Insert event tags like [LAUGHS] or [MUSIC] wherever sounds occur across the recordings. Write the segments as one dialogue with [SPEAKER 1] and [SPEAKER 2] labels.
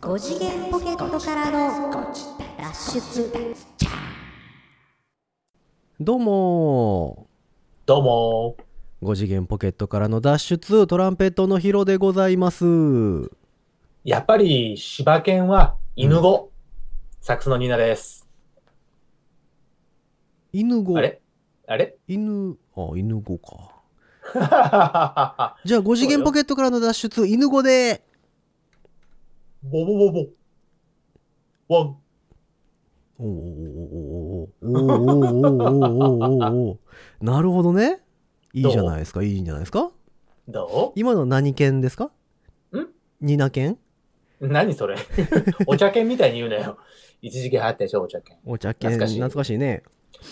[SPEAKER 1] 5次元ポケットからの脱出
[SPEAKER 2] どうも
[SPEAKER 3] どうも
[SPEAKER 2] ー5次元ポケットからの脱出トランペットのヒロでございます
[SPEAKER 3] ー。やっぱり、柴犬は犬語。サックスのニーナです。
[SPEAKER 2] 犬語
[SPEAKER 3] あれあ [LAUGHS] れ
[SPEAKER 2] 犬あ犬語かじ
[SPEAKER 3] ボ
[SPEAKER 2] ゃあ5次元ポケットからの脱出犬語で
[SPEAKER 3] ボボボ。ワン。
[SPEAKER 2] おーおーおーおーおーおーおーおーおーおーなるほどねいいじゃないですかいいんじゃないですか
[SPEAKER 3] ど
[SPEAKER 2] 今の何犬ですか
[SPEAKER 3] ん
[SPEAKER 2] ニナ犬
[SPEAKER 3] う何 [LAUGHS] それお茶犬みたいに言うなよ。一時期流行ったでしょ、お茶犬。
[SPEAKER 2] お茶犬
[SPEAKER 3] 懐かしい
[SPEAKER 2] 懐かしいね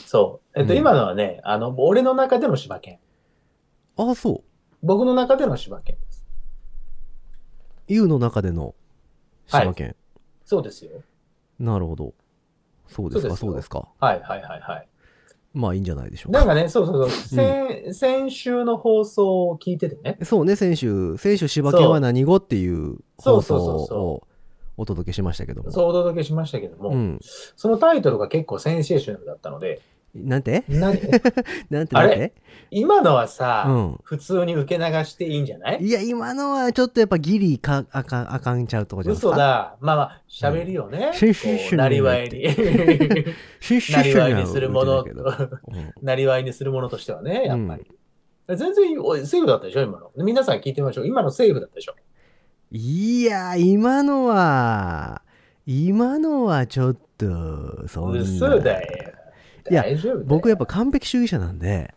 [SPEAKER 3] そう。えっと、
[SPEAKER 2] うん
[SPEAKER 3] 今のはね、あの、俺の中での柴犬。
[SPEAKER 2] あそう
[SPEAKER 3] 僕の中での柴犬です。
[SPEAKER 2] U の中での島県、
[SPEAKER 3] そうですよ。
[SPEAKER 2] なるほどそうですかそ
[SPEAKER 3] そうう
[SPEAKER 2] で
[SPEAKER 3] ですす
[SPEAKER 2] か
[SPEAKER 3] はいはいはいはい。
[SPEAKER 2] まあいいんじゃないでしょう
[SPEAKER 3] なん
[SPEAKER 2] か
[SPEAKER 3] かね、そうそうそう。先先週の放送を聞いててね。
[SPEAKER 2] そうね先週先週柴犬は何語っていう
[SPEAKER 3] そ
[SPEAKER 2] 放送
[SPEAKER 3] うそうそうそうそう
[SPEAKER 2] をお届けしましたけども
[SPEAKER 3] そうお届けしましたけども、
[SPEAKER 2] ん、
[SPEAKER 3] そのタイトルが結構センセーショナルだった
[SPEAKER 2] [LAUGHS]
[SPEAKER 3] ので、
[SPEAKER 2] なんて
[SPEAKER 3] な
[SPEAKER 2] なんて
[SPEAKER 3] あ
[SPEAKER 2] なん
[SPEAKER 3] れ
[SPEAKER 2] て
[SPEAKER 3] 今のはさ、
[SPEAKER 2] うん
[SPEAKER 3] 普通に受け流していいんじゃない
[SPEAKER 2] いや今のはちょっとやっぱギリかあかんあかんちゃうとこじゃないですか
[SPEAKER 3] 嘘だ。まあまあ、喋るよ
[SPEAKER 2] ん
[SPEAKER 3] ね。こ
[SPEAKER 2] センセーショ
[SPEAKER 3] う
[SPEAKER 2] ナ
[SPEAKER 3] な
[SPEAKER 2] ル
[SPEAKER 3] り
[SPEAKER 2] にな
[SPEAKER 3] わ
[SPEAKER 2] っ
[SPEAKER 3] い
[SPEAKER 2] て
[SPEAKER 3] に。
[SPEAKER 2] シュッシュ
[SPEAKER 3] な
[SPEAKER 2] ッシ
[SPEAKER 3] り
[SPEAKER 2] ュ
[SPEAKER 3] わいにするもの
[SPEAKER 2] な歌だけど、うん
[SPEAKER 3] なりわいにするものとしてはね、やっぱり。
[SPEAKER 2] う
[SPEAKER 3] 全然おいセーフだったでしょ、今の。皆さん聞いてみましょう。今のセーフだったでしょ。
[SPEAKER 2] いや今のは今のはちょっとそんな
[SPEAKER 3] 嘘だよ。
[SPEAKER 2] いや
[SPEAKER 3] 大丈夫だよ
[SPEAKER 2] 僕やっぱ完璧主義者なんで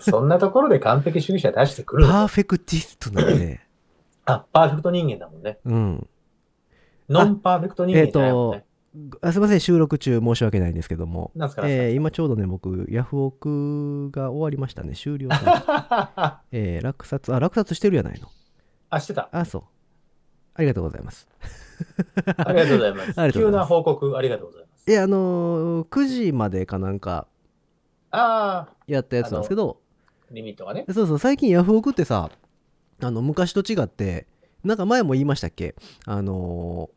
[SPEAKER 3] そんなところで完璧主義者出してくる。
[SPEAKER 2] パーフェクティストなんで、
[SPEAKER 3] あ、パーフェクト人間だもんね。
[SPEAKER 2] うん。
[SPEAKER 3] ノンパーフェクト人間じゃないもん
[SPEAKER 2] えっ
[SPEAKER 3] ね。
[SPEAKER 2] あすいません、収録中申し訳ないんですけども、
[SPEAKER 3] なんすか、
[SPEAKER 2] えー今ちょうどね、僕、ヤフオクが終わりましたね、終了し
[SPEAKER 3] [LAUGHS]
[SPEAKER 2] ましたえー落札、あ、落札してるやないの。
[SPEAKER 3] あ、してた。
[SPEAKER 2] あ、そう。ありがとうございます。 [LAUGHS]
[SPEAKER 3] ありがとうございま
[SPEAKER 2] ありが
[SPEAKER 3] す。
[SPEAKER 2] とうご
[SPEAKER 3] 急
[SPEAKER 2] ざいます
[SPEAKER 3] な報告ありがとうございます。
[SPEAKER 2] え、あのー9時までかなんか
[SPEAKER 3] ああ、
[SPEAKER 2] やったやつなんですけど、
[SPEAKER 3] リミットがね。
[SPEAKER 2] そうそう、最近ヤフオクってさ、あの、昔と違って、なんか前も言いましたっけあのー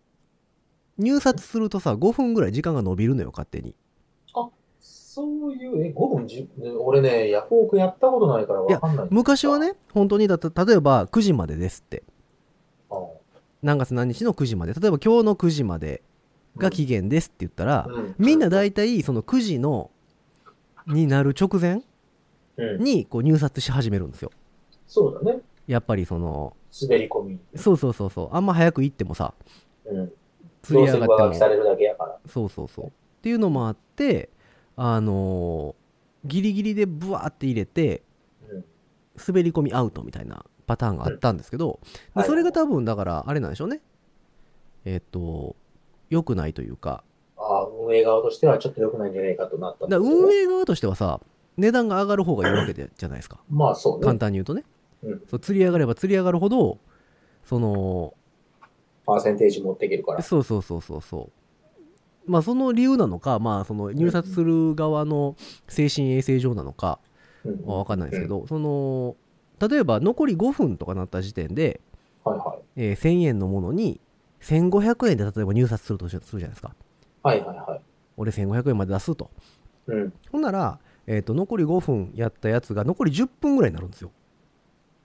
[SPEAKER 2] 入札するとさ、5分ぐらい時間が伸びるのよ、勝手に。
[SPEAKER 3] そういう、え、5分じ、俺ね、ヤフオクやったことないからわかんない。
[SPEAKER 2] 昔はね、本当にだった、例えば9時までですって。
[SPEAKER 3] あー
[SPEAKER 2] 何月何日の9時まで例えば今日の9時までが期限ですって言ったら、みんな、大体その9時のになる直前
[SPEAKER 3] うんうん
[SPEAKER 2] にこう入札し始めるんですよ
[SPEAKER 3] そうだね。
[SPEAKER 2] やっぱりその
[SPEAKER 3] 滑り込み。
[SPEAKER 2] そうそうそうそうあんま早く行ってもさ
[SPEAKER 3] うん。
[SPEAKER 2] 釣り上がって
[SPEAKER 3] どうせ上書
[SPEAKER 2] も
[SPEAKER 3] きされるだけやから。
[SPEAKER 2] そうそうそうっていうのもあってあのーギリギリでブワーって入れて
[SPEAKER 3] うん。
[SPEAKER 2] 滑り込みアウトみたいなパターンがあったんですけど、
[SPEAKER 3] うん
[SPEAKER 2] でそれが多分だからあれなんでしょうねえっ、と良くないというか
[SPEAKER 3] ああ、運営側としてはちょっと良くないんじゃないかとなったん
[SPEAKER 2] だから
[SPEAKER 3] ですけど
[SPEAKER 2] 運営側としてはさ値段が上がる方がいいわけでじゃないですか
[SPEAKER 3] まあそう
[SPEAKER 2] 簡
[SPEAKER 3] ね。
[SPEAKER 2] 単に言うとね、
[SPEAKER 3] うん
[SPEAKER 2] そう釣り上がれば釣り上がるほどその
[SPEAKER 3] パーセンテージ持っていけるから。
[SPEAKER 2] そうそうそうそうそうまあその理由なのかまあその入札する側の精神衛生上なのか
[SPEAKER 3] うん
[SPEAKER 2] は分かんないですけど、その例えば残り5分とかなった時点で、
[SPEAKER 3] はいはい。
[SPEAKER 2] えー1000円のものに1500円で例えば入札するとしするじゃないですか
[SPEAKER 3] はいはいはい。
[SPEAKER 2] 俺1500円まで出すと
[SPEAKER 3] うん。
[SPEAKER 2] ほんなら、えー、と残り5分やったやつが残り10分ぐらいになるんですよ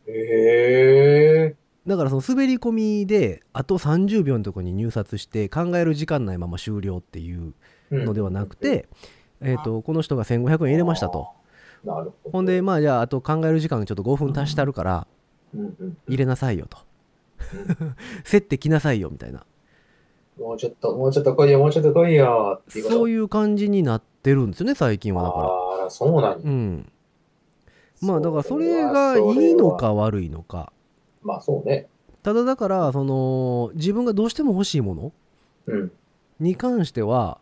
[SPEAKER 3] へえ。
[SPEAKER 2] だからその滑り込みであと30秒のところに入札して考える時間ないまま終了っていう
[SPEAKER 3] うん
[SPEAKER 2] のではなく、て、えー、とこの人が1500円入れましたと
[SPEAKER 3] なるほど。
[SPEAKER 2] ほんで、まあじゃああと考える時間ちょっと5分足したるから
[SPEAKER 3] うんうん、
[SPEAKER 2] 入れなさいよと [LAUGHS] 競ってきなさいよみたいな
[SPEAKER 3] もうちょっと、もうちょっと来いよ、もうちょっと来いよっていうこと。
[SPEAKER 2] そう
[SPEAKER 3] いう
[SPEAKER 2] いう感じになってるんですよね最近はだか
[SPEAKER 3] あら、そうなんや
[SPEAKER 2] らうんまあだからそれがいいの。か悪いのか
[SPEAKER 3] まあそうね。
[SPEAKER 2] ただだからその自分がどうしても欲しいもの
[SPEAKER 3] うん。
[SPEAKER 2] に関しては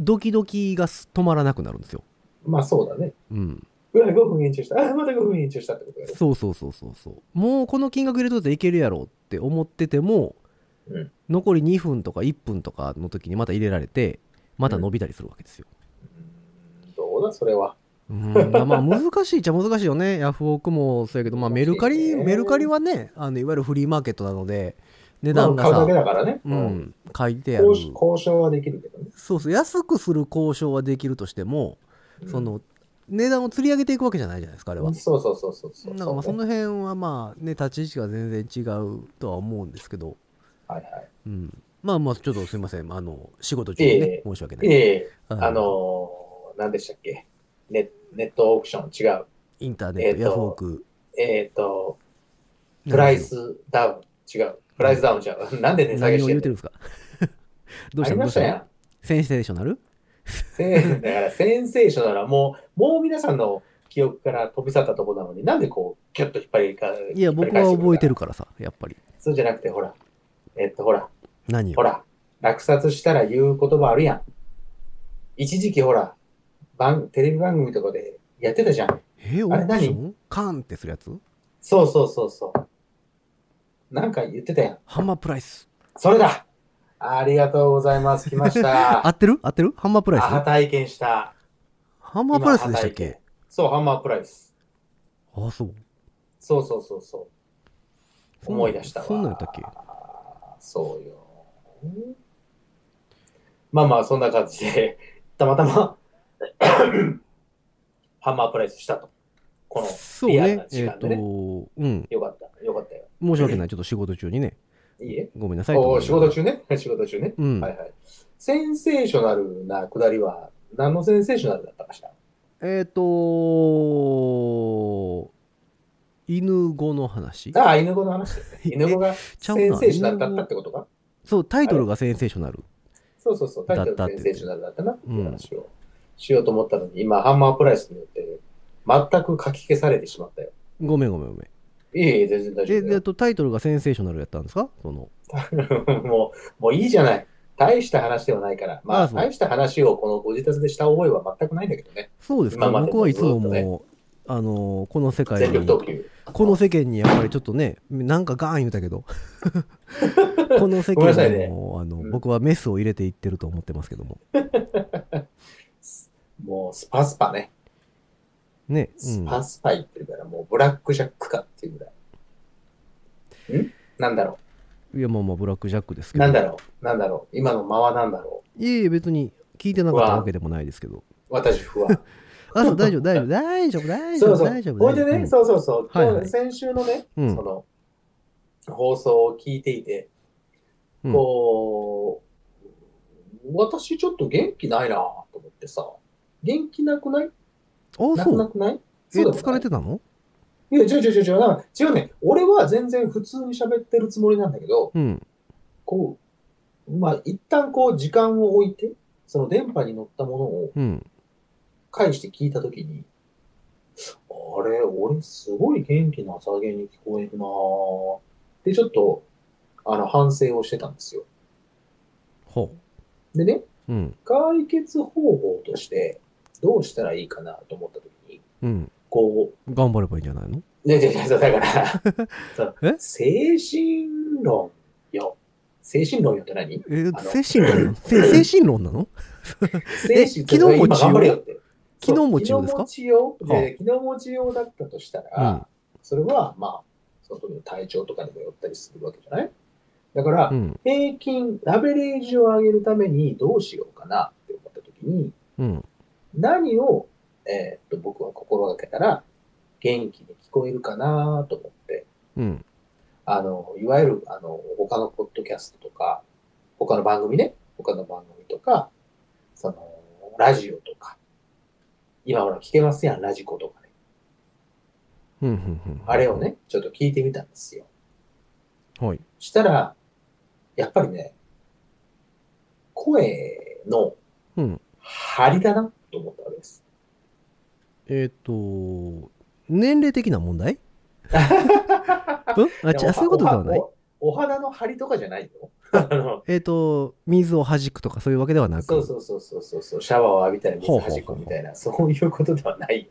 [SPEAKER 2] ドキドキがす止まらなくなるんですよ。
[SPEAKER 3] まあそうだね。
[SPEAKER 2] うん、
[SPEAKER 3] うわ、5分延長した。あ、また5分延長したってことやろ。
[SPEAKER 2] そうそうそうそうそうもうこの金額入れといたらいけるやろって思ってても、
[SPEAKER 3] うん
[SPEAKER 2] 残り2分とか1分とかの時にまた入れられてまた伸びたりするわけですよ、
[SPEAKER 3] うーんどうだ、それは。
[SPEAKER 2] うん、まあまあ難しいっちゃ難しいよね。ヤフオクもそうやけど、まあメルカ
[SPEAKER 3] 難し
[SPEAKER 2] リ、
[SPEAKER 3] いね
[SPEAKER 2] メルカリはね、あの、いわゆるフリーマーケットなので、値
[SPEAKER 3] まあ
[SPEAKER 2] 段が
[SPEAKER 3] 買う
[SPEAKER 2] さ
[SPEAKER 3] だけ、だからね。
[SPEAKER 2] うん、書いてある。
[SPEAKER 3] 交渉交渉はできるけどね。
[SPEAKER 2] そうそう、安くする交渉はできるとしても、
[SPEAKER 3] うん
[SPEAKER 2] その、値段を釣り上げていくわけじゃないじゃないですか、あれは。
[SPEAKER 3] そうそうそうそうそう。
[SPEAKER 2] なんかまあその辺はまあね、立ち位置が全然違うとは思うんですけど、
[SPEAKER 3] はいはい。
[SPEAKER 2] うん。まあまあ、ちょっとすいません。あの、仕事中に
[SPEAKER 3] いえい
[SPEAKER 2] ね
[SPEAKER 3] え、
[SPEAKER 2] 申し訳ない。
[SPEAKER 3] で、
[SPEAKER 2] うん
[SPEAKER 3] あのー、何でしたっけネネットオークション、違う。
[SPEAKER 2] インターネット、
[SPEAKER 3] えーと
[SPEAKER 2] ヤフオク。
[SPEAKER 3] えっ、と、プライスダウン、違う。プライスダウンじゃう。なんで値下
[SPEAKER 2] 何
[SPEAKER 3] げ
[SPEAKER 2] を
[SPEAKER 3] して
[SPEAKER 2] 言
[SPEAKER 3] ん
[SPEAKER 2] うてるん
[SPEAKER 3] の
[SPEAKER 2] ですか [LAUGHS] どう
[SPEAKER 3] あ
[SPEAKER 2] したのど
[SPEAKER 3] りま
[SPEAKER 2] うし
[SPEAKER 3] した
[SPEAKER 2] た
[SPEAKER 3] や
[SPEAKER 2] の
[SPEAKER 3] ん。
[SPEAKER 2] センセーショナル
[SPEAKER 3] せんだからセンセーショナルはもう、もう皆さんの記憶から飛び去ったところなのに、なんでこう、キュッと引っ張りか、
[SPEAKER 2] いや、
[SPEAKER 3] 引っ張り
[SPEAKER 2] 僕
[SPEAKER 3] 返
[SPEAKER 2] は
[SPEAKER 3] してく
[SPEAKER 2] 覚えて
[SPEAKER 3] る
[SPEAKER 2] るからさ、やっぱり。
[SPEAKER 3] から。そうじゃなくて、ほら、えっと、ほら、
[SPEAKER 2] 何
[SPEAKER 3] ほ
[SPEAKER 2] を。
[SPEAKER 3] ら、落札したら言う言葉あるやん。一時期ほら、番、テレビ番組とかでやってたじゃん。
[SPEAKER 2] え、オ
[SPEAKER 3] あれ
[SPEAKER 2] ークシ
[SPEAKER 3] 何
[SPEAKER 2] ョンカーンってするやつ
[SPEAKER 3] そうそうそうそう。なんか言ってたやん。
[SPEAKER 2] ハンマープライス。
[SPEAKER 3] それだありがとうございます。来まし
[SPEAKER 2] 合 [LAUGHS]
[SPEAKER 3] た。
[SPEAKER 2] ってる合ってるハンマープライス
[SPEAKER 3] アハ体験した。
[SPEAKER 2] ハンマープライスでしたっ
[SPEAKER 3] 今
[SPEAKER 2] け
[SPEAKER 3] そう、ハンマープライス。
[SPEAKER 2] あ、そう。
[SPEAKER 3] そうそうそうそう。
[SPEAKER 2] そん
[SPEAKER 3] 思い出したわ。
[SPEAKER 2] そんなんやったっけ
[SPEAKER 3] そうよ。まあまあ、そんな感じで、 [LAUGHS] たまたま、 [COUGHS] ハンマープライスしたと。こ
[SPEAKER 2] そう
[SPEAKER 3] のリアルな
[SPEAKER 2] ね。
[SPEAKER 3] 時
[SPEAKER 2] え
[SPEAKER 3] 間
[SPEAKER 2] っ
[SPEAKER 3] で
[SPEAKER 2] と、
[SPEAKER 3] ね。
[SPEAKER 2] うん。
[SPEAKER 3] よかった、よかったよ。
[SPEAKER 2] 申し訳ない。ちょっと仕事中にね。
[SPEAKER 3] いいえ。
[SPEAKER 2] ごめんなさい。
[SPEAKER 3] おおー、仕事。中ね。 [LAUGHS] 仕事中ね。
[SPEAKER 2] うん
[SPEAKER 3] は。いはい。センセーショナルなくだりは、何のセンセーショナルだったかしら
[SPEAKER 2] えっと、犬語の話
[SPEAKER 3] ああ、犬語の話
[SPEAKER 2] [LAUGHS]
[SPEAKER 3] だよね。犬語が
[SPEAKER 2] ちゃ
[SPEAKER 3] セ
[SPEAKER 2] うな
[SPEAKER 3] ンセーショナルだったってことか
[SPEAKER 2] そう、タイトルがセンセーショナル。
[SPEAKER 3] そうそうそう、タイトルセンセーショナルだったなっていう話をしようと思ったのに、今、ハンマープライスによって、全く書き消されてしまったよ。
[SPEAKER 2] ごめんごめんごめん。
[SPEAKER 3] いえいえ、全然大丈
[SPEAKER 2] え、
[SPEAKER 3] 夫だ
[SPEAKER 2] えっ
[SPEAKER 3] よ。
[SPEAKER 2] と、タイトルがセンセーショナルやったんですかその。
[SPEAKER 3] [LAUGHS] もう、もういいじゃない。大した話ではないから。ま
[SPEAKER 2] あ
[SPEAKER 3] あ、
[SPEAKER 2] そう
[SPEAKER 3] 大した話をこのご自宅でした覚えは全くないんだけどね。
[SPEAKER 2] そうですか。
[SPEAKER 3] 今まで
[SPEAKER 2] 僕はいつも
[SPEAKER 3] ずっと
[SPEAKER 2] もう、あの、この世界
[SPEAKER 3] 全力
[SPEAKER 2] に、
[SPEAKER 3] 投球。
[SPEAKER 2] この世間にやっぱりちょっとね、なんかガーン言うた
[SPEAKER 3] [LAUGHS]
[SPEAKER 2] けど、この世
[SPEAKER 3] ごめんなさ
[SPEAKER 2] 間
[SPEAKER 3] い
[SPEAKER 2] に
[SPEAKER 3] ね
[SPEAKER 2] も、あの、
[SPEAKER 3] うん
[SPEAKER 2] 僕はメスを入れていってると思ってますけども。
[SPEAKER 3] もう、スパスパね。
[SPEAKER 2] ね。う
[SPEAKER 3] ス
[SPEAKER 2] ん。
[SPEAKER 3] パスパ言ってるから、もう、ブラックジャックかっていうぐらい。んなんだろ
[SPEAKER 2] いや、まあまあ、ブラックジャックです
[SPEAKER 3] う
[SPEAKER 2] けど。
[SPEAKER 3] なんだろうなんだろう今の間はなんだろう
[SPEAKER 2] いえいえ、別に聞いてなかったわけでもないですけど。
[SPEAKER 3] 私不安。
[SPEAKER 2] あ、そう、大丈夫、大丈
[SPEAKER 3] [LAUGHS]
[SPEAKER 2] 夫、大丈夫、 [LAUGHS] 大丈
[SPEAKER 3] そう
[SPEAKER 2] 夫、
[SPEAKER 3] そう。
[SPEAKER 2] 大丈夫。
[SPEAKER 3] ほいで
[SPEAKER 2] 大丈
[SPEAKER 3] ね、
[SPEAKER 2] 夫
[SPEAKER 3] そうそうそう。
[SPEAKER 2] はいはい
[SPEAKER 3] 先週のね、
[SPEAKER 2] うん
[SPEAKER 3] その、放送を聞いていて、
[SPEAKER 2] うん
[SPEAKER 3] こう、私ちょっと元気ないなと思ってさ、元気なくない
[SPEAKER 2] うんあ、
[SPEAKER 3] な
[SPEAKER 2] そ
[SPEAKER 3] くな
[SPEAKER 2] う。
[SPEAKER 3] くない
[SPEAKER 2] え、
[SPEAKER 3] そうでも
[SPEAKER 2] 疲
[SPEAKER 3] な
[SPEAKER 2] れ
[SPEAKER 3] い
[SPEAKER 2] てたの
[SPEAKER 3] いや、違う違う違う違う。なんか違うね。俺は全然普通に喋ってるつもりなんだけど、
[SPEAKER 2] うん。
[SPEAKER 3] こう、まあ、一旦こう時間を置いて、その電波に乗ったものを
[SPEAKER 2] うん。
[SPEAKER 3] 返して聞いたときに、あれ、俺すごい元気な朝げに聞こえるなぁ。で、ちょっと、あの、反省をしてたんですよ。
[SPEAKER 2] ほ
[SPEAKER 3] でね、
[SPEAKER 2] う。うん。
[SPEAKER 3] 解決方法として、どうしたらいいかなと思ったときに、
[SPEAKER 2] うん。
[SPEAKER 3] こ
[SPEAKER 2] 頑張ればいいんじゃないの
[SPEAKER 3] う、ね、じゃじゃだ
[SPEAKER 2] [LAUGHS]
[SPEAKER 3] から、そう
[SPEAKER 2] え
[SPEAKER 3] 精神論よ。精神論よって何
[SPEAKER 2] え
[SPEAKER 3] あ、の
[SPEAKER 2] 精神論なの
[SPEAKER 3] [LAUGHS]
[SPEAKER 2] せ精神論なの
[SPEAKER 3] 精神
[SPEAKER 2] え昨日も
[SPEAKER 3] 今頑張れよって。
[SPEAKER 2] 昨日も治
[SPEAKER 3] そう
[SPEAKER 2] 療ですか
[SPEAKER 3] 昨日も治療
[SPEAKER 2] はあ
[SPEAKER 3] で昨日も治療だったとしたら、
[SPEAKER 2] うん
[SPEAKER 3] それは、まあ、その時の体調とかにもよったりするわけじゃないだから、
[SPEAKER 2] うん。
[SPEAKER 3] 平均、アベレージを上げるためにどうしようかなって思った時に、
[SPEAKER 2] うん。
[SPEAKER 3] 何を、えーっと、僕は心がけたら、元気に聞こえるかなと思って、
[SPEAKER 2] うん。
[SPEAKER 3] あの、いわゆる、あの、他のポッドキャストとか、他の番組ね、他の番組とか、その、ラジオとか、今ほら聞けますやん、ラジコとかね。
[SPEAKER 2] うん。うん。
[SPEAKER 3] あれを。ね、ちょっと聞いてみたんですよ。
[SPEAKER 2] はい。
[SPEAKER 3] したら、やっぱりね、声の
[SPEAKER 2] うん。
[SPEAKER 3] 張りだなと思ったわけです。
[SPEAKER 2] えっと、年齢的な問
[SPEAKER 3] [LAUGHS]
[SPEAKER 2] 題うんあ、
[SPEAKER 3] で
[SPEAKER 2] 違う、そういうことではない。
[SPEAKER 3] おおお肌の張りとかじゃないよ。あの
[SPEAKER 2] えっと、水を弾くとかそういうわけではなく。
[SPEAKER 3] そうそうそうそうそうそう、シャワーを浴びたり水
[SPEAKER 2] ほうほうほう
[SPEAKER 3] 弾くみたいな、そういうことではないよ。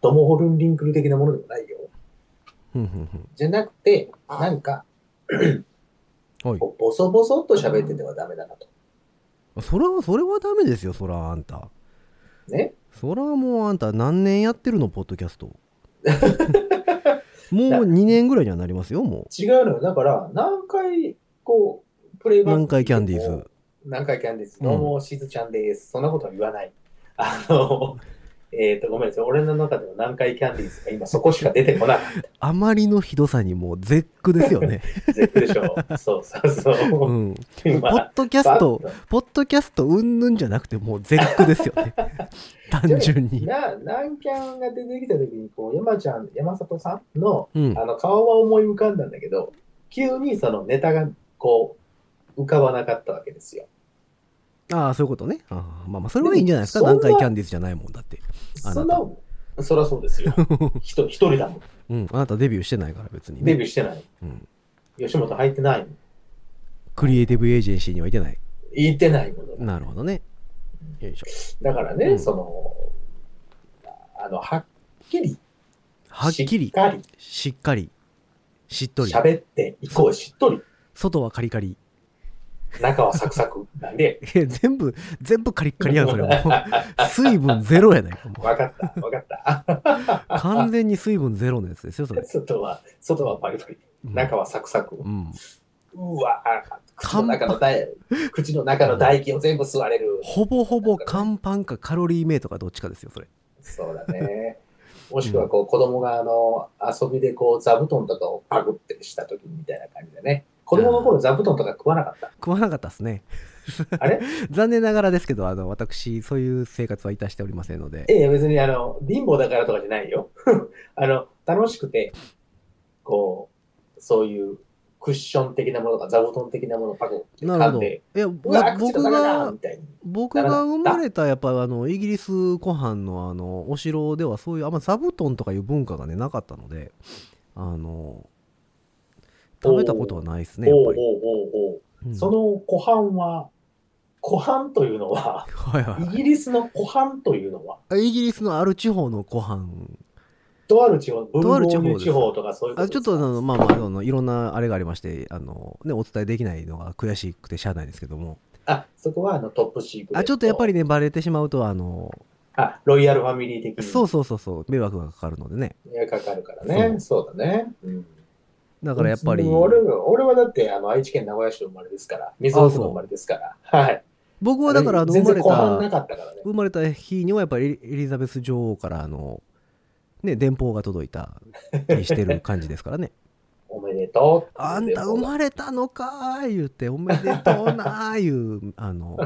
[SPEAKER 3] ドモホルンリンクル的なものでもないよ。
[SPEAKER 2] うん。うん。
[SPEAKER 3] じゃなくて、なんか、
[SPEAKER 2] うん。はい。
[SPEAKER 3] こうボソボソっと喋っててはダメだなと。
[SPEAKER 2] それは、それはダメですよ、そら、あんた。
[SPEAKER 3] ね。
[SPEAKER 2] それはもうあんた何年やってるのポッドキャ
[SPEAKER 3] [LAUGHS]
[SPEAKER 2] ストもう2年ぐらいにはなりますよも
[SPEAKER 3] 違うのよ。だから、何回、こう、プレイ
[SPEAKER 2] う
[SPEAKER 3] バック。
[SPEAKER 2] 南海キャンディーズ。
[SPEAKER 3] 何回キャンディーズ。
[SPEAKER 2] うん
[SPEAKER 3] どうも、しずちゃんです。そんなことは言わない。あの、 [LAUGHS] えっと、ごめんなさい。俺の中でも南海キャンディーズが今そこしか出てこない。
[SPEAKER 2] あまりのひどさにもう絶句ですよ
[SPEAKER 3] [LAUGHS]
[SPEAKER 2] ね、
[SPEAKER 3] 絶対でしょ。そうそうそうう。
[SPEAKER 2] ん、ポ
[SPEAKER 3] 今
[SPEAKER 2] ッドキャストポッドキャストうんぬんじゃなくてもう絶句ですよ
[SPEAKER 3] [LAUGHS]
[SPEAKER 2] ね単純に
[SPEAKER 3] な、南キャンが出てきた時に、こう、山ちゃん、山里さんの、
[SPEAKER 2] うん
[SPEAKER 3] あの、顔は思い浮かんだんだけど、急にそのネタが、こう、浮かばなかったわけですよ。
[SPEAKER 2] ああそういうことねああまあまあそれはいいんじゃないですか
[SPEAKER 3] でもそん
[SPEAKER 2] 南海
[SPEAKER 3] な
[SPEAKER 2] キャンディーズじゃないもんだってあなた
[SPEAKER 3] そんな、そらそ
[SPEAKER 2] [LAUGHS]
[SPEAKER 3] うですよ。ひと一人だもん。
[SPEAKER 2] うんあなたデビューしてないから別に
[SPEAKER 3] デ
[SPEAKER 2] ね
[SPEAKER 3] ビューしてない。
[SPEAKER 2] うん
[SPEAKER 3] 吉本入ってないもん。
[SPEAKER 2] クリエイティブエージェンシーにはいてない
[SPEAKER 3] 言ってないもの。
[SPEAKER 2] なるほどねよいしょ
[SPEAKER 3] だからね、
[SPEAKER 2] うん
[SPEAKER 3] その、あの、はっきり、
[SPEAKER 2] はっき
[SPEAKER 3] しっ
[SPEAKER 2] り
[SPEAKER 3] かり、
[SPEAKER 2] しっかりしっとり
[SPEAKER 3] 喋っていこう、しっとり、
[SPEAKER 2] 外はカリカリ
[SPEAKER 3] 中はサクサクなんで、
[SPEAKER 2] え全部全部カリッカリやんそれはもう水分ゼロやないかも
[SPEAKER 3] わかった、わかった。
[SPEAKER 2] う完全に水分ゼロのやつですよそれ、
[SPEAKER 3] [LAUGHS] 外は、外はパリパリ、
[SPEAKER 2] うん
[SPEAKER 3] 中はサクサク。
[SPEAKER 2] うん、
[SPEAKER 3] うわぁ、口の中の唾液、口の中の唾液を全部吸われる。
[SPEAKER 2] ほぼほぼ乾パンかカロリーメイトかどっちかですよそれ
[SPEAKER 3] そうだね。もしくは、こう、子供が、あの、遊びで、こう、座布団とかをパクってした時みたいな感じでね。子供の頃、座布団とか食わなかった。
[SPEAKER 2] 食わなかったですね
[SPEAKER 3] あれ
[SPEAKER 2] [LAUGHS] 残念ながらですけどあの私そういう生活はいたしておりませんので
[SPEAKER 3] ええ、別に、あの、貧乏だからとかじゃないよ。 [LAUGHS] あの、楽しくて、こう、そういうクッション的なものとか、座布団的なものをパクって
[SPEAKER 2] なるほ
[SPEAKER 3] 噛ん
[SPEAKER 2] ど
[SPEAKER 3] で
[SPEAKER 2] い、や
[SPEAKER 3] うわ、口
[SPEAKER 2] 僕
[SPEAKER 3] の中だ
[SPEAKER 2] が
[SPEAKER 3] みたいに。
[SPEAKER 2] 僕が生まれたやっぱあのイギリス湖畔のあのお城ではそういうあんま座布団とかいう文化がねなかったのであの食べたことはないですねやっ
[SPEAKER 3] お
[SPEAKER 2] ぱ
[SPEAKER 3] う
[SPEAKER 2] り、
[SPEAKER 3] おうおうおう。
[SPEAKER 2] うん
[SPEAKER 3] その湖畔は、湖畔というのは、
[SPEAKER 2] [LAUGHS] はいはい
[SPEAKER 3] イ
[SPEAKER 2] は
[SPEAKER 3] ギリスの湖畔というのは、
[SPEAKER 2] いイギリスのある地方の湖畔
[SPEAKER 3] とある地方、文
[SPEAKER 2] とある地
[SPEAKER 3] 豪
[SPEAKER 2] 方で
[SPEAKER 3] の
[SPEAKER 2] す
[SPEAKER 3] 地方とかそういうこ
[SPEAKER 2] あ
[SPEAKER 3] と
[SPEAKER 2] ちょっ
[SPEAKER 3] ですか
[SPEAKER 2] とあのまあまああのいろんなあれがありましてあの、ね、お伝えできないのが悔しくてしゃあないですけども
[SPEAKER 3] あ、そこはあのトップシークレット。
[SPEAKER 2] あちょっとやっぱり。ねバレてしまうとあの
[SPEAKER 3] あ、ロイヤルファミリー的に。
[SPEAKER 2] そうそうそうそう迷惑がかかるのでね
[SPEAKER 3] かかるからね。そうだね。うん。
[SPEAKER 2] だからやっぱり
[SPEAKER 3] でも俺は、俺はだって、あの、愛知県名古屋市の生まれですから、水戸市の生まれですから。はい。
[SPEAKER 2] 僕はだからあの生
[SPEAKER 3] 全
[SPEAKER 2] ま
[SPEAKER 3] 然
[SPEAKER 2] れ
[SPEAKER 3] 後半
[SPEAKER 2] た
[SPEAKER 3] なかったからね。
[SPEAKER 2] 生まれた日にはやっぱりエリエリザベス女王からあの、ね、電報が届いたりしてる感じですからね
[SPEAKER 3] [LAUGHS] おめでとう。
[SPEAKER 2] あんた生まれたのかー言うておめでとうなーいうあの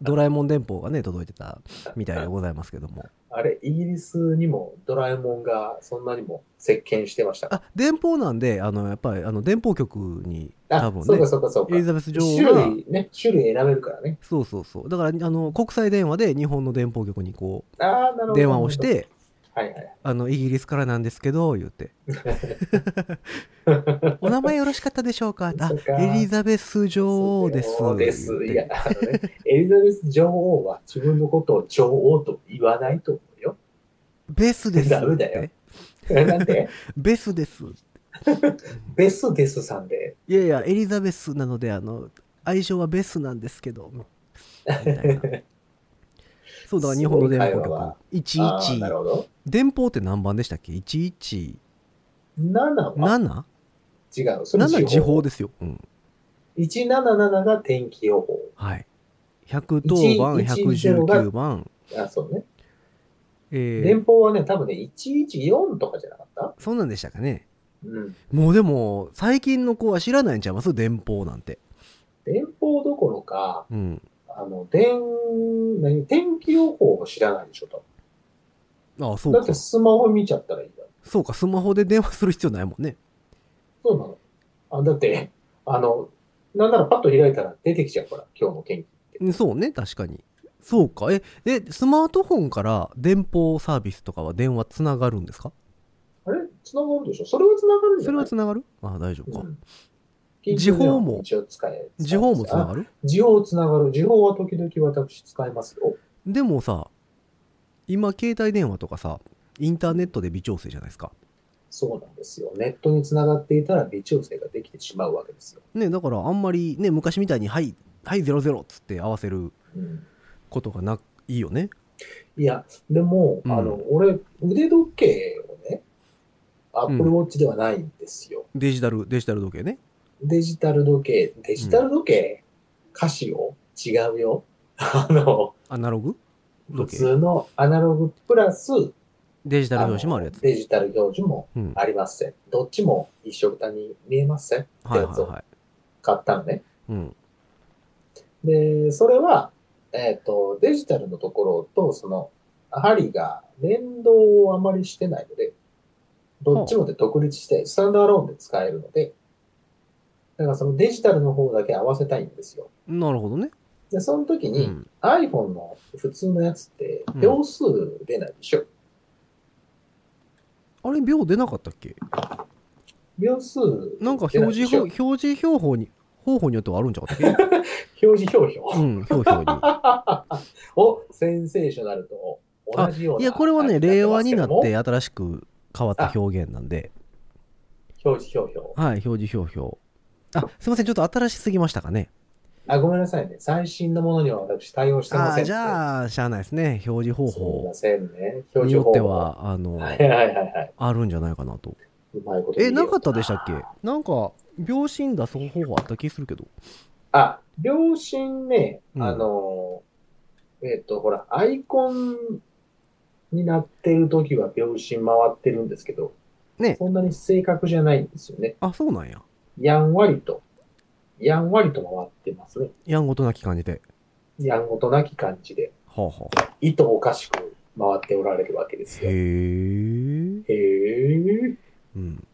[SPEAKER 2] ドラえもん電報がね届いてたみたいでございますけども
[SPEAKER 3] あれ、イギリスにもドラえもんがそんなにも席巻してましたか
[SPEAKER 2] あ電報なんであのやっぱりあの電報局に
[SPEAKER 3] あ
[SPEAKER 2] 多分
[SPEAKER 3] そう
[SPEAKER 2] ね
[SPEAKER 3] かそうかそう
[SPEAKER 2] エリ
[SPEAKER 3] か。
[SPEAKER 2] ザベス女
[SPEAKER 3] 種
[SPEAKER 2] 王が
[SPEAKER 3] 類ね、種類選べるからね。
[SPEAKER 2] そうそうそうだからあの国際電話で日本の電報局にこ
[SPEAKER 3] ああ、なるほど。
[SPEAKER 2] う電話をし。て
[SPEAKER 3] はいはい。
[SPEAKER 2] あのイギリスからなんですけど言
[SPEAKER 3] [LAUGHS]
[SPEAKER 2] って「お名前よろしかったでしょうか?」あ
[SPEAKER 3] そっか
[SPEAKER 2] エリザベス女王です」
[SPEAKER 3] 女王で
[SPEAKER 2] 言
[SPEAKER 3] す
[SPEAKER 2] っ。て
[SPEAKER 3] いや、あのね、エリザベス女王は自分のことを女王と言わないと思うよ。
[SPEAKER 2] ベスです」
[SPEAKER 3] ダメ
[SPEAKER 2] っ
[SPEAKER 3] だよ
[SPEAKER 2] て [LAUGHS]
[SPEAKER 3] なんで、
[SPEAKER 2] 「ベスです」
[SPEAKER 3] ベスデスさんで、
[SPEAKER 2] いやいやエリザベスなのであの愛称はベスなんですけどみたい
[SPEAKER 3] [LAUGHS]
[SPEAKER 2] なそうだから日本の電報
[SPEAKER 3] すごい会話は
[SPEAKER 2] 局
[SPEAKER 3] あーなる
[SPEAKER 2] 11
[SPEAKER 3] ほど。
[SPEAKER 2] 電報って何番でしたっけ ?117?
[SPEAKER 3] 7は違う。それ
[SPEAKER 2] 7時報
[SPEAKER 3] で。
[SPEAKER 2] ですよ、うん、
[SPEAKER 3] 177が天気予報。
[SPEAKER 2] はい110番
[SPEAKER 3] 110が
[SPEAKER 2] 119番
[SPEAKER 3] あ、そうね。
[SPEAKER 2] えー
[SPEAKER 3] 連邦はね、多分ね、114とかじゃなかった
[SPEAKER 2] そんなんでしたかね
[SPEAKER 3] うん。
[SPEAKER 2] もうでも最近の子は知らないんちゃいます電報なんて
[SPEAKER 3] 連邦どころか、
[SPEAKER 2] うん
[SPEAKER 3] あの、電、何、天気予報を知らないでしょと。
[SPEAKER 2] ああそ
[SPEAKER 3] だ
[SPEAKER 2] う
[SPEAKER 3] って
[SPEAKER 2] か
[SPEAKER 3] スマホ見ちゃったらいいだろ。
[SPEAKER 2] そうかスマホで電話する必要ないもんね
[SPEAKER 3] そうなの。あ、だって、あの、なんならパッと開いたら出てきちゃうから、今日の天気。
[SPEAKER 2] うんそうね確かにそうかええスマートフォンから電報サービスとかは電話つながるんですか
[SPEAKER 3] あれ繋がるでしょそれは繋がるんじ
[SPEAKER 2] そ
[SPEAKER 3] ゃ
[SPEAKER 2] れ
[SPEAKER 3] な
[SPEAKER 2] はいつながるああ大丈夫か、
[SPEAKER 3] うん
[SPEAKER 2] 時報も
[SPEAKER 3] 一応使え。
[SPEAKER 2] 時報もつな
[SPEAKER 3] る
[SPEAKER 2] がる
[SPEAKER 3] 時報つながる。時報は時々私使いますよ。
[SPEAKER 2] でもさ今携帯電話とかさインターネットで微調整じゃないですか
[SPEAKER 3] そうなんですよ。ネットにつながっていたら微調整ができてしまうわけですよ。
[SPEAKER 2] ねだからあんまりね昔みたいに「はいはい00」っつって合わせる
[SPEAKER 3] うん、
[SPEAKER 2] ことがないよね
[SPEAKER 3] いや、でも、
[SPEAKER 2] うん
[SPEAKER 3] あの、俺、腕時計をね、アップルウォッチではないんですよ。
[SPEAKER 2] デジタル、デジタル時計ね。
[SPEAKER 3] デジタル時計、デジタル時計、歌詞を違うよ。 [LAUGHS] あの、
[SPEAKER 2] アナログ
[SPEAKER 3] 普
[SPEAKER 2] 時計。
[SPEAKER 3] 通のアナログプラス、
[SPEAKER 2] デジタル表紙もあ
[SPEAKER 3] の
[SPEAKER 2] るやつ。
[SPEAKER 3] デジタル表示も
[SPEAKER 2] うん。
[SPEAKER 3] ありません。どっちも一緒くたに見えませんって
[SPEAKER 2] はい
[SPEAKER 3] や
[SPEAKER 2] はい
[SPEAKER 3] つを
[SPEAKER 2] はい。
[SPEAKER 3] 買ったのね。
[SPEAKER 2] うん。
[SPEAKER 3] で、それは、えっ、と、デジタルのところと、その、針が連動をあまりしてないので、どっちもで独立して、スタンドアローンで使えるので、だからそのデジタルの方だけ合わせたいんですよ。
[SPEAKER 2] なるほどね。
[SPEAKER 3] で、その時
[SPEAKER 2] う
[SPEAKER 3] に、
[SPEAKER 2] ん。
[SPEAKER 3] iPhone の普通のやつって、秒数出ないでしょ。
[SPEAKER 2] あれ、秒出なかったっけ
[SPEAKER 3] 秒数
[SPEAKER 2] なんか表
[SPEAKER 3] 出ないで
[SPEAKER 2] 示
[SPEAKER 3] しょ
[SPEAKER 2] 方、表示標法に、方法によってはあるんじゃなかったっ
[SPEAKER 3] 表示表 [LAUGHS]
[SPEAKER 2] け
[SPEAKER 3] 表
[SPEAKER 2] うん、標標に。
[SPEAKER 3] をセンセーショナルと同じよう
[SPEAKER 2] [LAUGHS]
[SPEAKER 3] な。
[SPEAKER 2] いや、これはね、令和になっ
[SPEAKER 3] 表
[SPEAKER 2] て新しく変わった表現なんで、
[SPEAKER 3] 示表表。
[SPEAKER 2] はい、表示表標。あ、すいません、ちょっと新しすぎましたかね。
[SPEAKER 3] あ、ごめんなさいね。最新のものには私対応してま
[SPEAKER 2] あ
[SPEAKER 3] せん。
[SPEAKER 2] ーじゃあ、しゃあないですね。表示方
[SPEAKER 3] すみま
[SPEAKER 2] 法
[SPEAKER 3] せんね。表
[SPEAKER 2] に
[SPEAKER 3] 示
[SPEAKER 2] よ
[SPEAKER 3] 法
[SPEAKER 2] って。は、あの、
[SPEAKER 3] はいはいはいはい。
[SPEAKER 2] あるんじゃないかなと。
[SPEAKER 3] うまいこと言
[SPEAKER 2] え、
[SPEAKER 3] えよ
[SPEAKER 2] なかったでしたっけなんか、秒針出す方法あった気するけど。
[SPEAKER 3] あ、秒針ね、
[SPEAKER 2] うん
[SPEAKER 3] あの、えっと、ほら、アイコンになってる時は秒針回ってるんですけど、
[SPEAKER 2] ね
[SPEAKER 3] そんなに正確じゃないんですよね。
[SPEAKER 2] あ、そうなんや。
[SPEAKER 3] やんわりと、やんわりと回ってますね。
[SPEAKER 2] やんごとなき感じで。
[SPEAKER 3] やんごとなき感じで。
[SPEAKER 2] はあ、はあ、
[SPEAKER 3] 意図おかしく回っておられるわけです
[SPEAKER 2] へ
[SPEAKER 3] よ。へ
[SPEAKER 2] え。
[SPEAKER 3] え。
[SPEAKER 2] うん。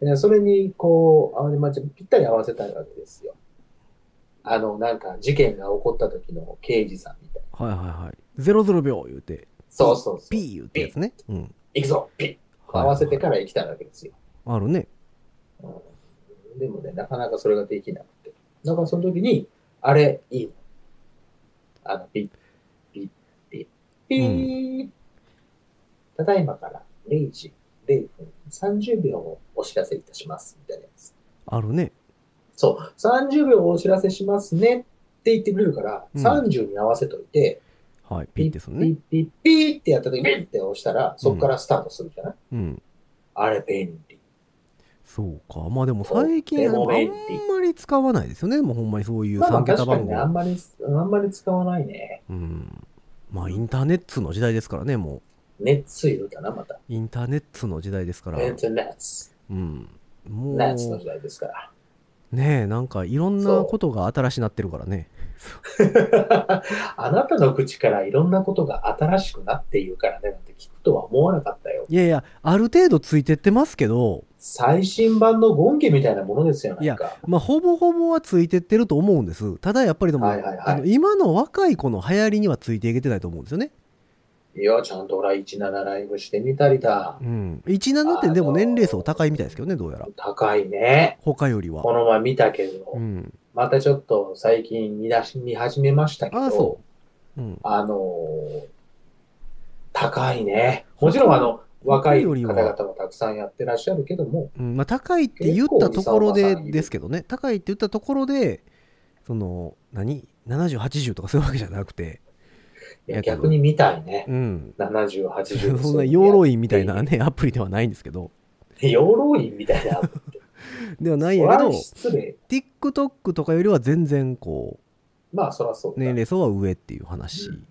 [SPEAKER 3] でそれに、こう、あまりまちぴったり合わせたいわけですよ。あの、なんか、事件が起こった時の刑事さんみたいな。
[SPEAKER 2] はいはいはい。00秒言うて、
[SPEAKER 3] そうそうそう。
[SPEAKER 2] ピー言うてやつね。うん。
[SPEAKER 3] 行くぞピッ合わせてから行きたいわけですよ。
[SPEAKER 2] あるね。
[SPEAKER 3] うんでもね、なかなかそれができなくて。だからその時に、あれ、いいのあの、ピッ、ピッ、ピッ、ピー、ただいまから0時0分30秒をお知らせいたします。みたいなやつ。
[SPEAKER 2] あるね。
[SPEAKER 3] そう、30秒お知らせしますねって言ってくれるから、
[SPEAKER 2] うん
[SPEAKER 3] 30に合わせといて、
[SPEAKER 2] はい。ピーってする
[SPEAKER 3] ピ
[SPEAKER 2] ね
[SPEAKER 3] ッ。ピッピーってやった時に、ピッって押したら、そこからスタートするじゃない、
[SPEAKER 2] うん。
[SPEAKER 3] あれ便利。
[SPEAKER 2] そうか。まあでも最近は
[SPEAKER 3] そう
[SPEAKER 2] で
[SPEAKER 3] で
[SPEAKER 2] も
[SPEAKER 3] も
[SPEAKER 2] あんまり使わないですよね。もうほんまにそういう
[SPEAKER 3] まあまあ
[SPEAKER 2] 3桁
[SPEAKER 3] 確か
[SPEAKER 2] 番
[SPEAKER 3] にね、
[SPEAKER 2] 号。
[SPEAKER 3] あんまり、あんまり使わないね。
[SPEAKER 2] うん。まあインターネットの時代ですからね、も
[SPEAKER 3] 熱いるかな、また。
[SPEAKER 2] う。インターネットの時代ですから。
[SPEAKER 3] えっと、熱。
[SPEAKER 2] うん。もう、
[SPEAKER 3] 熱の
[SPEAKER 2] ね
[SPEAKER 3] 時代ですから。 [LAUGHS]
[SPEAKER 2] え、なんかいろんなことが新しなってるからね。
[SPEAKER 3] あなたの口からいろんなことが新しくなっているからね、なんて聞くとは思わなかったよ。
[SPEAKER 2] いやいや、ある程度ついてってますけど、
[SPEAKER 3] 最新版のゴンゲみたいなものですよ、なんか。
[SPEAKER 2] まあほぼほぼはついてってると思うんです。ただやっぱりでも、
[SPEAKER 3] はいはいはい
[SPEAKER 2] あの今の若い子の流行りにはついていけてないと思うんですよね。
[SPEAKER 3] いや、ちゃんと俺は17ライブしてみたりだ
[SPEAKER 2] う。ん。17ってでも年齢層高いみたいですけどね、どうやら。
[SPEAKER 3] 高いね。
[SPEAKER 2] 他よりは
[SPEAKER 3] こ。の前見たけど、
[SPEAKER 2] うん。
[SPEAKER 3] またちょっと最近見出し、見始めましたけど、
[SPEAKER 2] あそう。うん。
[SPEAKER 3] あのー高いね。もちろんあの、若い
[SPEAKER 2] よ
[SPEAKER 3] 方
[SPEAKER 2] りは
[SPEAKER 3] 々もたくさんやってらっしゃるけども、
[SPEAKER 2] うんまあ、高いって言ったところで
[SPEAKER 3] 結構おじさんおばさんいる
[SPEAKER 2] ですけどね高いって言ったところでその何7080とかそういうわけじゃなくて、い
[SPEAKER 3] い
[SPEAKER 2] や
[SPEAKER 3] や
[SPEAKER 2] けど
[SPEAKER 3] 逆に見たいね。
[SPEAKER 2] うん、
[SPEAKER 3] 70、80。
[SPEAKER 2] そんな養老院みたいな。ねアプリではないんですけど
[SPEAKER 3] 養老院みたいな。
[SPEAKER 2] ではないん
[SPEAKER 3] そ
[SPEAKER 2] やけ
[SPEAKER 3] ら
[SPEAKER 2] ど
[SPEAKER 3] 失礼。
[SPEAKER 2] TikTok とかよりは全然こう
[SPEAKER 3] まあそらそうだ。
[SPEAKER 2] 年齢層は上っていう話、
[SPEAKER 3] うん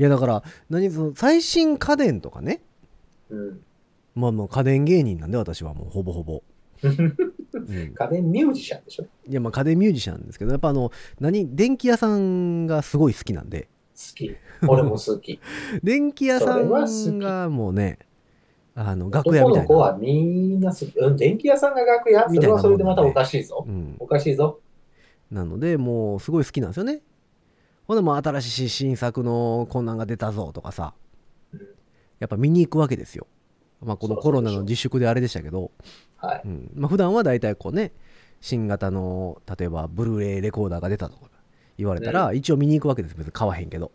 [SPEAKER 2] いやだから何その最新家電とかね
[SPEAKER 3] うん。
[SPEAKER 2] まあもう家電芸人なんで私はもうほぼほぼ、うん、
[SPEAKER 3] 家電ミュージシャンでしょ好
[SPEAKER 2] いやまあ家電ミュージシャンですけどやっぱあの何電気屋さんがすごい好きなんで
[SPEAKER 3] き。俺も好き。
[SPEAKER 2] 電気屋さ
[SPEAKER 3] それは好
[SPEAKER 2] ん
[SPEAKER 3] き
[SPEAKER 2] がもうね、あの、楽屋
[SPEAKER 3] 男
[SPEAKER 2] みた
[SPEAKER 3] の
[SPEAKER 2] い
[SPEAKER 3] 子
[SPEAKER 2] な。
[SPEAKER 3] はみんな好き。うん、電気屋さんが楽屋
[SPEAKER 2] みた
[SPEAKER 3] そ
[SPEAKER 2] い
[SPEAKER 3] れ
[SPEAKER 2] なもん
[SPEAKER 3] はそれでまた
[SPEAKER 2] なんで
[SPEAKER 3] おかしいぞ。
[SPEAKER 2] うん
[SPEAKER 3] お。かしいぞ。
[SPEAKER 2] なので、もう、すごい好きなんですよね。ほんで、もう新しい新作のこんなんが出たぞとかさ
[SPEAKER 3] うん、
[SPEAKER 2] やっぱ見に行くわけですよ。まあ、この
[SPEAKER 3] そうそ
[SPEAKER 2] コ
[SPEAKER 3] う
[SPEAKER 2] ロナの自粛であれでしたけど、
[SPEAKER 3] はい。
[SPEAKER 2] うん。まあ、普段は大体こうね、新型の、例えば、ブルーレイレコーダーが出たとか言われたら、一応見に行くわけです。別に買わへんけど。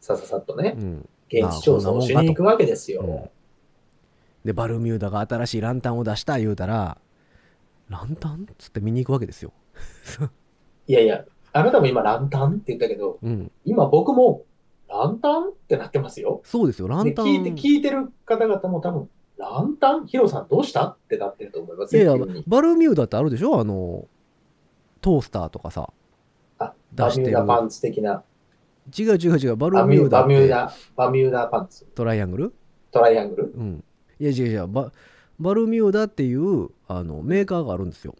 [SPEAKER 3] さささっと
[SPEAKER 2] う
[SPEAKER 3] ね、
[SPEAKER 2] ん。
[SPEAKER 3] 現地調査をしに行くわけですよ。
[SPEAKER 2] うんでバルミューダが新しいランタンを出した言うたらランタンっつって見に行くわけですよ、
[SPEAKER 3] いやいや、あなたも今ランタンって言ったけど、
[SPEAKER 2] うん、
[SPEAKER 3] 今僕もランタンってなってますよ。
[SPEAKER 2] そうですよ、ラ
[SPEAKER 3] で
[SPEAKER 2] ンタン。
[SPEAKER 3] 聞いて、聞いてる方々も多分、ランタンヒロさんどうしたってなってると思います
[SPEAKER 2] いやいや
[SPEAKER 3] よ。急に
[SPEAKER 2] バルミューダってあるでしょあの、トースターとかさ。
[SPEAKER 3] あ、
[SPEAKER 2] 出
[SPEAKER 3] バ
[SPEAKER 2] して
[SPEAKER 3] ミュ
[SPEAKER 2] る
[SPEAKER 3] ーダパンツ的な。
[SPEAKER 2] 違う違う違う、バル
[SPEAKER 3] バ
[SPEAKER 2] ミ
[SPEAKER 3] ミ
[SPEAKER 2] ュ
[SPEAKER 3] ュ
[SPEAKER 2] ーダっ
[SPEAKER 3] ー
[SPEAKER 2] て
[SPEAKER 3] ダ、バミューダパンツ。
[SPEAKER 2] トライアングル
[SPEAKER 3] トライアングル。
[SPEAKER 2] うん。いや違う違う、ババルミューダっていうあのメーカーがあるんですよ。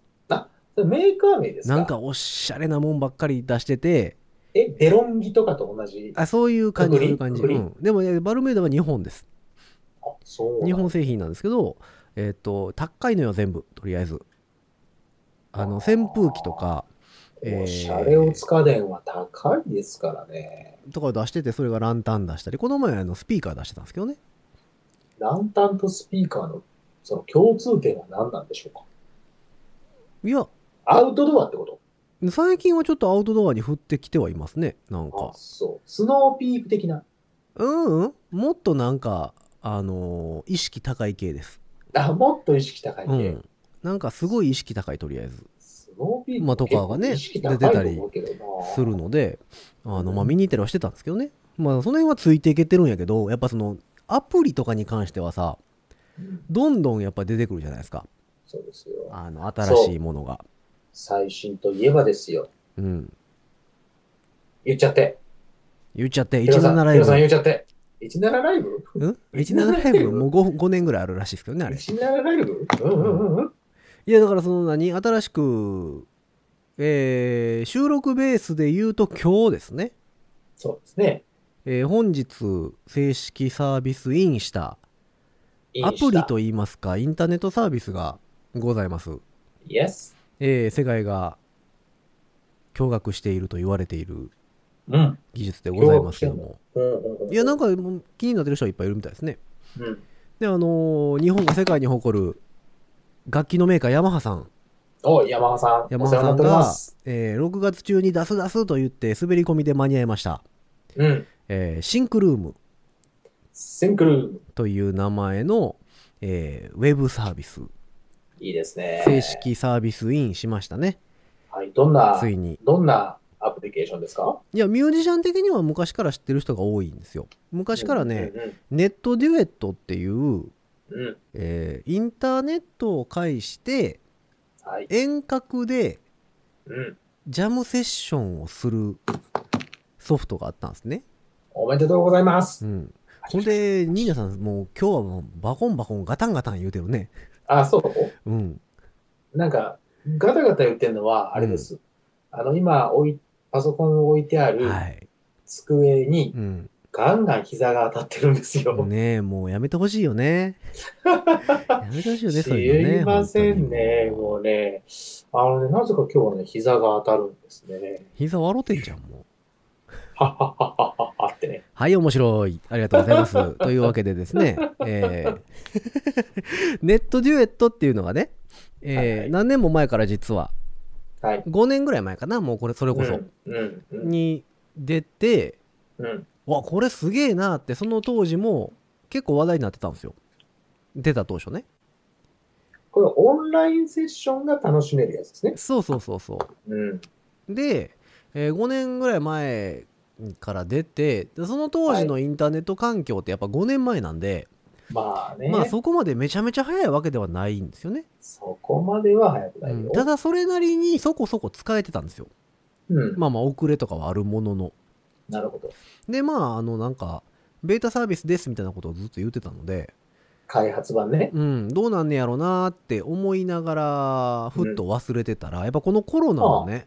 [SPEAKER 3] それメーカー名ですか
[SPEAKER 2] なんかおしゃれなもんばっかり出してて、
[SPEAKER 3] え、デロンギとかと同じ。あ、
[SPEAKER 2] あそういう感じ、
[SPEAKER 3] く
[SPEAKER 2] そう
[SPEAKER 3] くり
[SPEAKER 2] いう感じ。
[SPEAKER 3] く
[SPEAKER 2] う
[SPEAKER 3] くり
[SPEAKER 2] ん、でも、ね、バルミューダは日本です。
[SPEAKER 3] そうなんだ。
[SPEAKER 2] 日本製品なんですけど、えっ、と、高いのよ、全部、とりあえず。あの、
[SPEAKER 3] あー
[SPEAKER 2] 扇風機とか、えー
[SPEAKER 3] おしゃれおつか電は高いですからね。
[SPEAKER 2] とかを出してて、それがランタン出したり、この前、あの、スピーカー出してたんですけどね。
[SPEAKER 3] ランタンとスピーカーのその共通点は何なんでしょうか
[SPEAKER 2] いや、
[SPEAKER 3] アウトドアってこと
[SPEAKER 2] 最近はちょっとアウトドアに降ってきてはいますね、なん
[SPEAKER 3] あ
[SPEAKER 2] か、。
[SPEAKER 3] そう。スノーピーク的な。
[SPEAKER 2] うん、うん、もっとなんか、あのー意識高い系です。
[SPEAKER 3] あ、もっと意識高いね。
[SPEAKER 2] うん。なんか、すごい意識高い、とりあえず。
[SPEAKER 3] スノーピーク
[SPEAKER 2] まあとかがね
[SPEAKER 3] 意識高いと思うけどな
[SPEAKER 2] するので、あの、
[SPEAKER 3] うん
[SPEAKER 2] まあ、見に行ったりはしてたんですけどね。まあ、その辺はついていけてるんやけど、やっぱその、アプリとかに関してはさ、
[SPEAKER 3] うん
[SPEAKER 2] どんどんやっぱ出てくるじゃないですか。
[SPEAKER 3] そうですよ。
[SPEAKER 2] あの、新しいものが。
[SPEAKER 3] 最新といえばですよ。
[SPEAKER 2] うん。
[SPEAKER 3] 言っちゃって。
[SPEAKER 2] 言っちゃって、
[SPEAKER 3] ヒロさん
[SPEAKER 2] 17ライ
[SPEAKER 3] ヒロさん
[SPEAKER 2] ブ。
[SPEAKER 3] 言っちゃって。17ライブ
[SPEAKER 2] うん、17ライブもう 5, 年ぐらいあるらしいですけどね、あれ。
[SPEAKER 3] ?17 ライブうんうんうんうん。
[SPEAKER 2] いや、だからその何新しく、えー収録ベースで言うと今日ですね。
[SPEAKER 3] そうですね。
[SPEAKER 2] えー本日、正式サービスインした、
[SPEAKER 3] イン
[SPEAKER 2] ア
[SPEAKER 3] した
[SPEAKER 2] プリと。いいますか、インターネットサービスがございます。
[SPEAKER 3] イエス。
[SPEAKER 2] えー世界が驚愕していると言われている
[SPEAKER 3] うん。
[SPEAKER 2] 技術でございますけども。
[SPEAKER 3] うんうんうん
[SPEAKER 2] いや、なんかもう気になってる人はいっぱいいるみたいですね。
[SPEAKER 3] うん。
[SPEAKER 2] で、あのー日本が世界に誇る楽器のメーカー、ヤマハさん。
[SPEAKER 3] おい、山葉さん。
[SPEAKER 2] ヤ
[SPEAKER 3] お
[SPEAKER 2] マ
[SPEAKER 3] 世
[SPEAKER 2] ハさ
[SPEAKER 3] 話になっ
[SPEAKER 2] ん
[SPEAKER 3] ておりま
[SPEAKER 2] が
[SPEAKER 3] す。、
[SPEAKER 2] えー6月中に出す出すと言って滑り込みで間に合いました。
[SPEAKER 3] うん。
[SPEAKER 2] えーシンクルーム
[SPEAKER 3] シンクルーム。
[SPEAKER 2] という名前の、えーウェブサービス、
[SPEAKER 3] いいですね。
[SPEAKER 2] 正。式サービスインしましたね。
[SPEAKER 3] はい。どんな
[SPEAKER 2] つ、いに。
[SPEAKER 3] どんなアプリケーションですか
[SPEAKER 2] いや、ミュージシャン的には昔から知ってる人が多いんですよ。昔からね、。ネットデュエットっていう、
[SPEAKER 3] うんうん。うん
[SPEAKER 2] えーインターネットを介して
[SPEAKER 3] はい。
[SPEAKER 2] 遠隔で
[SPEAKER 3] うん。
[SPEAKER 2] ジャムセッションをするソフトがあったんですね。
[SPEAKER 3] おめでとうございま
[SPEAKER 2] う
[SPEAKER 3] す。
[SPEAKER 2] ん。ほんで、ニーナさん、もう今日はもうバコンバコンガタンガタン言うてるね。
[SPEAKER 3] あ、そう
[SPEAKER 2] うん。
[SPEAKER 3] なんか、ガタガタ言ってるのは、あれです。あの、今、置い、パソコンを置いてある
[SPEAKER 2] はい。
[SPEAKER 3] 机に
[SPEAKER 2] う、ん。
[SPEAKER 3] ガンガン膝が当たってるんですよ。
[SPEAKER 2] ねえ、もうやめてほしいよ
[SPEAKER 3] [LAUGHS]
[SPEAKER 2] ね。やめてほしいよね、
[SPEAKER 3] 知
[SPEAKER 2] そういうのね。
[SPEAKER 3] りませんね。
[SPEAKER 2] 本当に
[SPEAKER 3] もうね。あのね、なぜか今日はね、膝が当たるんですね。
[SPEAKER 2] 膝笑ってんじゃん、もう。
[SPEAKER 3] はっはっはっはっはってね。
[SPEAKER 2] はい、面白い。ありがとうござい
[SPEAKER 3] [LAUGHS]
[SPEAKER 2] ます。というわけでですね、えーネットデュエットっていうのがね、えー
[SPEAKER 3] はいはい
[SPEAKER 2] 何年も前から実は、
[SPEAKER 3] はい。
[SPEAKER 2] 5年ぐらい前かな、もうこれ、それこそ、
[SPEAKER 3] うん。うん。
[SPEAKER 2] に出て、
[SPEAKER 3] うん。
[SPEAKER 2] わ、これすげえなって、その当時も結構話題になってたんですよ。出た当初ね。
[SPEAKER 3] これ、オンラインセッションが楽しめるやつですね。
[SPEAKER 2] そうそうそうそう。
[SPEAKER 3] うん。
[SPEAKER 2] で、え5年ぐらい前から出てでその当時のインターネット環境ってやっぱ5年前なんで、
[SPEAKER 3] まあね。
[SPEAKER 2] まあ
[SPEAKER 3] そ
[SPEAKER 2] そこまでめちゃめちゃ早いわけではないんですよね、
[SPEAKER 3] こまでは早くな
[SPEAKER 2] う
[SPEAKER 3] い
[SPEAKER 2] ん
[SPEAKER 3] よ。
[SPEAKER 2] ただそれなりにそこそこ使えてたんですよ
[SPEAKER 3] うん。
[SPEAKER 2] まあまあ遅れとかはあるものの
[SPEAKER 3] なるほど。
[SPEAKER 2] でまああのなんかベータサービスですみたいなことをずっと言ってたので、
[SPEAKER 3] 開発版ね。
[SPEAKER 2] うん、どうなんねやろうなーって思いながら、ふっと忘れてたら、やっぱこのコロナのね、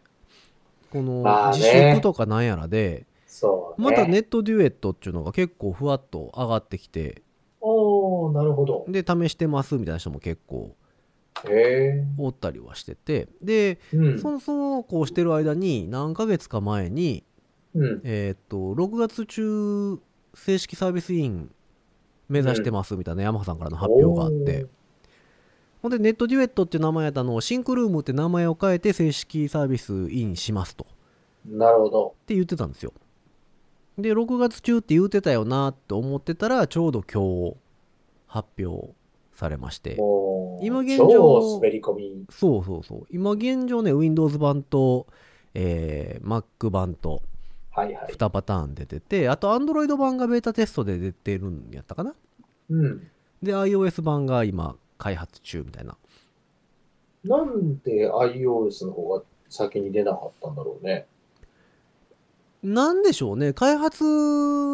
[SPEAKER 2] こ
[SPEAKER 3] ま
[SPEAKER 2] の
[SPEAKER 3] あね
[SPEAKER 2] 自粛とかなんやらで、
[SPEAKER 3] そう、ね。
[SPEAKER 2] また。ネットデュエットっていうのが結構ふわっと上がってきて、
[SPEAKER 3] おー、なるほど。
[SPEAKER 2] で、試してますみたいな人も結構
[SPEAKER 3] へ
[SPEAKER 2] おったりはしてて、で、
[SPEAKER 3] え。うん。
[SPEAKER 2] そもそもこうしてる間に何ヶ月か前に、
[SPEAKER 3] うん。
[SPEAKER 2] えーっと、6月中正式サービスイン目指してますみたいなヤマハさんからの発表があって、ほんでネットデュエットっていう名前やったのをシンクルームって名前を変えて正式サービスインしますと。
[SPEAKER 3] おー。なるほど。
[SPEAKER 2] って言ってたんですよで6月中って言ってたよなって思ってたらちょうど今日発表されまして
[SPEAKER 3] もう、
[SPEAKER 2] 今現状
[SPEAKER 3] 超滑り込み。
[SPEAKER 2] そうそうそう今現状ね Windows 版と、えー Mac 版と
[SPEAKER 3] はいはい。
[SPEAKER 2] 2パターン出てて、あと Android 版がベータテストで出てるんやったかな
[SPEAKER 3] うん。
[SPEAKER 2] で、iOS 版が今開発中みたいな。
[SPEAKER 3] なんで iOS の方が先に出なかったんだろうね。
[SPEAKER 2] なんでしょうね。開発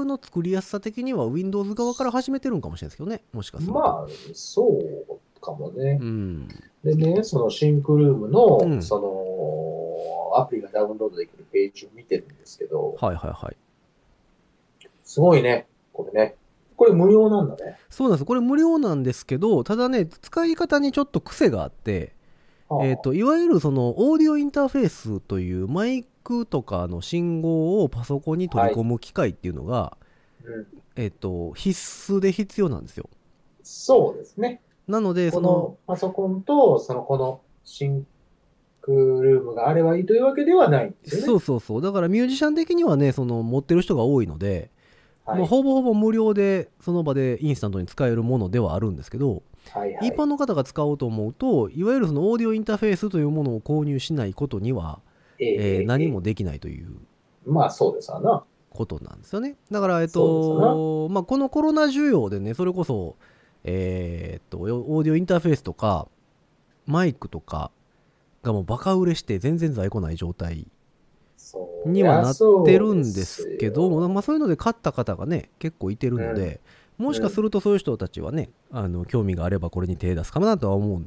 [SPEAKER 2] の作りやすさ的には Windows 側から始めてるんかもしれないですけどね。もしかすると。
[SPEAKER 3] まあ、そうかもね
[SPEAKER 2] う。ん。
[SPEAKER 3] でね、そのシンクルームの、
[SPEAKER 2] うん
[SPEAKER 3] その、アプリがダウンロードできるページを見てるんですけど、
[SPEAKER 2] はいはいはい。
[SPEAKER 3] すごいね、これね。これ無料なんだね。
[SPEAKER 2] そうなんです。これ無料なんですけど、ただね、使い方にちょっと癖があって、
[SPEAKER 3] ああ
[SPEAKER 2] えっ、、と、いわゆるそのオーディオインターフェースというマイクとかの信号をパソコンに取り込む機械っていうのが、
[SPEAKER 3] うん、
[SPEAKER 2] えっ、と、必須で必要なんですよ。
[SPEAKER 3] そうですね。
[SPEAKER 2] なので、
[SPEAKER 3] こ
[SPEAKER 2] そ
[SPEAKER 3] の
[SPEAKER 2] の、
[SPEAKER 3] パソコンと、その、このシンクルームがあればいいというわけではないんですよね。
[SPEAKER 2] そうそうそう。だからミュージシャン的にはね、その持ってる人が多いので、
[SPEAKER 3] はい
[SPEAKER 2] まあ、ほぼほぼ無料でその場でインスタントに使えるものではあるんですけど、
[SPEAKER 3] はいはい
[SPEAKER 2] 一般の方が使おうと思うといわゆるそのオーディオインターフェースというものを購入しないことには、
[SPEAKER 3] え
[SPEAKER 2] えー
[SPEAKER 3] え
[SPEAKER 2] 何。もできないという
[SPEAKER 3] まあ、そうですわな。
[SPEAKER 2] ことなんですよねだから、えっ
[SPEAKER 3] そ
[SPEAKER 2] とまあ、このコロナ需要でねそれこそ、えーっとオーディオインターフェースとかマイクとかがもうバカ売れして全然在庫ない状態
[SPEAKER 3] そう
[SPEAKER 2] にはなってるんですけど
[SPEAKER 3] いやそう
[SPEAKER 2] まあ、そういうので勝った方がね結構いてるので、もしかするとそういう人たちはねあの興味があればこれに手出すかなとは思う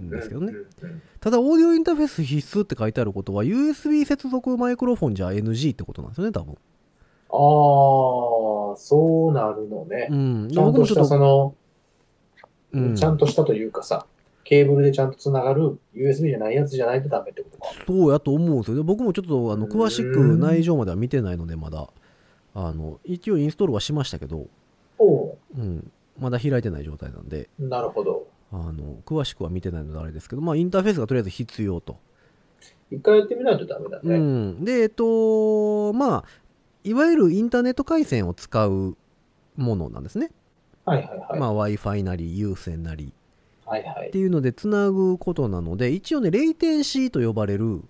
[SPEAKER 2] ん
[SPEAKER 3] で
[SPEAKER 2] です
[SPEAKER 3] す
[SPEAKER 2] け
[SPEAKER 3] よ
[SPEAKER 2] どね、
[SPEAKER 3] うんうんうん
[SPEAKER 2] ただオーディオインターフェース必須って書いてあることは USB 接続マイクロフォンじゃ NG ってことなんですよね多分
[SPEAKER 3] ああ、そうなるのね。
[SPEAKER 2] うん
[SPEAKER 3] ちゃんとしたその、
[SPEAKER 2] うん
[SPEAKER 3] ちゃんとしたというかさ、ケーブルでちゃんとつながる USB じゃないやつじゃないとダメってことか。
[SPEAKER 2] そうやと思うんですよね僕もちょっとあの詳しく内情までは見てないのでまだあの一応インストールはしましたけど、
[SPEAKER 3] おお
[SPEAKER 2] うん、まだ開いてない状態なんで
[SPEAKER 3] うなるほど。
[SPEAKER 2] あの詳しくは見てないのであれですけど、まあ、インターフェースがとりあえず必要と。
[SPEAKER 3] 一回やってみないとダメだ
[SPEAKER 2] う
[SPEAKER 3] ね。
[SPEAKER 2] ん、で、えっと、まあ、いわゆるインターネット回線を使うものなんですね。
[SPEAKER 3] はいはいはい。
[SPEAKER 2] まあ、Wi-Fi なり、有線なり
[SPEAKER 3] はいはい
[SPEAKER 2] って。いうのでつなぐことなので、一応ね、レイテンシーと呼ばれる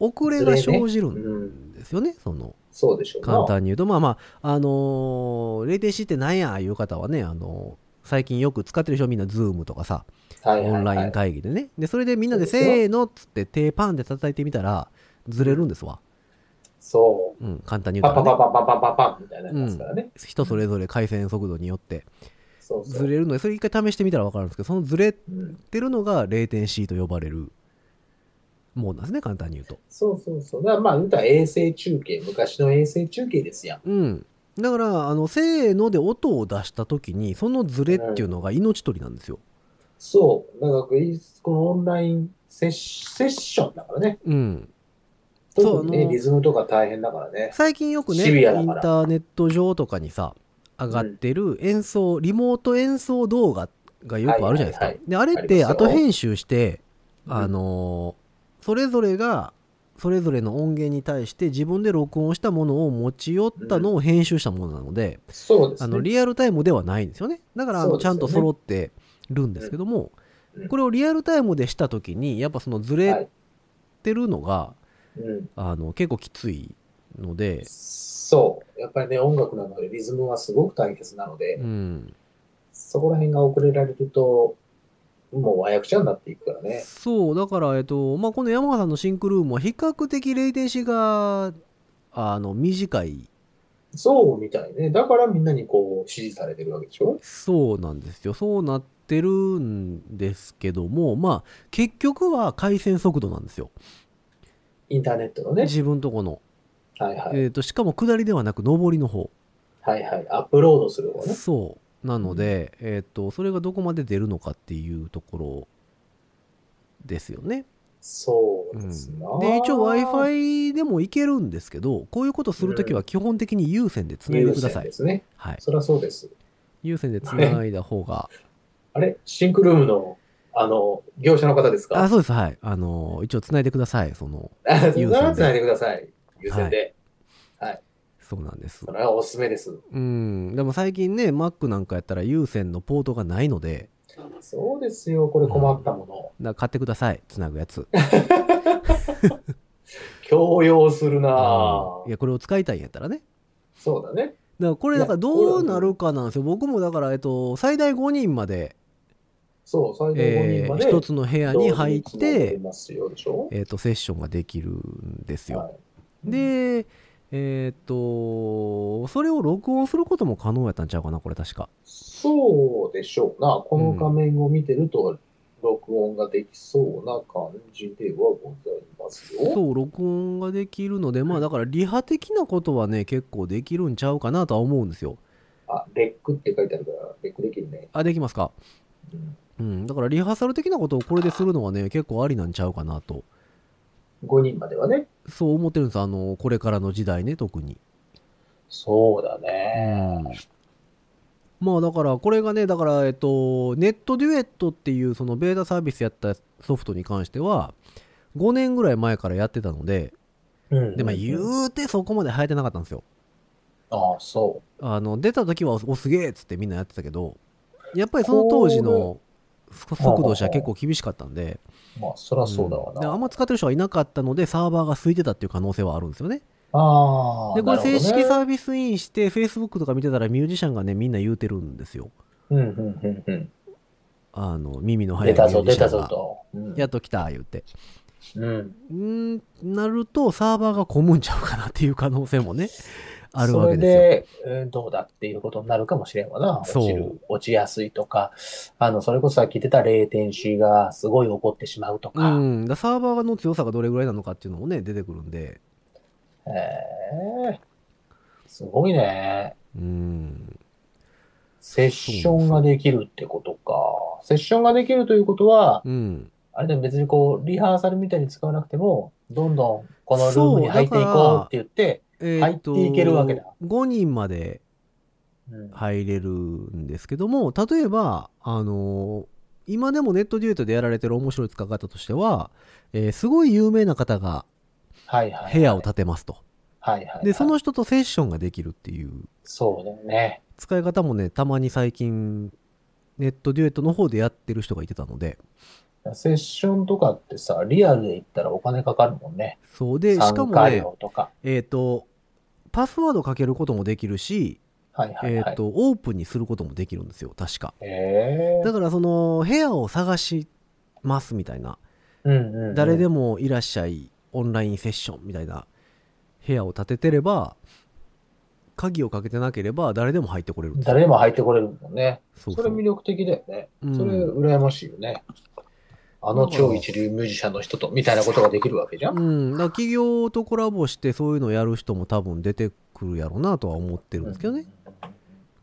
[SPEAKER 2] 遅れが生じる
[SPEAKER 3] うんん、
[SPEAKER 2] ですよね、その、
[SPEAKER 3] そうでしょうな
[SPEAKER 2] 簡単に言うと、まあまあ、あのーレイテンシーってなんやいう方はね、あのー最近よく使ってる人はみんな Zoom とかさ、
[SPEAKER 3] はいはい
[SPEAKER 2] オ
[SPEAKER 3] はい
[SPEAKER 2] ンライン会議でね。で、それでみんなで
[SPEAKER 3] そうですよ
[SPEAKER 2] せーのっつって手パンで叩いてみたら、ずれるんですわ。
[SPEAKER 3] そう。
[SPEAKER 2] うん、簡単に言
[SPEAKER 3] パ
[SPEAKER 2] うと
[SPEAKER 3] パパ
[SPEAKER 2] ね。
[SPEAKER 3] パパパパパンみたいなやつからね。
[SPEAKER 2] 人それぞれ回線速度によって
[SPEAKER 3] そうそう。
[SPEAKER 2] ずれるので、それ一回試してみたら分かるんですけど、そのずれ
[SPEAKER 3] うん
[SPEAKER 2] てるのが 0.C と呼ばれるもんなんですね、簡単に言うと。
[SPEAKER 3] そうそうそう。だからまあ、言うたら衛星中継、昔の衛星中継ですやん。
[SPEAKER 2] うん。だから、あの、せーので音を出した時に、そのずれっていうのが命取りなんですよ。
[SPEAKER 3] そう。だから、このオンラインセッシセッションだからね。
[SPEAKER 2] うん。そう
[SPEAKER 3] 特に
[SPEAKER 2] あ
[SPEAKER 3] ね、
[SPEAKER 2] の
[SPEAKER 3] リズムとか大変だからね。
[SPEAKER 2] 最近よくね、
[SPEAKER 3] シビアだ
[SPEAKER 2] イン
[SPEAKER 3] から
[SPEAKER 2] ターネット上とかにさ、上がってる演奏、リモート演奏動画がよくあるじゃないですか。
[SPEAKER 3] はいはい
[SPEAKER 2] で、あれ
[SPEAKER 3] あ
[SPEAKER 2] っ
[SPEAKER 3] り
[SPEAKER 2] て
[SPEAKER 3] ますよ
[SPEAKER 2] 後編集して、
[SPEAKER 3] うん
[SPEAKER 2] あのーそれぞれが、それぞれの音源に対して自分で録音したものを持ち寄ったのを編集したものなので、
[SPEAKER 3] そうです
[SPEAKER 2] あ
[SPEAKER 3] ね。
[SPEAKER 2] のリアルタイムではないんですよね。だからあ
[SPEAKER 3] そ
[SPEAKER 2] の
[SPEAKER 3] うです
[SPEAKER 2] ち
[SPEAKER 3] よ
[SPEAKER 2] ゃ
[SPEAKER 3] ね
[SPEAKER 2] んと揃ってるんですけども、
[SPEAKER 3] うん
[SPEAKER 2] これをリアルタイムでした時に、やっぱそのずれてるのが、
[SPEAKER 3] うん、
[SPEAKER 2] あの結構きついので、
[SPEAKER 3] そう。やっぱりね、音楽なのでリズムはすごく大切なので、
[SPEAKER 2] うん、
[SPEAKER 3] そこら辺が遅れられると、もう和訳者になっていくからね。
[SPEAKER 2] そう、だから、えっと、まあ、この山川さんのシンクルームは比較的レイテンシーが、あの、短い。
[SPEAKER 3] そうみたいね。だからみんなにこう、支持されてるわけでしょ
[SPEAKER 2] そうなんですよ。そうなってるんですけども、まあ、結局は回線速度なんですよ。
[SPEAKER 3] インターネットのね。
[SPEAKER 2] 自分とこの。
[SPEAKER 3] はいはい。
[SPEAKER 2] えっと、しかも下りではなく上りの方。
[SPEAKER 3] はいはい。アップロードする方ね。
[SPEAKER 2] そう。なので、えっと、それがどこまで出るのかっていうところですよね。
[SPEAKER 3] そう
[SPEAKER 2] うん
[SPEAKER 3] ですな、
[SPEAKER 2] で、一応 Wi-Fi でもいけるんですけど、こういうことするときは基本的に有線でつないでくださ
[SPEAKER 3] 優先
[SPEAKER 2] い
[SPEAKER 3] で。すね。
[SPEAKER 2] はい。
[SPEAKER 3] そりゃそうです。
[SPEAKER 2] 有線でつないだ方が。
[SPEAKER 3] あれシンクルームの、あの、業者の方ですか [LAUGHS]
[SPEAKER 2] あ、そうです。はい。あの、一応つないでください。その、
[SPEAKER 3] あそ
[SPEAKER 2] 優先
[SPEAKER 3] ん
[SPEAKER 2] で
[SPEAKER 3] なつないでください。優先で。
[SPEAKER 2] そうなんです
[SPEAKER 3] そ。れはおすすめです。
[SPEAKER 2] うん。でも最近ね、Mac なんかやったら有線のポートがないので、
[SPEAKER 3] そうですよ。これ困ったもの。
[SPEAKER 2] だから買ってください。つなぐやつ。
[SPEAKER 3] 強要するなぁ
[SPEAKER 2] いや、これを使いたいんやったらね。
[SPEAKER 3] そうだね。
[SPEAKER 2] だからこれ、だからどうなるかなんですよ。僕もだから、えっと、最大5人まで、
[SPEAKER 3] そう、最大5
[SPEAKER 2] え
[SPEAKER 3] 人
[SPEAKER 2] ー
[SPEAKER 3] まで。
[SPEAKER 2] 一つの部屋に入っ
[SPEAKER 3] 同時に募り
[SPEAKER 2] て、
[SPEAKER 3] ますよでしょ
[SPEAKER 2] えっと、セッションができるんですよ。
[SPEAKER 3] はい
[SPEAKER 2] で、えーっと、それを録音することも可能やったんちゃうかな、これ確か。
[SPEAKER 3] そうでしょうな。この画面を見てると、録音ができそうな感じではございますよ。
[SPEAKER 2] そう、録音ができるので、まあだから、リハ的なことはね、結構できるんちゃうかなとは思うんですよ。
[SPEAKER 3] あ、レックって書いてあるから、レックできるね。
[SPEAKER 2] あ、できますか。
[SPEAKER 3] うん、
[SPEAKER 2] うん、だからリハーサル的なことをこれでするのはね、結構ありなんちゃうかなと。
[SPEAKER 3] 5人まではね。
[SPEAKER 2] そう思ってるんです、あの、これからの時代ね、特に。
[SPEAKER 3] そうだ
[SPEAKER 2] う
[SPEAKER 3] ね。
[SPEAKER 2] ん。まあだから、これがね、だから、えっと、ネットデュエットっていう、そのベータサービスやったソフトに関しては、5年ぐらい前からやってたので、
[SPEAKER 3] うん
[SPEAKER 2] で、まあ言うてそこまで流行ってなかったんですよ。
[SPEAKER 3] ああ、そ
[SPEAKER 2] あの、出た時は、お、すげえっつってみんなやってたけど、やっぱりその当時の速度じゃ結構厳しかったんで、
[SPEAKER 3] う。まあ、そらそうだわ
[SPEAKER 2] んで
[SPEAKER 3] な。
[SPEAKER 2] あんま使ってる人はいなかったので、サーバーが空いてたっていう可能性はあるんですよね。
[SPEAKER 3] ああ、
[SPEAKER 2] で、これ
[SPEAKER 3] なる
[SPEAKER 2] 正
[SPEAKER 3] ほどね
[SPEAKER 2] 式サービスインして、Facebook とか見てたらミュージシャンがね、みんな言うてるんですよ。
[SPEAKER 3] うん、うん、うん、うん。
[SPEAKER 2] あの、耳の速
[SPEAKER 3] 出
[SPEAKER 2] いミュ
[SPEAKER 3] た
[SPEAKER 2] ー
[SPEAKER 3] ぞ、
[SPEAKER 2] ジ
[SPEAKER 3] 出
[SPEAKER 2] シャ
[SPEAKER 3] た
[SPEAKER 2] ン
[SPEAKER 3] ぞ
[SPEAKER 2] が。
[SPEAKER 3] と。うん
[SPEAKER 2] やっと来た、言って。
[SPEAKER 3] うん。
[SPEAKER 2] んーなると、サーバーが混むんちゃうかなっていう可能性も
[SPEAKER 3] [LAUGHS]
[SPEAKER 2] ね、あるわけ
[SPEAKER 3] そ
[SPEAKER 2] ですよ。
[SPEAKER 3] れで、うんどうだっていうことになるかもしれんわな。
[SPEAKER 2] そう
[SPEAKER 3] 落ちる、落ちやすいとか、あの、それこそさっき出たレーテンシーがすごい起こってしまうと
[SPEAKER 2] う
[SPEAKER 3] か。
[SPEAKER 2] ん。だからサーバーの強さがどれぐらいなのかっていうのもね、出てくるんで。
[SPEAKER 3] へえすごいね。
[SPEAKER 2] うん。
[SPEAKER 3] セッションができるってことか。セッションができるということは、
[SPEAKER 2] うん。
[SPEAKER 3] あれでも別にこう、リハーサルみたいに使わなくても、どんどんこのルームに入っていこうって言って、
[SPEAKER 2] え
[SPEAKER 3] 入っていけるわけだ
[SPEAKER 2] 5人まで
[SPEAKER 3] うん
[SPEAKER 2] 入れるんですけども、例えば、あの今でもネットデュエットでやられてる面白い使い方としては、えーすごい有名な方が
[SPEAKER 3] はいはいはい。
[SPEAKER 2] 部屋を建てますと。
[SPEAKER 3] はいはいはい。
[SPEAKER 2] で、その人とセッションができるっていう
[SPEAKER 3] そうだよね。
[SPEAKER 2] 使い方もね、たまに最近、ネットデュエットの方でやってる人がいてたので、
[SPEAKER 3] セッションとかってさ、リアルで言ったらお金かかるもんね。
[SPEAKER 2] そうで、しか
[SPEAKER 3] 参
[SPEAKER 2] も
[SPEAKER 3] 加
[SPEAKER 2] ね、
[SPEAKER 3] 料とか。
[SPEAKER 2] えっ、と、パスワードかけることもできるし、
[SPEAKER 3] はいはい
[SPEAKER 2] えっ、
[SPEAKER 3] はい。
[SPEAKER 2] と、オープンにすることもできるんですよ、確か。
[SPEAKER 3] え
[SPEAKER 2] だからその部屋を探しますみたいな
[SPEAKER 3] えうんうんうん、
[SPEAKER 2] 誰で
[SPEAKER 3] も。
[SPEAKER 2] もいらっしゃいオンラインセッションみたいな部屋を建ててれば鍵をかけてなければ誰でも入ってこれるんですよ
[SPEAKER 3] 誰でも入ってこれるもんね。
[SPEAKER 2] そ
[SPEAKER 3] そう
[SPEAKER 2] そう
[SPEAKER 3] れ魅力的だよね。
[SPEAKER 2] うん
[SPEAKER 3] それ羨ましいよね。あの超一流ミュージシャンの人とみたいなことができるわけじゃん。
[SPEAKER 2] うん、だから企業とコラボしてそういうのやる人も多分出てくるやろうなとは思ってるんですけどね、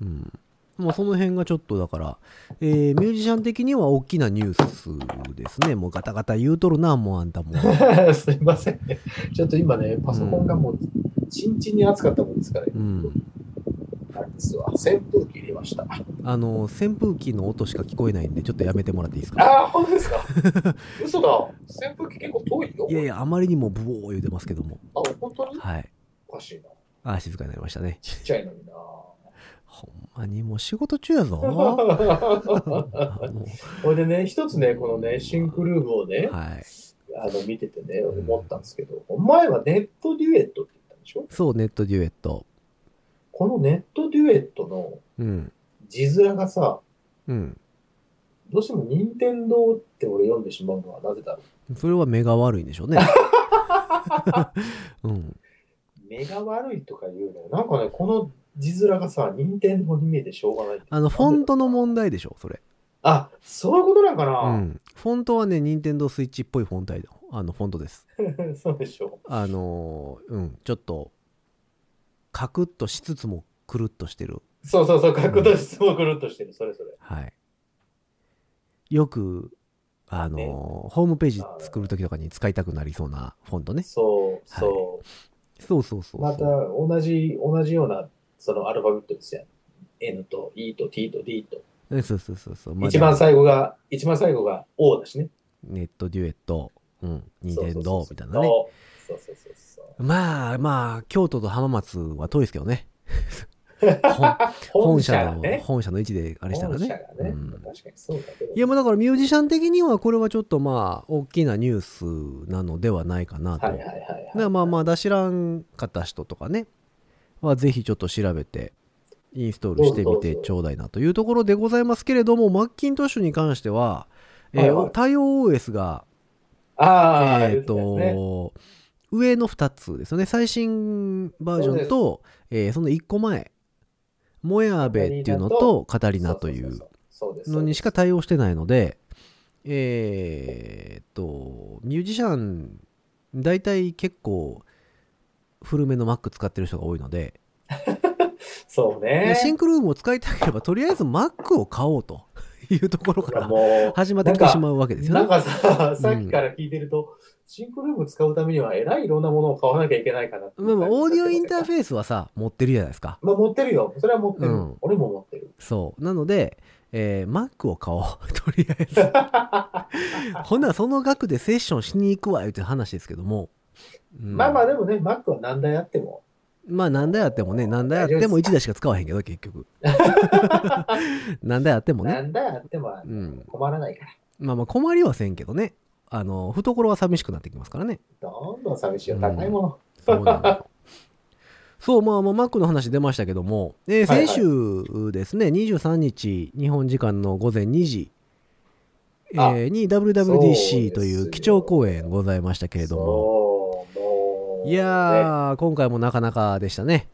[SPEAKER 2] うんまあ、その辺がちょっとだから、えーミュージシャン的には大きなニュースですねもうガタガタ言うとるなもうあんたも
[SPEAKER 3] すいません [LAUGHS] ね。ちょっと今ね、パソコンがもう、ちんちんに熱かったもんですから、
[SPEAKER 2] うん
[SPEAKER 3] あれですわ。扇風機入れました。
[SPEAKER 2] あの扇風機の音しか聞こえないんでちょっとやめてもらっていいですか
[SPEAKER 3] ああ、本当です
[SPEAKER 2] [LAUGHS]
[SPEAKER 3] か嘘だ。扇風機結構遠いよ。
[SPEAKER 2] いやいや、あまりにもブオー言うてますけども。
[SPEAKER 3] あ、本当に
[SPEAKER 2] はい。
[SPEAKER 3] おかしいな。
[SPEAKER 2] あー静かになりましたね。
[SPEAKER 3] ちっちゃいの [LAUGHS] にな。
[SPEAKER 2] ほんまにもう仕事中やぞ。 [LAUGHS] あも
[SPEAKER 3] 俺でね、一つね、このね、シンクルームを
[SPEAKER 2] う
[SPEAKER 3] ね、
[SPEAKER 2] はい。
[SPEAKER 3] あの、見ててね、思ったんですけど、お前はネットデュエットって言ったんでしょ
[SPEAKER 2] そう、ネットデュエット。
[SPEAKER 3] このネットデュエットの
[SPEAKER 2] うん。
[SPEAKER 3] 字面がさ、
[SPEAKER 2] うん。
[SPEAKER 3] どうしても任天堂って俺読んでしまうのはなぜだろ
[SPEAKER 2] それは目が悪いんでしょうね。 [LAUGHS] うん。
[SPEAKER 3] う。目が悪いとか言うのよ。なんかね、この字面がさ、任天堂に見えてしょうがない。
[SPEAKER 2] あの、フォントの問題でしょ、それ。
[SPEAKER 3] あ、そういうことなんかな
[SPEAKER 2] う、ん。フォントはね、任天堂スイッチっぽいフォントあの、フォントです。
[SPEAKER 3] [LAUGHS] そうでしょ
[SPEAKER 2] あのーうん、ちょっと、カクッとしつつも、くるっとしてる。
[SPEAKER 3] う。そうそうそう、角度質問くるっとしてる、それそれ。
[SPEAKER 2] はい。よく、あのー
[SPEAKER 3] ね
[SPEAKER 2] ホームページ作るときとかに使いたくなりそうなフォントね。
[SPEAKER 3] そう、そう。
[SPEAKER 2] そうそうそうそう。
[SPEAKER 3] また同じ、同じような、そのアルファベットですよ。N と E と T と D と。
[SPEAKER 2] えそうそうそうそう。まだ
[SPEAKER 3] 一番最後が、一番最後が O だしね。
[SPEAKER 2] ネットデュエット、うん、任天堂みたいな
[SPEAKER 3] ね
[SPEAKER 2] ね。。
[SPEAKER 3] そうそうそうそ
[SPEAKER 2] [LAUGHS]
[SPEAKER 3] う。
[SPEAKER 2] まあまあ、京都と浜松は遠いですけどね。本本社
[SPEAKER 3] が
[SPEAKER 2] の、本社の位置であれしたらね。
[SPEAKER 3] 本社がね、
[SPEAKER 2] うん
[SPEAKER 3] 確かにそうだけど。
[SPEAKER 2] いや、もうだからミュージシャン的にはこれはちょっとまあ、大きなニュースなのではないかなと。
[SPEAKER 3] はいはいはい、はい。
[SPEAKER 2] だからまあまあ、だ知らんかった人とかね、はぜひちょっと調べて、インストールしてみてちょうだいなというところでございますけれども、マッキントッシュに関しては、えー
[SPEAKER 3] はいはい
[SPEAKER 2] 対応 OS が、
[SPEAKER 3] ああ、
[SPEAKER 2] え
[SPEAKER 3] 言
[SPEAKER 2] っ、
[SPEAKER 3] ってたやつね
[SPEAKER 2] と、上の2つですよね。最新バージョンと、えーその1個前、モヤベっていうのと、カタリナとい
[SPEAKER 3] そうそそそうです
[SPEAKER 2] のにしか対応してないので、えーっと、ミュージシャン、大体結構、古めの Mac 使ってる人が多いので、
[SPEAKER 3] そうね。
[SPEAKER 2] シンクルームを使いたければ、とりあえず Mac を買おうと [LAUGHS] いうところか
[SPEAKER 3] いや
[SPEAKER 2] ら
[SPEAKER 3] も
[SPEAKER 2] 始まってきてしまうわけ
[SPEAKER 3] う、
[SPEAKER 2] ですよ
[SPEAKER 3] なん
[SPEAKER 2] ね。
[SPEAKER 3] かさ、さっきから聞いてると、シンクルーム使うためには、えらいいろんなものを買わなきゃいけないかなっていう
[SPEAKER 2] まあまあ、オーディオインター
[SPEAKER 3] ェ
[SPEAKER 2] フェースはさ、持ってるじゃないですか。
[SPEAKER 3] まあ、持ってるよ。それは持ってる。
[SPEAKER 2] うん
[SPEAKER 3] 俺も持ってる。
[SPEAKER 2] そう。なので、えー Mac を買おう。とりあえず。
[SPEAKER 3] [LAUGHS]
[SPEAKER 2] ほんならその額でセッションしに行くわ、いうて話ですけども。うん
[SPEAKER 3] まあまあ、でもね、Mac は何台あっても。
[SPEAKER 2] まあ何台あってもね、何台あっても1台しか使わへんけど、結
[SPEAKER 3] [LAUGHS]
[SPEAKER 2] 局。何台あってもね。
[SPEAKER 3] 何台あっても
[SPEAKER 2] うん
[SPEAKER 3] 困らないから。
[SPEAKER 2] まあまあ困りはせんけどね。あの、懐は寂しくなってきますからね。
[SPEAKER 3] どんどん寂しいよ。高いもの。
[SPEAKER 2] そうなの
[SPEAKER 3] [LAUGHS]
[SPEAKER 2] よそう、まあまあ、マックの話出ましたけども、えー
[SPEAKER 3] はいはい
[SPEAKER 2] 先週ですね、23日、日本時間の午前2時、え
[SPEAKER 3] あ
[SPEAKER 2] ーに
[SPEAKER 3] そうですよ
[SPEAKER 2] WWDC という基調講演ございましたけれども、
[SPEAKER 3] そう、もう。
[SPEAKER 2] い
[SPEAKER 3] ね
[SPEAKER 2] やー、今回もなかなかでしたね。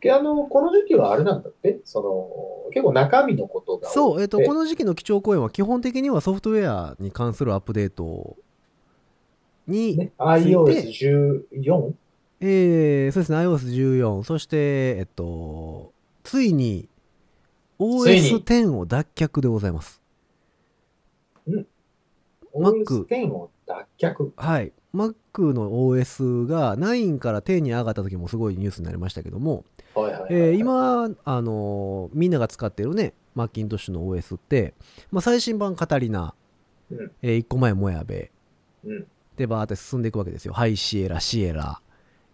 [SPEAKER 3] けあの、この時期はあれなんだってその、結構中身のことが多くて。
[SPEAKER 2] そう、えっ、と、この時期の基調講演は基本的にはソフトウェアに関するアップデートに、
[SPEAKER 3] ね、
[SPEAKER 2] つ
[SPEAKER 3] iOS14?
[SPEAKER 2] えーそうですね、iOS14、そして、えっと、ついに
[SPEAKER 3] ついに
[SPEAKER 2] OS10 を脱却でございます。Mac
[SPEAKER 3] OS10 を脱却。
[SPEAKER 2] はい。Mac の OS が9から10に上がった時もすごいニュースになりましたけども、
[SPEAKER 3] はいはいはいはい、
[SPEAKER 2] えー今、あのーみんなが使ってるね、マッキントッシュの OS って、まあ、最新版カタリナ、
[SPEAKER 3] うん
[SPEAKER 2] え1個前モヤベ、
[SPEAKER 3] うん
[SPEAKER 2] でバーって進んでいくわけですよ。ハイシエラ、シエラ、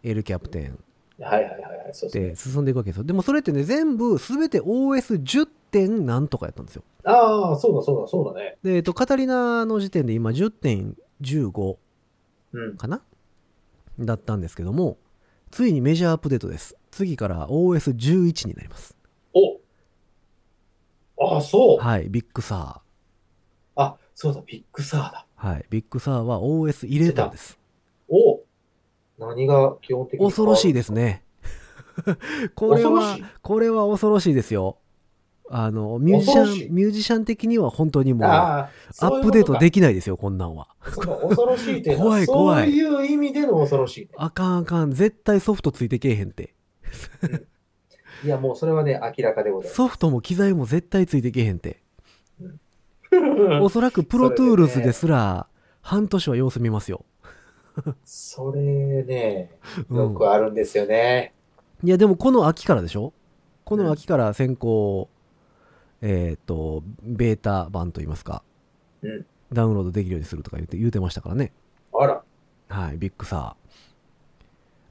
[SPEAKER 2] エルキャプテン
[SPEAKER 3] はいはいはいはい。そうそう
[SPEAKER 2] で進んでいくわけですよ。でもそれってね、全部すべて OS10 点なんとかやったんですよ。
[SPEAKER 3] ああ、そうだそうだそうだね。
[SPEAKER 2] で、えっと、カタリナの時点で今10.15
[SPEAKER 3] うん。
[SPEAKER 2] かなだったんですけども、ついにメジャーアップデートです。次から OS11 になります。
[SPEAKER 3] おああ、そう。
[SPEAKER 2] はい、ビッグサ
[SPEAKER 3] あ、そうだ、ビッグサーだ。
[SPEAKER 2] ー。はい、ビッグサーは OS11 です。
[SPEAKER 3] お何が基本的に
[SPEAKER 2] 恐ろしい
[SPEAKER 3] で
[SPEAKER 2] ですね。これは
[SPEAKER 3] 恐ろしい、
[SPEAKER 2] これは恐ろしいですよ。あの、ミュージシ
[SPEAKER 3] 恐ろし
[SPEAKER 2] ャ
[SPEAKER 3] い
[SPEAKER 2] ン、ミュージシャン的には本当にもう、ア
[SPEAKER 3] ああ、
[SPEAKER 2] ップデート
[SPEAKER 3] き
[SPEAKER 2] できないですよ、こんなんは。
[SPEAKER 3] その恐ろしいというのは
[SPEAKER 2] 怖い怖い
[SPEAKER 3] そういう意味での恐ろしいね、
[SPEAKER 2] あかんあかん、絶対ソフトついてけえへんって。
[SPEAKER 3] いや、もうそれはね、明らかでございます。
[SPEAKER 2] ソフトも機材も絶対ついてけへんって。
[SPEAKER 3] う
[SPEAKER 2] お
[SPEAKER 3] ん
[SPEAKER 2] そらくプロトゥールズですら、半年は様子見ますよ。
[SPEAKER 3] それね、
[SPEAKER 2] う
[SPEAKER 3] よ
[SPEAKER 2] ん
[SPEAKER 3] くあるんですよね。
[SPEAKER 2] いや、でもこの秋からでしょこの秋から先行、えっ、と、ベータ版といいますか、
[SPEAKER 3] うん
[SPEAKER 2] ダウンロードできるようにするとか言って言うてましたからね。
[SPEAKER 3] あら、
[SPEAKER 2] はい、ビッグサー。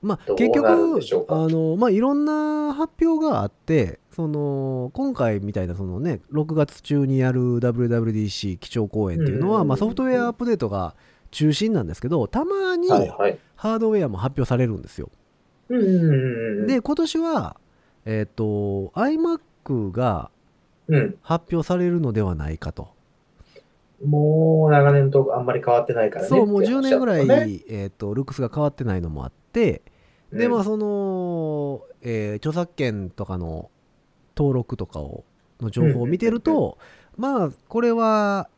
[SPEAKER 2] まあ、
[SPEAKER 3] どう
[SPEAKER 2] 結
[SPEAKER 3] なるん
[SPEAKER 2] 局
[SPEAKER 3] でしょう、か
[SPEAKER 2] あの、まあ、いろんな発表があって、その、今回みたいな、そのね、6月中にやる WWDC 基調講演っていうのは、
[SPEAKER 3] うん
[SPEAKER 2] まあ、ソフトウェアアップデートが中心なんですけど、たまに
[SPEAKER 3] はいはい。
[SPEAKER 2] ハードウェアも発表されるんですよ。
[SPEAKER 3] うんうんうんうん。
[SPEAKER 2] で、今年は、えっ、と、iMac が
[SPEAKER 3] うん。
[SPEAKER 2] 発表されるのではないかと。
[SPEAKER 3] もう長年とあんまり変わってないからね。
[SPEAKER 2] そう、もう10年ぐらい、
[SPEAKER 3] って話だったね
[SPEAKER 2] えっ、と、ルックスが変わってないのもあって、で、まあ、その、えー著作権とかの登録とかを、の情報を見てると、まあ、これは、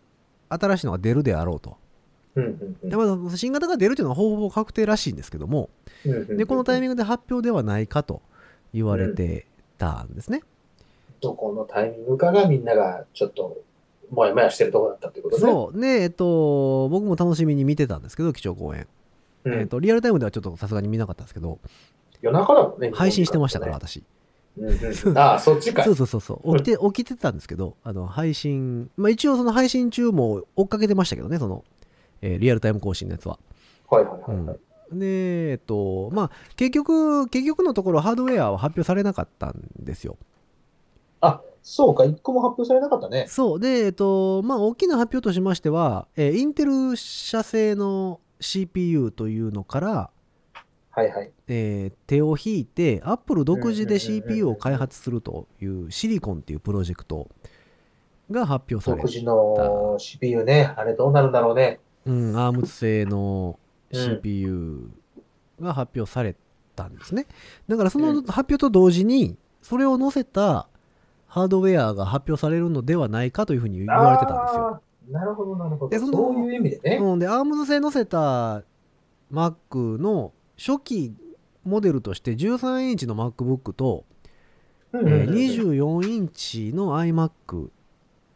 [SPEAKER 2] 新しいのが出るであろうと。
[SPEAKER 3] うんうんうん
[SPEAKER 2] で、まあ、新型が出るというのはほぼほぼ確定らしいんですけども、
[SPEAKER 3] うんうんうん
[SPEAKER 2] で、このタイミングで発表ではないかと言われてたんですね。
[SPEAKER 3] どこのタイミングかがみんながちょっと、もやもやしてるところだったってことね。
[SPEAKER 2] そう。ね、えっと、僕も楽しみに見てたんですけど、基調講演。
[SPEAKER 3] うん。
[SPEAKER 2] えっと、リアルタイムではちょっとさすがに見なかったんですけど、
[SPEAKER 3] 夜中だもんね。
[SPEAKER 2] 配信してましたから、私。
[SPEAKER 3] うんうん。ああ、そっちかい
[SPEAKER 2] そ。うそうそうそう。起きて、起きてたんですけど、あの、配信、まあ一応その配信中も追っかけてましたけどね、その、えーリアルタイム更新のやつは。
[SPEAKER 3] はいはいは
[SPEAKER 2] う
[SPEAKER 3] い
[SPEAKER 2] ん
[SPEAKER 3] はい。
[SPEAKER 2] で、えっと、まあ、結局、結局のところハードウェアは発表されなかったんですよ。
[SPEAKER 3] あ、そうか、一個も発表されなかったね。
[SPEAKER 2] そう。で、えっと、まあ、大きな発表としましては、えーインテル社製の CPU というのから、
[SPEAKER 3] はいはい。
[SPEAKER 2] えー手を引いて、アップル独自で
[SPEAKER 3] うんうんうんうん
[SPEAKER 2] CPU を開発するというシリコンっていうプロジェクトが発表され
[SPEAKER 3] 独
[SPEAKER 2] る。
[SPEAKER 3] 自の CPU ね、あれどうなるんだろうね。
[SPEAKER 2] うん、アーム製の
[SPEAKER 3] うん
[SPEAKER 2] CPU が発表されたんですね。だからその発表と同時に、それを載せたハードウェアが発表されるのではないかというふうに言われてたんですよ。
[SPEAKER 3] あーなるほど、なるほ
[SPEAKER 2] で
[SPEAKER 3] ど。
[SPEAKER 2] そ
[SPEAKER 3] そ
[SPEAKER 2] の
[SPEAKER 3] ういう意味でね。
[SPEAKER 2] うん、で、アームズ製載せた Mac の初期モデルとして13インチの MacBook と、
[SPEAKER 3] うん
[SPEAKER 2] え
[SPEAKER 3] うん
[SPEAKER 2] ー24インチの iMac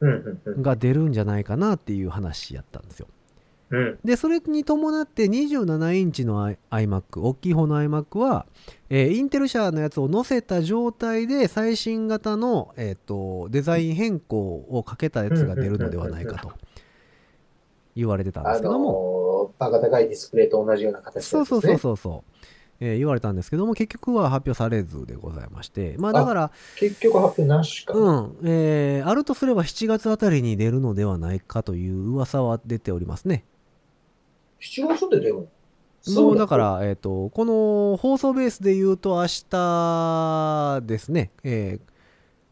[SPEAKER 3] うんうんうん
[SPEAKER 2] が出るんじゃないかなっていう話やったんですよ。
[SPEAKER 3] うん
[SPEAKER 2] で、それに伴って27インチの i- iMac、大きい方の iMac は、えーインテル社のやつを載せた状態で最新型の、えー、とデザイン変更をかけたやつが出るのではないかと言われてたんで
[SPEAKER 3] あ
[SPEAKER 2] すけども、
[SPEAKER 3] のー、バカ高いディスプレイと同じような形です
[SPEAKER 2] そ
[SPEAKER 3] ね。
[SPEAKER 2] うそうそうそうそう、えー言われたんですけども、結局は発表されずでございまして、まあだから、
[SPEAKER 3] 結局発表なしか。
[SPEAKER 2] うん、えーあるとすれば7月あたりに出るのではないかという噂は出ておりますね。
[SPEAKER 3] 7月で出るの
[SPEAKER 2] も
[SPEAKER 3] そう
[SPEAKER 2] だか。ら、えっ、と、この放送ベースで言うと明日ですね、えー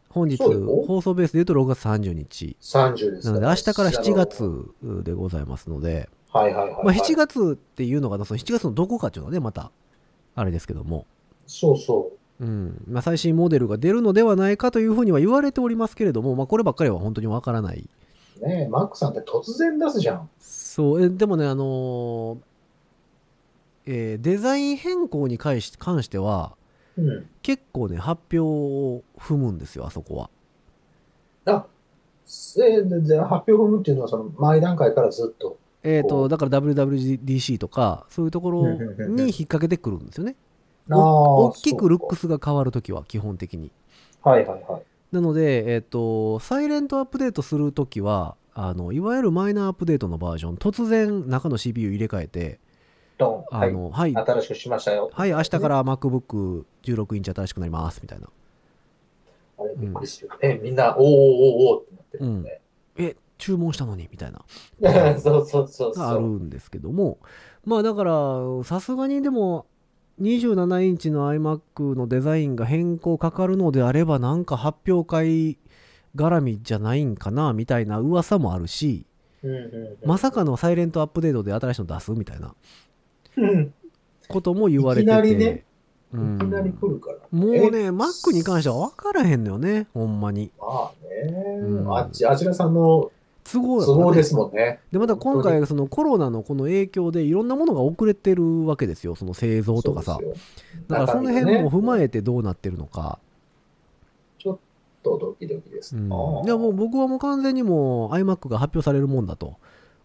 [SPEAKER 2] 本日、
[SPEAKER 3] そうよ
[SPEAKER 2] 放送ベースで言うと6月30日。
[SPEAKER 3] 30です
[SPEAKER 2] な
[SPEAKER 3] ね
[SPEAKER 2] ので、明日から7月でございますので、
[SPEAKER 3] はいはいはいはい。
[SPEAKER 2] まあ、7月っていうのが、その7月のどこかっていうのはね、また、あれですけども、
[SPEAKER 3] そうそ
[SPEAKER 2] うん、まあ、最新モデルが出るのではないかというふうには言われておりますけれども、まあ、こればっかりは本当にわからない。
[SPEAKER 3] う。ねえマックさんって突然出すじゃん。
[SPEAKER 2] そう、えでもね、あのーえーデザイン変更に関し関しては、
[SPEAKER 3] うん。
[SPEAKER 2] 結構ね発表を踏むんですよあそこは
[SPEAKER 3] あ、えーでで発表を踏むっていうのは、その前段階からずっと。
[SPEAKER 2] えっ、
[SPEAKER 3] ほ
[SPEAKER 2] と
[SPEAKER 3] う
[SPEAKER 2] だから WWDC とかそういうところに引っ掛けてくるんですよねお
[SPEAKER 3] 大
[SPEAKER 2] 大きくルックスが変わるときは基本的に
[SPEAKER 3] はいはいはい。
[SPEAKER 2] なのでえっ、とサイレントアップデートするときはあのいわゆるマイナーアップデートのバージョン突然中の CPU 入れ替えて
[SPEAKER 3] ドン。
[SPEAKER 2] あ
[SPEAKER 3] はい。
[SPEAKER 2] のはい、はい
[SPEAKER 3] 新しくしましたよ。
[SPEAKER 2] 明日から MacBook16 インチ新しくなりますみたいな
[SPEAKER 3] あれびっくりするよね。みんな、おーおーおーおーってなってるんで。
[SPEAKER 2] え注文したのにみたいな
[SPEAKER 3] [LAUGHS] そうそうそうそう。
[SPEAKER 2] があるんですけどもまあだからさすがにでも27インチの iMac のデザインが変更かかるのであればなんか発表会絡みじゃないんかなみたいな噂もあるし
[SPEAKER 3] うんうんうん
[SPEAKER 2] まさかのサイレントアップデートで新しいの出すみたいな
[SPEAKER 3] うん
[SPEAKER 2] ことも言われてて
[SPEAKER 3] いきなりね
[SPEAKER 2] う
[SPEAKER 3] いきなり来
[SPEAKER 2] ん
[SPEAKER 3] るから。
[SPEAKER 2] もうね Mac に関しては分からへんのよねほんまに
[SPEAKER 3] まあ
[SPEAKER 2] う
[SPEAKER 3] ね
[SPEAKER 2] ん。
[SPEAKER 3] あっち、あちらさんの
[SPEAKER 2] 都合やから
[SPEAKER 3] 都
[SPEAKER 2] ね
[SPEAKER 3] 合ですもんね。
[SPEAKER 2] でまた今回そのコロナのこの影響でいろんなものが遅れてるわけですよその製造とかさ
[SPEAKER 3] そうですよ
[SPEAKER 2] だからその辺も踏ま
[SPEAKER 3] 中身がね
[SPEAKER 2] えてどうなってるのか。
[SPEAKER 3] ちょっとドキドキです。
[SPEAKER 2] うん
[SPEAKER 3] あー
[SPEAKER 2] いやもう僕はもう完全にもう iMac が発表されるもんだと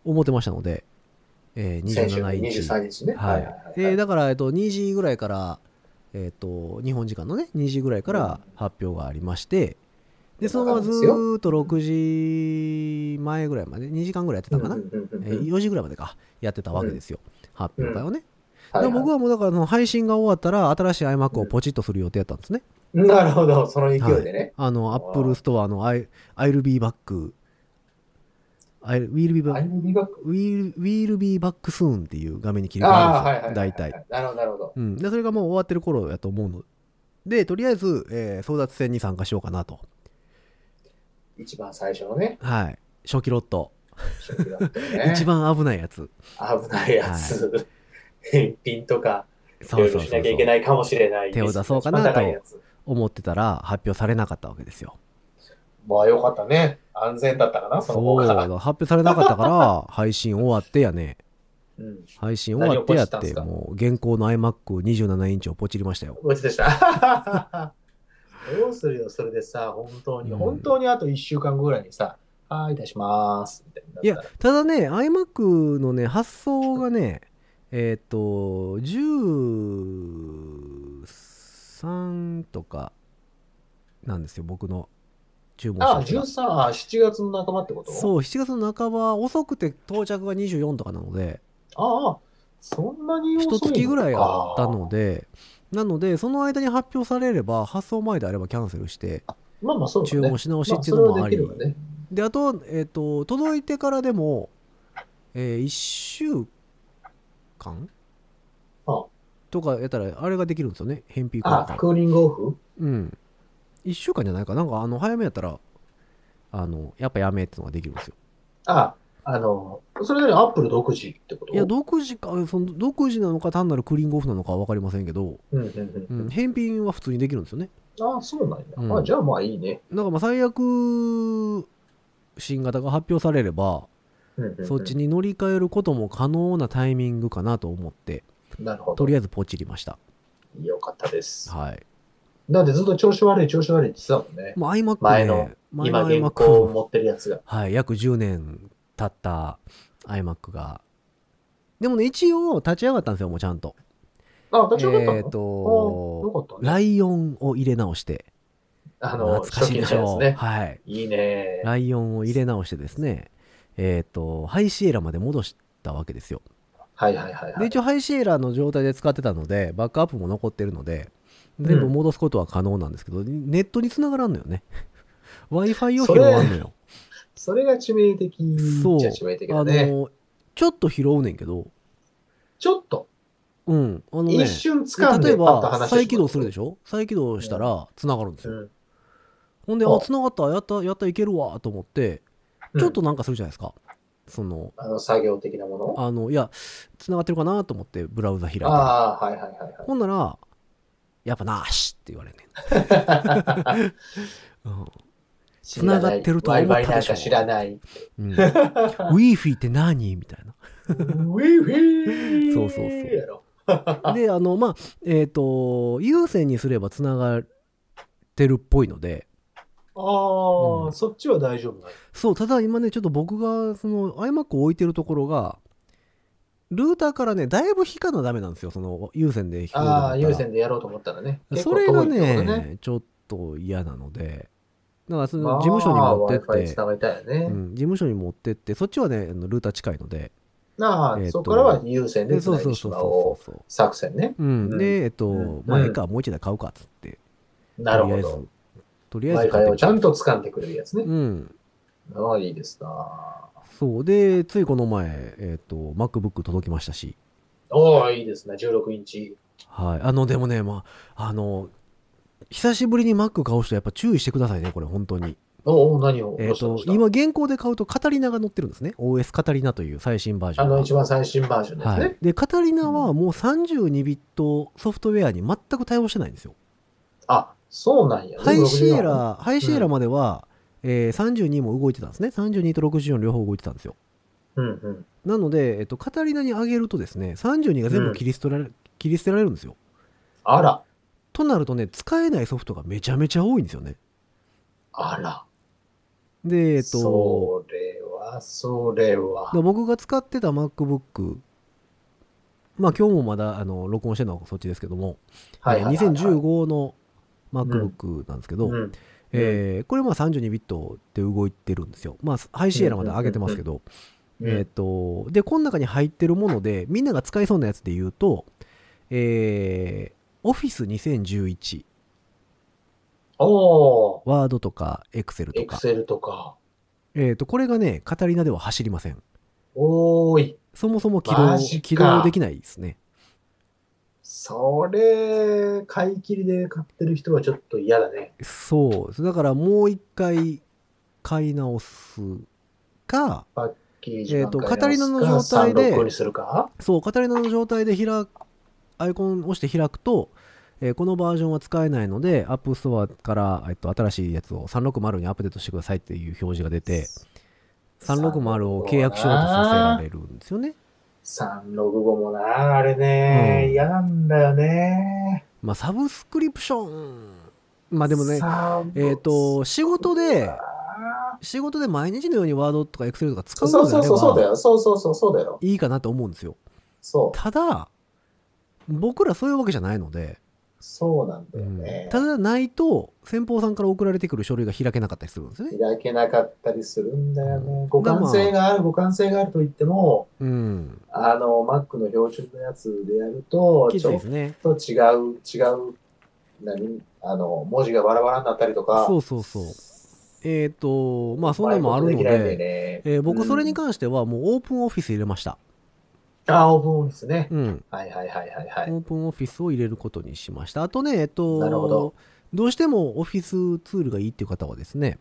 [SPEAKER 2] 思ってましたので、えー
[SPEAKER 3] 先週の
[SPEAKER 2] 27インチ。
[SPEAKER 3] 23日ね。
[SPEAKER 2] は
[SPEAKER 3] はいはいい。
[SPEAKER 2] えーだから、えっと、2時ぐらいから、えっと、日本時間のね、2時ぐらいから発表がありまして、で、そのままずーっと6時前ぐらいまで、2時間ぐらいやってたかな。えー4時ぐらいまでか、やってたわけですよ。発表会をね。で僕
[SPEAKER 3] は
[SPEAKER 2] はもうだからその配信が終わったら、新しい iMac をポチッとする予定だったんですね。
[SPEAKER 3] いはい。なるほど、その勢いでね。
[SPEAKER 2] あの、アップルストアの I- I'll be back。I'll- We'll be
[SPEAKER 3] アイ
[SPEAKER 2] back.
[SPEAKER 3] ムビバック。
[SPEAKER 2] We'll, we'll be back soon っていう画面に切り替
[SPEAKER 3] ああ、
[SPEAKER 2] わ
[SPEAKER 3] はい
[SPEAKER 2] るん
[SPEAKER 3] はい
[SPEAKER 2] です
[SPEAKER 3] は
[SPEAKER 2] よ。
[SPEAKER 3] い。
[SPEAKER 2] 大体。。
[SPEAKER 3] なるほど、なるほど。
[SPEAKER 2] うん。で、それがもう終わってる頃やと思うので、とりあえず、えー争奪戦に参加しようかなと。
[SPEAKER 3] 一番最初
[SPEAKER 2] [LAUGHS]
[SPEAKER 3] のね、
[SPEAKER 2] はい。初期ロット。
[SPEAKER 3] 食だったよね。
[SPEAKER 2] 一番危ないやつ。
[SPEAKER 3] 危ないやつ。返品とか、い
[SPEAKER 2] そ
[SPEAKER 3] ろ
[SPEAKER 2] う
[SPEAKER 3] い
[SPEAKER 2] そ
[SPEAKER 3] ろ
[SPEAKER 2] う
[SPEAKER 3] し
[SPEAKER 2] そ
[SPEAKER 3] な
[SPEAKER 2] う
[SPEAKER 3] きゃいけ
[SPEAKER 2] そう。
[SPEAKER 3] ないかもしれない。
[SPEAKER 2] 手を出そうかなと
[SPEAKER 3] 一番高いやつ
[SPEAKER 2] 思ってたら発表されなかったわけですよ。
[SPEAKER 3] まあよかったね。安全だったかな、その方
[SPEAKER 2] そうだ。
[SPEAKER 3] が。
[SPEAKER 2] 発表されなかったから、 [LAUGHS] 配信終わってやね。
[SPEAKER 3] うん。
[SPEAKER 2] 配信終わってやっ
[SPEAKER 3] 何をポチっ
[SPEAKER 2] て、
[SPEAKER 3] たんすか
[SPEAKER 2] もう現行の iMac27 インチをポチりましたよ。
[SPEAKER 3] 落ちでした。 [LAUGHS] どうするよ、それでさ、本当に、
[SPEAKER 2] うん
[SPEAKER 3] 本当にあと1週間後ぐらいにさ、はい、出します、みたいになっ
[SPEAKER 2] いや
[SPEAKER 3] たら。、
[SPEAKER 2] ただね、iMac のね、発想がね、えっ、と、13とかなんですよ、僕の注文
[SPEAKER 3] あ、
[SPEAKER 2] したやつ
[SPEAKER 3] 13、あ、7月の半ばってこと
[SPEAKER 2] がそう、7月の半ば、遅くて到着が24とかなので、
[SPEAKER 3] ああ、そんなに遅いの
[SPEAKER 2] 一
[SPEAKER 3] か
[SPEAKER 2] 月ぐらいあったのでなのでその間に発表されれば発送前であればキャンセルして
[SPEAKER 3] まあまあそうだ
[SPEAKER 2] 注
[SPEAKER 3] ね。
[SPEAKER 2] 文し直し
[SPEAKER 3] まあ
[SPEAKER 2] っていうのもあり、
[SPEAKER 3] それはできるわね。
[SPEAKER 2] であと,、えっと届いてからでも、え1週間
[SPEAKER 3] あ
[SPEAKER 2] とかやったらあれができるんですよね返品交
[SPEAKER 3] あ、
[SPEAKER 2] 換
[SPEAKER 3] クーリングオフ
[SPEAKER 2] うん1週間じゃないかなんかあの早めやったらあのやっぱやめってのができるんですよ
[SPEAKER 3] あ、あの、それなりにアップル独自ってこと
[SPEAKER 2] いや独自かその独自なのか単なるクーリングオフなのかは分かりませんけど、
[SPEAKER 3] うんうん
[SPEAKER 2] う
[SPEAKER 3] うん
[SPEAKER 2] ん、返品は普通にできるんですよね
[SPEAKER 3] ああ、そうなんや。
[SPEAKER 2] うん
[SPEAKER 3] あじゃあまあいいね。
[SPEAKER 2] なんかまあ最悪新型が発表されれば
[SPEAKER 3] うんうんうん
[SPEAKER 2] そっちに乗り換えることも可能なタイミングかなと思って
[SPEAKER 3] なるほ
[SPEAKER 2] と
[SPEAKER 3] ど。
[SPEAKER 2] りあえずポチりました
[SPEAKER 3] よかったです。
[SPEAKER 2] はい
[SPEAKER 3] なんでずっと調子悪い、調子悪いって言ってたもんね。
[SPEAKER 2] もう iMac ね
[SPEAKER 3] 前の
[SPEAKER 2] 前
[SPEAKER 3] 今、
[SPEAKER 2] の
[SPEAKER 3] 現行を
[SPEAKER 2] iMac
[SPEAKER 3] 持ってるやつが。
[SPEAKER 2] はい約10年経った iMac がでもね一応立ち上がったんですよもうちゃんと
[SPEAKER 3] あ、立ち上がったの
[SPEAKER 2] えっ、
[SPEAKER 3] あよ
[SPEAKER 2] と
[SPEAKER 3] かったね。
[SPEAKER 2] ライオンを入れ直して
[SPEAKER 3] あの、
[SPEAKER 2] 懐か
[SPEAKER 3] 初
[SPEAKER 2] しい
[SPEAKER 3] 期
[SPEAKER 2] で
[SPEAKER 3] の
[SPEAKER 2] しょ
[SPEAKER 3] やつ
[SPEAKER 2] う、
[SPEAKER 3] ね。
[SPEAKER 2] はい
[SPEAKER 3] いいね。
[SPEAKER 2] ライオンを入れ直してですねえっ、とハイシエラまで戻したわけですよ
[SPEAKER 3] はいはいはいは
[SPEAKER 2] で
[SPEAKER 3] い。
[SPEAKER 2] 一応ハイシエラーの状態で使ってたのでバックアップも残ってるので全部戻すことは可能なんですけど、ネットに繋がらんのよね [LAUGHS] w i f i を拾わんのよ
[SPEAKER 3] それが致命的
[SPEAKER 2] そう
[SPEAKER 3] じゃ致命的
[SPEAKER 2] あ
[SPEAKER 3] だね。
[SPEAKER 2] のちょっと拾うねんけど
[SPEAKER 3] ちょっと、
[SPEAKER 2] うんあのね
[SPEAKER 3] 一瞬掴ん
[SPEAKER 2] で
[SPEAKER 3] で、
[SPEAKER 2] 例え
[SPEAKER 3] パッと
[SPEAKER 2] ば
[SPEAKER 3] 話してしまう
[SPEAKER 2] 再起動するでしょ再起動したら繋がるんですよ、
[SPEAKER 3] うん
[SPEAKER 2] ほんで
[SPEAKER 3] あ
[SPEAKER 2] あ繋がったやったやったいけるわと思ってちょっとなんかするじゃないですか、その
[SPEAKER 3] あの、作業的なもの
[SPEAKER 2] あのいや繋がってるかなと思ってブラウザ開いて
[SPEAKER 3] ああ、はいはいはいはい。
[SPEAKER 2] ほんならやっぱなーしって言われんね
[SPEAKER 3] [LAUGHS]
[SPEAKER 2] ん、うん繋がってるとは思ったでしょ
[SPEAKER 3] 知らない。
[SPEAKER 2] うん、ウィーフィーって何みたい
[SPEAKER 3] ウィーフィー
[SPEAKER 2] そうそうそう
[SPEAKER 3] やろ [LAUGHS]
[SPEAKER 2] な。で、あの、まあ、えっ、と、有線にすればつながってるっぽいので、
[SPEAKER 3] ああ、
[SPEAKER 2] うん
[SPEAKER 3] そっちは大丈夫なの
[SPEAKER 2] そう、ただ今ね、ちょっと僕が、その iMac を置いてるところが、ルーターからね、だいぶ引かなダメなんですよ、その有線で引くのだった
[SPEAKER 3] あ
[SPEAKER 2] ら
[SPEAKER 3] あ、優先でやろうと思ったらね。結
[SPEAKER 2] そ
[SPEAKER 3] 構
[SPEAKER 2] れ
[SPEAKER 3] 遠い
[SPEAKER 2] が
[SPEAKER 3] ってこと
[SPEAKER 2] ね
[SPEAKER 3] ね、
[SPEAKER 2] ちょっと嫌なので、だからそ
[SPEAKER 3] まあ
[SPEAKER 2] の事務所に持って
[SPEAKER 3] Wi-Fi
[SPEAKER 2] って、
[SPEAKER 3] 繋がりたいよね。
[SPEAKER 2] うん、事務所に持ってって、そっちはね、あのルーター近いので、
[SPEAKER 3] なあ、
[SPEAKER 2] えーと
[SPEAKER 3] そこからは優先で
[SPEAKER 2] でそう
[SPEAKER 3] 繋い
[SPEAKER 2] そう
[SPEAKER 3] でし
[SPEAKER 2] そう
[SPEAKER 3] まお
[SPEAKER 2] そううそう。
[SPEAKER 3] 作戦ね。
[SPEAKER 2] うん、で、えっと、
[SPEAKER 3] うん
[SPEAKER 2] まあ、ええか、もう一台買うかっつって、
[SPEAKER 3] なる
[SPEAKER 2] とり
[SPEAKER 3] ほ
[SPEAKER 2] あえ
[SPEAKER 3] ど
[SPEAKER 2] ず。、とりあえず買っ
[SPEAKER 3] Wi-Fi
[SPEAKER 2] て
[SPEAKER 3] を
[SPEAKER 2] み
[SPEAKER 3] ち
[SPEAKER 2] た
[SPEAKER 3] ゃんと掴んでくれるやつね。
[SPEAKER 2] うん。
[SPEAKER 3] ああ、いいですな。
[SPEAKER 2] そう。で、ついこの前、えっ、と、MacBook 届きましたし、
[SPEAKER 3] おおいいですね。16インチ。
[SPEAKER 2] はい。あの、でもね、まあ、あの、久しぶりに Mac 買う人、やっぱ注意してくださいね、これ、本当に。
[SPEAKER 3] おお何を
[SPEAKER 2] えっ、
[SPEAKER 3] どうしたどう
[SPEAKER 2] と
[SPEAKER 3] し、た
[SPEAKER 2] 今、現行で買うと、カタリナが載ってるんですね。OS カタリナという最新バージョ
[SPEAKER 3] あ
[SPEAKER 2] ンが。
[SPEAKER 3] の、一番最新バージョンです
[SPEAKER 2] はい
[SPEAKER 3] ね。。
[SPEAKER 2] で、カタリナはもう32ビットソフトウェアに全く対応してないんですよ。
[SPEAKER 3] あ、そうなんや。
[SPEAKER 2] ハイシエ
[SPEAKER 3] 64。
[SPEAKER 2] ラ、ハイシエラまでは、えー32も動いてたんですね。32と64両方動いてたんですよ。
[SPEAKER 3] うんうん。
[SPEAKER 2] なので、えっと、カタリナに上げるとですね、32が全部切り捨てられ,、切り捨てられるんですよ。
[SPEAKER 3] あら、
[SPEAKER 2] となるとね、使えないソフトがめちゃめちゃ多いんですよね。
[SPEAKER 3] あら。
[SPEAKER 2] で、えっと、
[SPEAKER 3] それは、それは
[SPEAKER 2] だか。ら僕が使ってた MacBook、まあ今日もまだあの録音してるのはそっちですけども、
[SPEAKER 3] はいはいはいはい。
[SPEAKER 2] 2015の MacBook なんですけど、
[SPEAKER 3] うん
[SPEAKER 2] えーこれまあ32ビットで動いてるんですよ。まあ、ハイシエラまで上げてますけど、
[SPEAKER 3] うん
[SPEAKER 2] えっ、と、で、この中に入ってるもので、みんなが使いそうなやつで言うと、えー、Office 2011、
[SPEAKER 3] おー、
[SPEAKER 2] Word とか Excel と
[SPEAKER 3] エ
[SPEAKER 2] か
[SPEAKER 3] ク、セルとか。
[SPEAKER 2] えっ、と、これがね、カタリナでは走りません。
[SPEAKER 3] おーい。
[SPEAKER 2] そもそも起
[SPEAKER 3] マ
[SPEAKER 2] 動、
[SPEAKER 3] ジか
[SPEAKER 2] 起動できないですね。
[SPEAKER 3] それ、買い切りで買ってる人はちょっと嫌だね。
[SPEAKER 2] そうです。だからもう一回買い直すか、
[SPEAKER 3] えっ、
[SPEAKER 2] えーとカタリナの状態で
[SPEAKER 3] 36にするか
[SPEAKER 2] そう、カタリナの状態で開く、アイコンを押して開くと、えーこのバージョンは使えないので、App Store から、えっと、新しいやつを360にアップデートしてくださいっていう表示が出て、360を契約しようとさせられるんですよね。
[SPEAKER 3] 365もな、あれね
[SPEAKER 2] う、ん
[SPEAKER 3] 嫌なんだよね。
[SPEAKER 2] まあ、サブスクリプション。まあでもね、
[SPEAKER 3] サブ、
[SPEAKER 2] えっ、と、仕事で
[SPEAKER 3] あ、
[SPEAKER 2] 仕事で毎日のようにワードとかエクセルとか使
[SPEAKER 3] ー
[SPEAKER 2] うの
[SPEAKER 3] そ
[SPEAKER 2] であ
[SPEAKER 3] うそう
[SPEAKER 2] れ
[SPEAKER 3] そう、そうだ
[SPEAKER 2] ば
[SPEAKER 3] よ。そうそうそう、そうだよ。
[SPEAKER 2] いいかなと思うんですよ。
[SPEAKER 3] そう。
[SPEAKER 2] ただ、僕らそういうわけじゃないので、
[SPEAKER 3] そうなんだ
[SPEAKER 2] う
[SPEAKER 3] よ
[SPEAKER 2] ん
[SPEAKER 3] ね。
[SPEAKER 2] ただないと、先方さんから送られてくる書類が開けなかったりするんですよね。
[SPEAKER 3] 開けなかったりするんだよ
[SPEAKER 2] う
[SPEAKER 3] ね。互換性がある、互換性があると言っても、
[SPEAKER 2] うん。
[SPEAKER 3] あの、 Mac の標準のやつでやると、
[SPEAKER 2] き
[SPEAKER 3] ち
[SPEAKER 2] つい
[SPEAKER 3] ょ
[SPEAKER 2] で
[SPEAKER 3] っ
[SPEAKER 2] すね。
[SPEAKER 3] と違う、違う、何あの、文字がバラバラになったりとか。
[SPEAKER 2] そうそうそう。えっ、と、まあそんなのもあるの
[SPEAKER 3] うまいこときないん
[SPEAKER 2] で、
[SPEAKER 3] ね
[SPEAKER 2] えー僕それに
[SPEAKER 3] うん
[SPEAKER 2] 関してはもうオープンオフィス入れました。
[SPEAKER 3] あ、オープンオフィスね。
[SPEAKER 2] うん。
[SPEAKER 3] はいはいはいはいは
[SPEAKER 2] オ
[SPEAKER 3] い。
[SPEAKER 2] ープンオフィスを入れることにしました。あとね、えっと、
[SPEAKER 3] なるほど
[SPEAKER 2] どうしてもオフィスツールがいいっていう方はですね、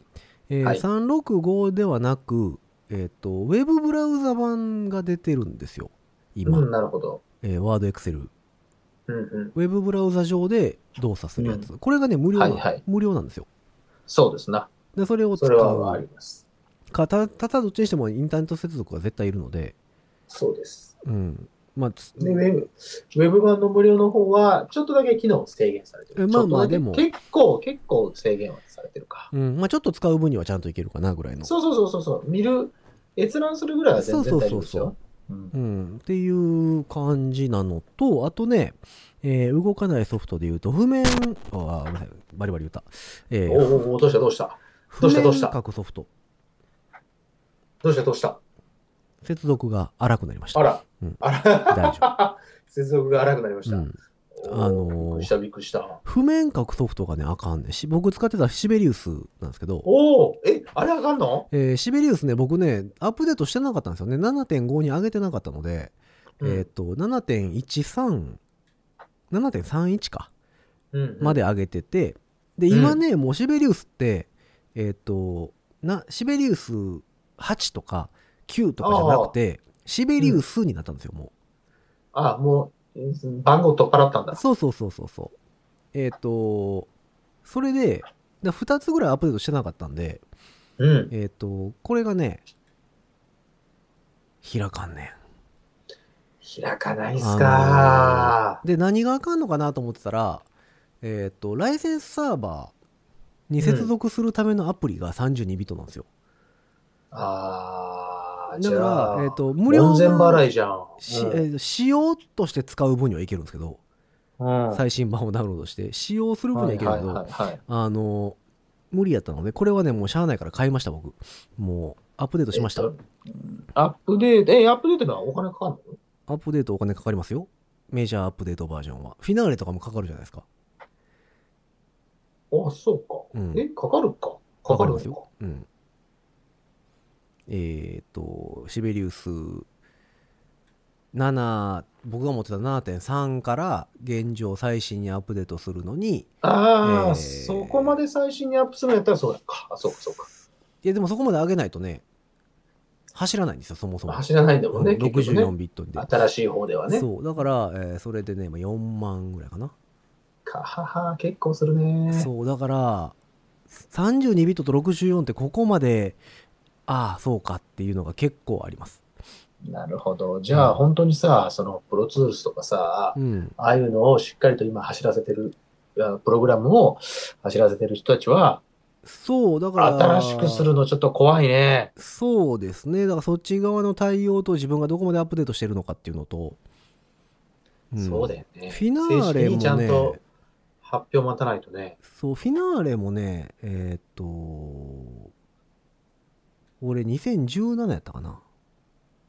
[SPEAKER 2] えー
[SPEAKER 3] はい
[SPEAKER 2] 365ではなく、えっと、ウェブブラウザ版が出てるんですよ。今、
[SPEAKER 3] うん、なるほど。
[SPEAKER 2] えー、ワードエクセル。
[SPEAKER 3] うんうん。
[SPEAKER 2] ウェブブラウザ上で動作するやつ。これがね、無料な、
[SPEAKER 3] はいはい
[SPEAKER 2] 無料なんですよ。
[SPEAKER 3] そうですな。
[SPEAKER 2] で、それを使
[SPEAKER 3] それはあ
[SPEAKER 2] う
[SPEAKER 3] ります。
[SPEAKER 2] か、たただどっちにしてもインターネット接続が絶対いるので、
[SPEAKER 3] そうです。
[SPEAKER 2] うん。まあ、つ
[SPEAKER 3] で、ウェブ、ウェブ版の無料の方は、ちょっとだけ機能制限されて
[SPEAKER 2] え
[SPEAKER 3] る。
[SPEAKER 2] まあ
[SPEAKER 3] ちょっとだけ
[SPEAKER 2] まあでも
[SPEAKER 3] 結構、結構制限はされてるか。
[SPEAKER 2] うん、まあちょっと使う分にはちゃんといけるかなぐらいの。
[SPEAKER 3] そうそうそうそうそう。見る、閲覧するぐらいは全然大丈夫ですよ。うん
[SPEAKER 2] うん、っていう感じなのと、あとね、えー動かないソフトで言うと、譜面、あー、ごめんなさい、バリバリ言った。え
[SPEAKER 3] おう
[SPEAKER 2] ー、
[SPEAKER 3] おうおうどうしたどうした
[SPEAKER 2] 譜
[SPEAKER 3] どうしたど
[SPEAKER 2] 面
[SPEAKER 3] うした
[SPEAKER 2] 書くソフト、
[SPEAKER 3] どうしたどうした
[SPEAKER 2] 接続が荒くなりました。
[SPEAKER 3] あら [LAUGHS]
[SPEAKER 2] うん、
[SPEAKER 3] あ
[SPEAKER 2] 大丈
[SPEAKER 3] ら、接続が荒くなりました
[SPEAKER 2] う。ん。
[SPEAKER 3] お
[SPEAKER 2] あの
[SPEAKER 3] う
[SPEAKER 2] ー
[SPEAKER 3] びっくりした、びっくりした。
[SPEAKER 2] 譜面書くソフトがね、あかんねし。僕使ってたシベリウスなんですけど、
[SPEAKER 3] おおえ、あれあかんの
[SPEAKER 2] えーシベリウスね、僕ね、アップデートしてなかったんですよね。7.5に上げてなかったので、
[SPEAKER 3] うん
[SPEAKER 2] えっと、7.13、7.31か。
[SPEAKER 3] うん
[SPEAKER 2] まで上げてて、で
[SPEAKER 3] うん
[SPEAKER 2] 今ね、もうシベリウスってえっ、となシベリウス8とか9とかじゃなくてシベリウスになったんですよ、も
[SPEAKER 3] あ、もう、番号取っ払ったん
[SPEAKER 2] う
[SPEAKER 3] だ。
[SPEAKER 2] そうそうそうそうそうえっ、とそれでだ2つぐらいアップデートしてなかったんで
[SPEAKER 3] うん。
[SPEAKER 2] えっ、とこれがね開かんね
[SPEAKER 3] 開かないっすか
[SPEAKER 2] んで何があかんのかなと思ってたらえっ、とライセンスサーバーに接続するためのアプリが32ビットなんですよ、
[SPEAKER 3] ー。あー、
[SPEAKER 2] だから、えっ、と、無
[SPEAKER 3] 無料
[SPEAKER 2] 料
[SPEAKER 3] 門前
[SPEAKER 2] 版
[SPEAKER 3] 払いじゃん。
[SPEAKER 2] し、えー使用として使う分にはいけるんですけど、
[SPEAKER 3] うんうん
[SPEAKER 2] 最新版をダウンロードして、使用する分にはいけるけど、
[SPEAKER 3] はいはいはいはい
[SPEAKER 2] あの、無理やったので、これはね、もうしゃあないから買いました、僕。もう、アップデートしました。
[SPEAKER 3] えっとうんアップデート、え、アップデートのはお金かかるの
[SPEAKER 2] アップデートお金かかりますよ。メジャーアップデートバージョンは。フィナーレとかもかかるじゃないですか。
[SPEAKER 3] あ、そうか。
[SPEAKER 2] うん
[SPEAKER 3] え、かかるか。かかる
[SPEAKER 2] ま
[SPEAKER 3] の
[SPEAKER 2] す
[SPEAKER 3] か。
[SPEAKER 2] よ。うん。えーっと、シベリウス7、僕が持ってた7.3から現状最新にアップデートするのに、
[SPEAKER 3] ああ、
[SPEAKER 2] えー
[SPEAKER 3] そこまで最新にアップするんやったらそうやんか。あ、そうかそうか。
[SPEAKER 2] いや、でもそこまで上げないとね、走らないんですよ、そもそも。
[SPEAKER 3] 走らないんだもんね。
[SPEAKER 2] うん
[SPEAKER 3] 結局ね
[SPEAKER 2] 64ビットで。
[SPEAKER 3] 新しい方ではね。
[SPEAKER 2] そう。だから、えーそれでね、今4万ぐらいかな。
[SPEAKER 3] かはは、結構するね。
[SPEAKER 2] そう、だから、32ビットと64ってここまで、ああ、そうかっていうのが結構あります。
[SPEAKER 3] なるほど。じゃあ、本当にさ、その、プロツールスとかさ、
[SPEAKER 2] うん。
[SPEAKER 3] ああいうのをしっかりと今走らせてる、あプログラムを走らせてる人たちは、
[SPEAKER 2] そう、だから、
[SPEAKER 3] 新しくするのちょっと怖いね。
[SPEAKER 2] そうですね。だからそっち側の対応と自分がどこまでアップデートしてるのかっていうのと。ん
[SPEAKER 3] そうだよね。
[SPEAKER 2] フィナーレ
[SPEAKER 3] 正式
[SPEAKER 2] も
[SPEAKER 3] にちゃんと
[SPEAKER 2] ね、
[SPEAKER 3] 発表待たないとね。
[SPEAKER 2] そう、フィナーレもね、えーっと、俺2017やったかな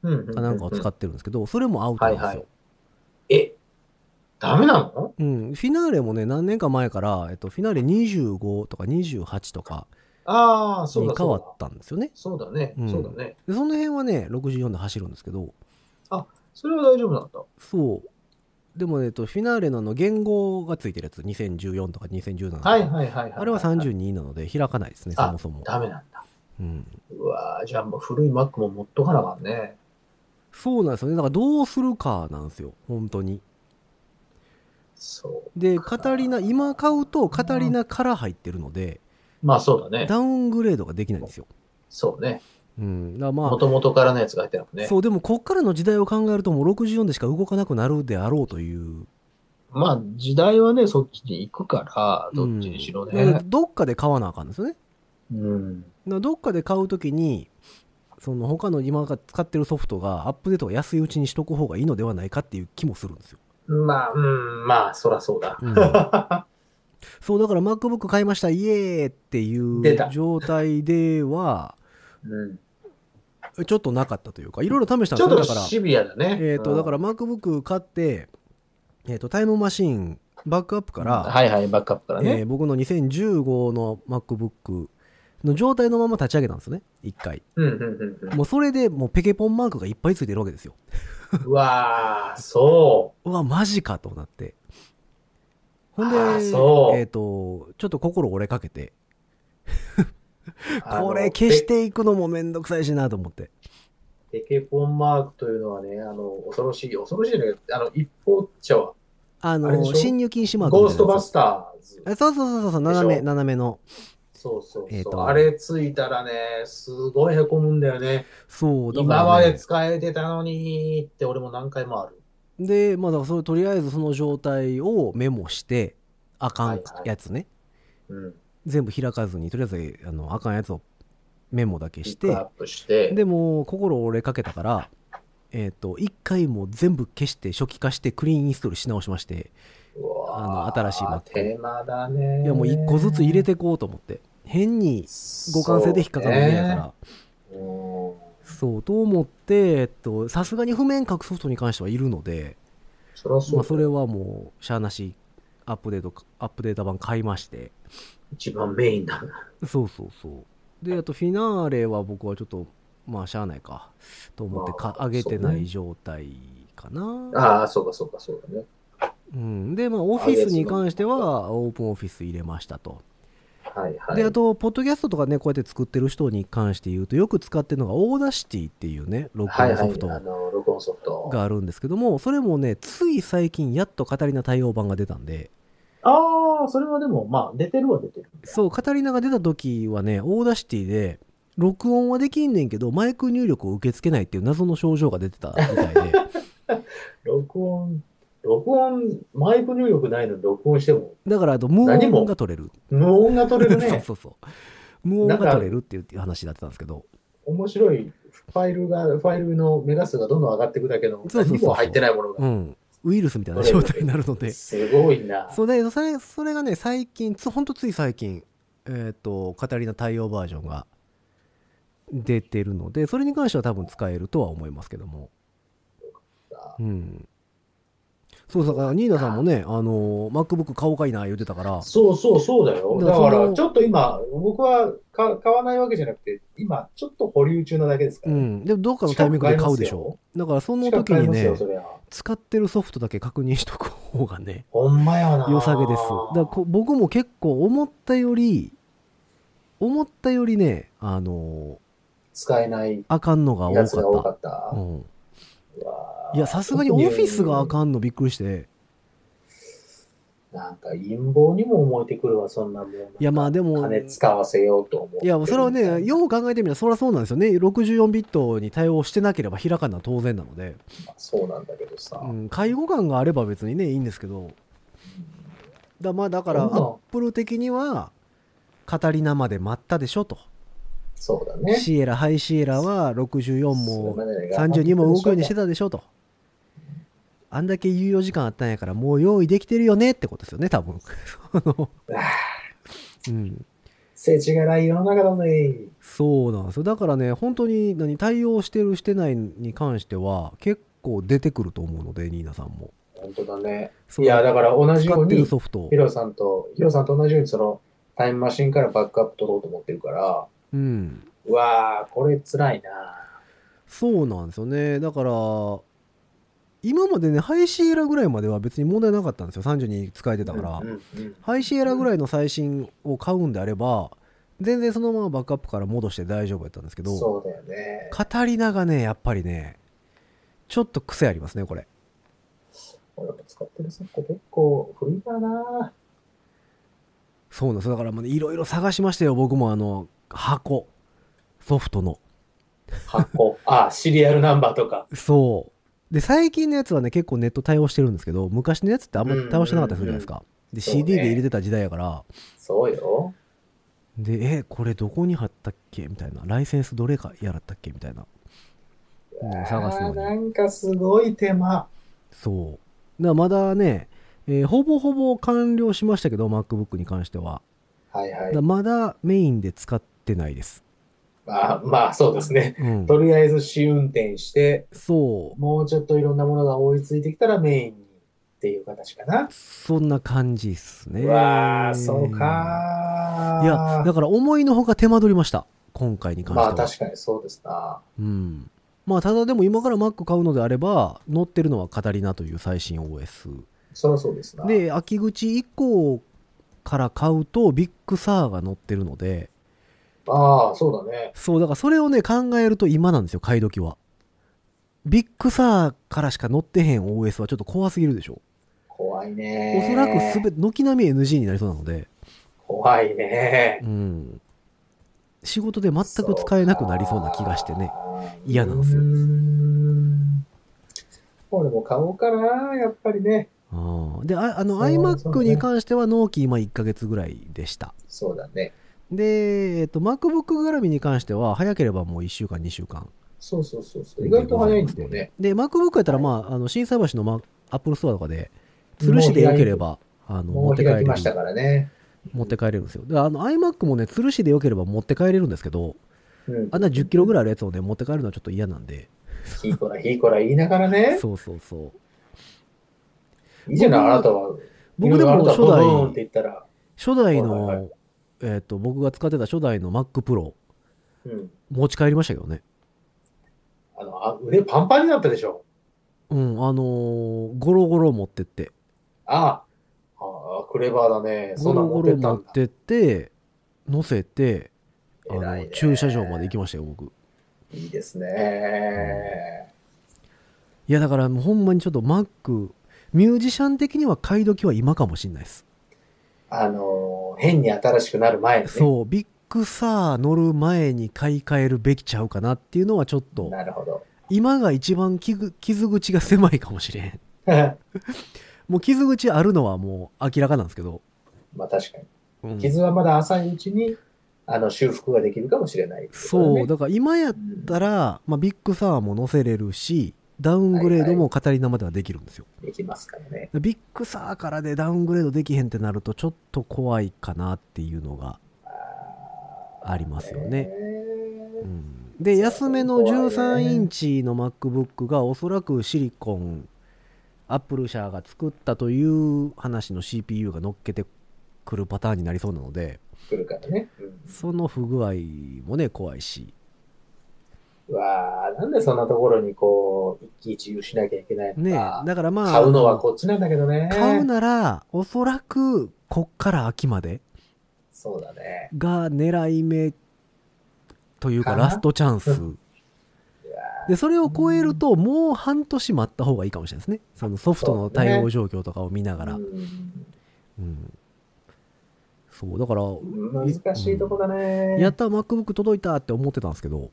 [SPEAKER 3] うんうんうんうん
[SPEAKER 2] かなんかを使ってるんですけど、それもアウトなんですよ。
[SPEAKER 3] はいはえ、ダメなの
[SPEAKER 2] うん、フィナーレもね、何年か前から、えっと、フィナーレ25とか28とか
[SPEAKER 3] ああ、そう
[SPEAKER 2] に
[SPEAKER 3] だ
[SPEAKER 2] 変
[SPEAKER 3] そ
[SPEAKER 2] わ
[SPEAKER 3] うだ
[SPEAKER 2] ったんですよね。
[SPEAKER 3] そうだね、
[SPEAKER 2] うん
[SPEAKER 3] そうだね。
[SPEAKER 2] で、その辺はね、64で走るんですけど、
[SPEAKER 3] それは大丈夫なんだ。
[SPEAKER 2] そう。でもね、えっと、フィナーレのあの言語がついてるやつ、2014とか2017とか、
[SPEAKER 3] はいはいはい、はい。
[SPEAKER 2] あれは32なので開かないですね、そ
[SPEAKER 3] あ
[SPEAKER 2] もそも。
[SPEAKER 3] ダメなんだ。
[SPEAKER 2] うん、
[SPEAKER 3] うわーじゃあもう古い Mac も持っとかなあかんね。
[SPEAKER 2] そうなんですよね。だからどうするかなんですよ、本当に。
[SPEAKER 3] そう。
[SPEAKER 2] で、カタリナ、今買うとカタリナから入ってるので、
[SPEAKER 3] まあそうだね。
[SPEAKER 2] ダウングレードができないんですよ。
[SPEAKER 3] そうね。
[SPEAKER 2] うん。だからま
[SPEAKER 3] も
[SPEAKER 2] あ、
[SPEAKER 3] ともとからのやつが入ってなくね。
[SPEAKER 2] そう、でもこっからの時代を考えるともう64でしか動かなくなるであろうという。
[SPEAKER 3] まあ時代はね、そっちに行くから、どっちにしろ
[SPEAKER 2] うんだ
[SPEAKER 3] ね
[SPEAKER 2] から。どっかで買わなあかんですよね。だか
[SPEAKER 3] うん。
[SPEAKER 2] らどっかで買うときに、その他の今が使ってるソフトがアップデートが安いうちにしとく方がいいのではないかっていう気もするんですよ。
[SPEAKER 3] まあ、うん、まあそらそうだ。
[SPEAKER 2] うんそう、だから MacBook 買いました、イエーイっていう
[SPEAKER 3] 出た
[SPEAKER 2] 状態では、
[SPEAKER 3] うん。
[SPEAKER 2] ちょっとなかったというか、いろいろ試したん
[SPEAKER 3] ち
[SPEAKER 2] ですよ。
[SPEAKER 3] ょっと
[SPEAKER 2] だから、
[SPEAKER 3] シビアだね。
[SPEAKER 2] えっ、と、
[SPEAKER 3] うん
[SPEAKER 2] だから MacBook 買って、えっ、と、タイムマシン、バックアップから、
[SPEAKER 3] はいはい、バックアップから
[SPEAKER 2] え
[SPEAKER 3] ね。
[SPEAKER 2] ー僕の2015の MacBook の状態のまま立ち上げたんですね。一回。
[SPEAKER 3] うんうんうんうん。
[SPEAKER 2] もうそれでもうペケポンマークがいっぱいついてるわけですよ。
[SPEAKER 3] うわー、そう
[SPEAKER 2] わ、マジかとなって。ほんで、
[SPEAKER 3] あーそう
[SPEAKER 2] えっ、と、ちょっと心折れかけて、
[SPEAKER 3] う。
[SPEAKER 2] こ
[SPEAKER 3] あ
[SPEAKER 2] れ
[SPEAKER 3] の
[SPEAKER 2] 消し。ていくのもめんどくさいしなと思って。
[SPEAKER 3] ペペケポンマークというのはね、あの、恐ろしい、恐ろしいんだけど、あの、一方茶は、
[SPEAKER 2] あの
[SPEAKER 3] あれでしょ
[SPEAKER 2] 侵入禁止マークみ
[SPEAKER 3] ゴー
[SPEAKER 2] たい
[SPEAKER 3] ス
[SPEAKER 2] な
[SPEAKER 3] ト
[SPEAKER 2] や
[SPEAKER 3] バ
[SPEAKER 2] つ。
[SPEAKER 3] スターズ。
[SPEAKER 2] あそうそうそうそう、斜め、
[SPEAKER 3] でしょ
[SPEAKER 2] 斜めの。
[SPEAKER 3] そうそうそう。
[SPEAKER 2] えーと
[SPEAKER 3] あれついたらね、すごい凹むんだよね。
[SPEAKER 2] そう、だ
[SPEAKER 3] 今
[SPEAKER 2] か
[SPEAKER 3] ま
[SPEAKER 2] ら、
[SPEAKER 3] で
[SPEAKER 2] ね。
[SPEAKER 3] 使えてたのにって俺も何回もある。
[SPEAKER 2] で、まあ、だからそれとりあえずその状態をメモして、あかんやつね。
[SPEAKER 3] うん。
[SPEAKER 2] 全部開かずに、とりあえず、あの、あかんやつをメモだけ
[SPEAKER 3] ピ
[SPEAKER 2] し
[SPEAKER 3] ック
[SPEAKER 2] て
[SPEAKER 3] アッ、プして。
[SPEAKER 2] でも、心折れかけたから、えっ、と、一回もう全部消して、初期化して、クリーンインストールし直しまして、
[SPEAKER 3] うわー
[SPEAKER 2] あの新しい Mac
[SPEAKER 3] 手間だね。
[SPEAKER 2] いや、もう一個ずつ入れてこうと思って。変に互換性で引っかかるの嫌やから。
[SPEAKER 3] そうね。うん
[SPEAKER 2] そう、と思って、えっと、さすがに譜面書くソフトに関してはいるので、
[SPEAKER 3] そりゃそ
[SPEAKER 2] ま
[SPEAKER 3] うだ
[SPEAKER 2] あ、それはもう、しゃあなし、アップデート、アップデータ版買いまして。
[SPEAKER 3] 一番メインだな。 [LAUGHS]
[SPEAKER 2] そうそうそう。で、あと、フィナーレは僕はちょっと、まあ、しゃあないか、と思ってか、
[SPEAKER 3] まあ
[SPEAKER 2] 上げてな
[SPEAKER 3] そう
[SPEAKER 2] い
[SPEAKER 3] ね
[SPEAKER 2] 状態かな。
[SPEAKER 3] ああ、そうかそうかそうだね。
[SPEAKER 2] うん。で、まあ、オフィスに関しては、オープンオフィス入れましたと。
[SPEAKER 3] はいはい。
[SPEAKER 2] で、あと、ポッドキャストとかね、こうやって作ってる人に関して言うと、よく使ってるのが、オーダーシティっていうね、録
[SPEAKER 3] はい
[SPEAKER 2] 音
[SPEAKER 3] は
[SPEAKER 2] ソ
[SPEAKER 3] い
[SPEAKER 2] フト。
[SPEAKER 3] あの、録音ソフト。
[SPEAKER 2] があるんですけども、それもね、つい最近やっとカタリナ対応版が出たんで、
[SPEAKER 3] ああ、それはでも、まあ、出てるは出てる。
[SPEAKER 2] そう、カタリナが出た時はね、オーダーシティで、録音はできんねんけど、マイク入力を受け付けないっていう謎の症状が出てたみたい
[SPEAKER 3] [LAUGHS]
[SPEAKER 2] で、
[SPEAKER 3] 録音、録音、マイク入力ないのに録音しても、
[SPEAKER 2] だからあと無
[SPEAKER 3] 何
[SPEAKER 2] 音
[SPEAKER 3] も
[SPEAKER 2] が取れる。
[SPEAKER 3] 無音が取れるね。
[SPEAKER 2] [LAUGHS] そうそうそう。無音が取れるっていう話だったんですけど、
[SPEAKER 3] 面白い。ファイルが、ファイルのメガ数がどんどん上がっていくだけの、
[SPEAKER 2] そうそうそう
[SPEAKER 3] 何も入ってないもの
[SPEAKER 2] う
[SPEAKER 3] が。
[SPEAKER 2] ん。ウイルスみたいな状態になるので、
[SPEAKER 3] すごいな。
[SPEAKER 2] そうで、それ、それがね、最近、つほんとつい最近、えっ、と、カタリナ対応バージョンが出てるので、それに関しては多分使えるとは思いますけども。うん。そう、だから、ニーナさんもね、あの、MacBook 買おうかいな言ってたから、
[SPEAKER 3] そうそうそうだよ。
[SPEAKER 2] だ
[SPEAKER 3] だ
[SPEAKER 2] から
[SPEAKER 3] か
[SPEAKER 2] そ
[SPEAKER 3] ら、
[SPEAKER 2] の
[SPEAKER 3] ちょっと今、僕はか買わないわけじゃなくて、今、ちょっと保留中なだけですか
[SPEAKER 2] う
[SPEAKER 3] ら。
[SPEAKER 2] ん。でも、どっかのタイミングで買うでしょ。だから、その
[SPEAKER 3] 近く
[SPEAKER 2] 時
[SPEAKER 3] 買
[SPEAKER 2] に
[SPEAKER 3] います
[SPEAKER 2] ね
[SPEAKER 3] よ、、そりゃ。
[SPEAKER 2] 使ってるソフトだけ確認しとく方がね、
[SPEAKER 3] ほんまやな。
[SPEAKER 2] 良さげです。だからこ僕も結構思ったより、思ったよりね、あの、
[SPEAKER 3] 使えない
[SPEAKER 2] あかんのが多か
[SPEAKER 3] や
[SPEAKER 2] っ
[SPEAKER 3] つが多
[SPEAKER 2] た
[SPEAKER 3] か。った。
[SPEAKER 2] うん、
[SPEAKER 3] うわー
[SPEAKER 2] いやさすがにオフィスがあかんのびっくりして
[SPEAKER 3] なんか陰謀にも思えてくるわ、そんなもん。
[SPEAKER 2] いやまあでも
[SPEAKER 3] 金使わせようと思う。
[SPEAKER 2] いやそれはねよう考えてみたらそりゃそうなんですよね64ビットに対応してなければ開かんのは当然なので、
[SPEAKER 3] そうなんだけどさ。
[SPEAKER 2] うん、介護感があれば別にねいいんですけどだ,、まあ、だからア
[SPEAKER 3] そんな
[SPEAKER 2] ップル的にはカタリナまで待ったでしょと
[SPEAKER 3] そうだね。
[SPEAKER 2] シエラハイシエラは64
[SPEAKER 3] それ
[SPEAKER 2] も
[SPEAKER 3] までが
[SPEAKER 2] 32も動くようにしてたでしょとあんだけ猶予時間あったんやからもう用意できてるよねってことですよね多分 [LAUGHS] その
[SPEAKER 3] あー
[SPEAKER 2] うん
[SPEAKER 3] 世知辛い世の中だね。
[SPEAKER 2] そうなんですよだからね本当に何対応してるしてないに関しては結構出てくると思うのでニーナさんも
[SPEAKER 3] 本当だね。
[SPEAKER 2] そ
[SPEAKER 3] いうや、だから同じ
[SPEAKER 2] 使
[SPEAKER 3] よう
[SPEAKER 2] ってる
[SPEAKER 3] に、
[SPEAKER 2] ソフト
[SPEAKER 3] ヒロさんと、ヒロさんと同じように、その、タイムマシンからバックアップ取ろうと思ってるから、
[SPEAKER 2] うん
[SPEAKER 3] うわー、これ辛いな。
[SPEAKER 2] そうなんですよねだから今までねハイシエラぐらいまでは別に問題なかったんですよ32使えてたから、
[SPEAKER 3] うんうんうん
[SPEAKER 2] ハイシエラぐらいの最新を買うんであれば全然そのままバックアップから戻して大丈夫やったんですけど
[SPEAKER 3] そうだよね。
[SPEAKER 2] カタリナがねやっぱりねちょっと癖ありますねこれ
[SPEAKER 3] 俺も使ってるソフト結構古いからな。
[SPEAKER 2] そうなんですだからまあねいろいろ探しましたよ僕もあの箱ソフトの
[SPEAKER 3] 箱。 [LAUGHS] あ、シリアルナンバーとか。
[SPEAKER 2] そうで最近のやつはね結構ネット対応してるんですけど昔のやつってあんまり対応してなかったりするじゃないですか、で
[SPEAKER 3] そうね
[SPEAKER 2] CD で入れてた時代やから
[SPEAKER 3] そうよ。
[SPEAKER 2] でえこれどこに貼ったっけみたいなライセンスどれかやらったっけみたいなのを探す
[SPEAKER 3] あ
[SPEAKER 2] の
[SPEAKER 3] ーな
[SPEAKER 2] に
[SPEAKER 3] んかすごい手間。
[SPEAKER 2] そうだからまだね、えーほぼほぼ完了しましたけど MacBook に関しては
[SPEAKER 3] はいは
[SPEAKER 2] だ
[SPEAKER 3] い
[SPEAKER 2] から。まだメインで使ってないです
[SPEAKER 3] まあ、まあ、そうですね。
[SPEAKER 2] うん、
[SPEAKER 3] とりあえず試運転して、
[SPEAKER 2] そ
[SPEAKER 3] もうちょっといろんなものが追いついてきたらメインにっていう形かな
[SPEAKER 2] う。そんな感じっすね
[SPEAKER 3] うわあ、そうかー
[SPEAKER 2] いやだから思いのほか手間取りました今回に関して
[SPEAKER 3] ま
[SPEAKER 2] は
[SPEAKER 3] あ確かにそうですな。
[SPEAKER 2] うんまあただでも今から Mac 買うのであれば乗ってるのはカタリナという最新 OS
[SPEAKER 3] そりゃそうですな。
[SPEAKER 2] で秋口以降から買うとビッグサーが乗ってるので
[SPEAKER 3] ああ、そうだね。
[SPEAKER 2] そうだからそれをね考えると今なんですよ買い時はビッグサーからしか乗ってへん OS はちょっと怖すぎるでしょ
[SPEAKER 3] 怖い
[SPEAKER 2] お
[SPEAKER 3] ね。
[SPEAKER 2] そらくすべて軒並み NG になりそうなので
[SPEAKER 3] 怖いね
[SPEAKER 2] う。ん仕事で全く使えなくなりそうな気がしてね嫌なんですよ
[SPEAKER 3] よ。俺も買おうかな、やっぱりね。
[SPEAKER 2] うんでああの
[SPEAKER 3] そうそうね
[SPEAKER 2] iMac に関しては納期今1ヶ月ぐらいでした
[SPEAKER 3] そうだね。
[SPEAKER 2] で、えっと、MacBook 絡みに関しては早ければもう1週間2週間
[SPEAKER 3] そうそうそうそう。意外と早いんだよね。
[SPEAKER 2] で MacBook やったら、まあ、あの震災橋の、ま、Apple ストアとかで吊るしでよければあの
[SPEAKER 3] も
[SPEAKER 2] 持っ
[SPEAKER 3] う
[SPEAKER 2] て帰れ
[SPEAKER 3] 開き
[SPEAKER 2] る
[SPEAKER 3] ましたからね。
[SPEAKER 2] 持って帰れるんですよであの iMac もね吊るしでよければ持って帰れるんですけど
[SPEAKER 3] うん。
[SPEAKER 2] あんな1 0キロぐらいあるやつをね持って帰るのはちょっと嫌なんで
[SPEAKER 3] ひいこら [LAUGHS] ひいこら言いながらね。
[SPEAKER 2] そうそうそう
[SPEAKER 3] いいじゃない、あ
[SPEAKER 2] 僕
[SPEAKER 3] なたは。
[SPEAKER 2] 僕で
[SPEAKER 3] いろいろあ
[SPEAKER 2] も
[SPEAKER 3] なたは
[SPEAKER 2] 初代
[SPEAKER 3] ブーンって言ったら。
[SPEAKER 2] 初代の、
[SPEAKER 3] はいはいは
[SPEAKER 2] えっと僕が使ってた初代の MacPro
[SPEAKER 3] うん。
[SPEAKER 2] 持ち帰りましたけどね
[SPEAKER 3] あの、あ腕パンパンになったでしょ。
[SPEAKER 2] うんあのーゴロゴロ持ってって
[SPEAKER 3] ああ。ああ、クレバーだね。
[SPEAKER 2] ゴ
[SPEAKER 3] そんな
[SPEAKER 2] ロ
[SPEAKER 3] ん
[SPEAKER 2] ゴ
[SPEAKER 3] 持って
[SPEAKER 2] ロ
[SPEAKER 3] っ
[SPEAKER 2] 持
[SPEAKER 3] たん
[SPEAKER 2] っ
[SPEAKER 3] だ。
[SPEAKER 2] てって乗せてあ
[SPEAKER 3] 偉い
[SPEAKER 2] の
[SPEAKER 3] ね
[SPEAKER 2] 駐車場まで行きましたよ僕
[SPEAKER 3] いいですね。
[SPEAKER 2] いやだからもうほんまにちょっと Mac ミュージシャン的には買い時は今かもしれないです、
[SPEAKER 3] あの、変に新しくなる前にね。
[SPEAKER 2] そうビッグサー乗る前に買い替えるべきちゃうかなっていうのはちょっと
[SPEAKER 3] なるほど。 [LAUGHS]
[SPEAKER 2] 今が一番傷傷口が狭いかもしれんもう傷口あるのはもう明らかなんですけど、
[SPEAKER 3] まあ確かに。
[SPEAKER 2] うん
[SPEAKER 3] 傷はまだ浅いうちに、あの、修復ができるかもしれない、
[SPEAKER 2] そうだから今やっ
[SPEAKER 3] うん
[SPEAKER 2] たら、まあ、ビッグサーも乗せれるしダウングレードも語り生ではできるんですよ、
[SPEAKER 3] できますからね。
[SPEAKER 2] ビッグサーからでダウングレードできへんってなるとちょっと怖いかなっていうのがありますよね、うんで安めの13インチの MacBook がおそらくシリコンアップル社が作ったという話の CPU が乗っけてくるパターンになりそうなので
[SPEAKER 3] 来るからね。うん
[SPEAKER 2] その不具合もね怖いし
[SPEAKER 3] うわあ、なんでそんなところにこう、一喜一憂しなきゃいけない
[SPEAKER 2] ね
[SPEAKER 3] のか。
[SPEAKER 2] だからまあ
[SPEAKER 3] 買うのはこっちなんだけどね。
[SPEAKER 2] 買うならおそらくこっから秋まで
[SPEAKER 3] そうだね。
[SPEAKER 2] が狙い目というか
[SPEAKER 3] かな
[SPEAKER 2] ラストチャンスでそれを超えるともう半年待った方がいいかもしれないですねそのソフトの対応状況とかを見ながら
[SPEAKER 3] うん
[SPEAKER 2] うんそうだから
[SPEAKER 3] 難しいとこだね。
[SPEAKER 2] やった MacBook 届いたって思ってたんですけど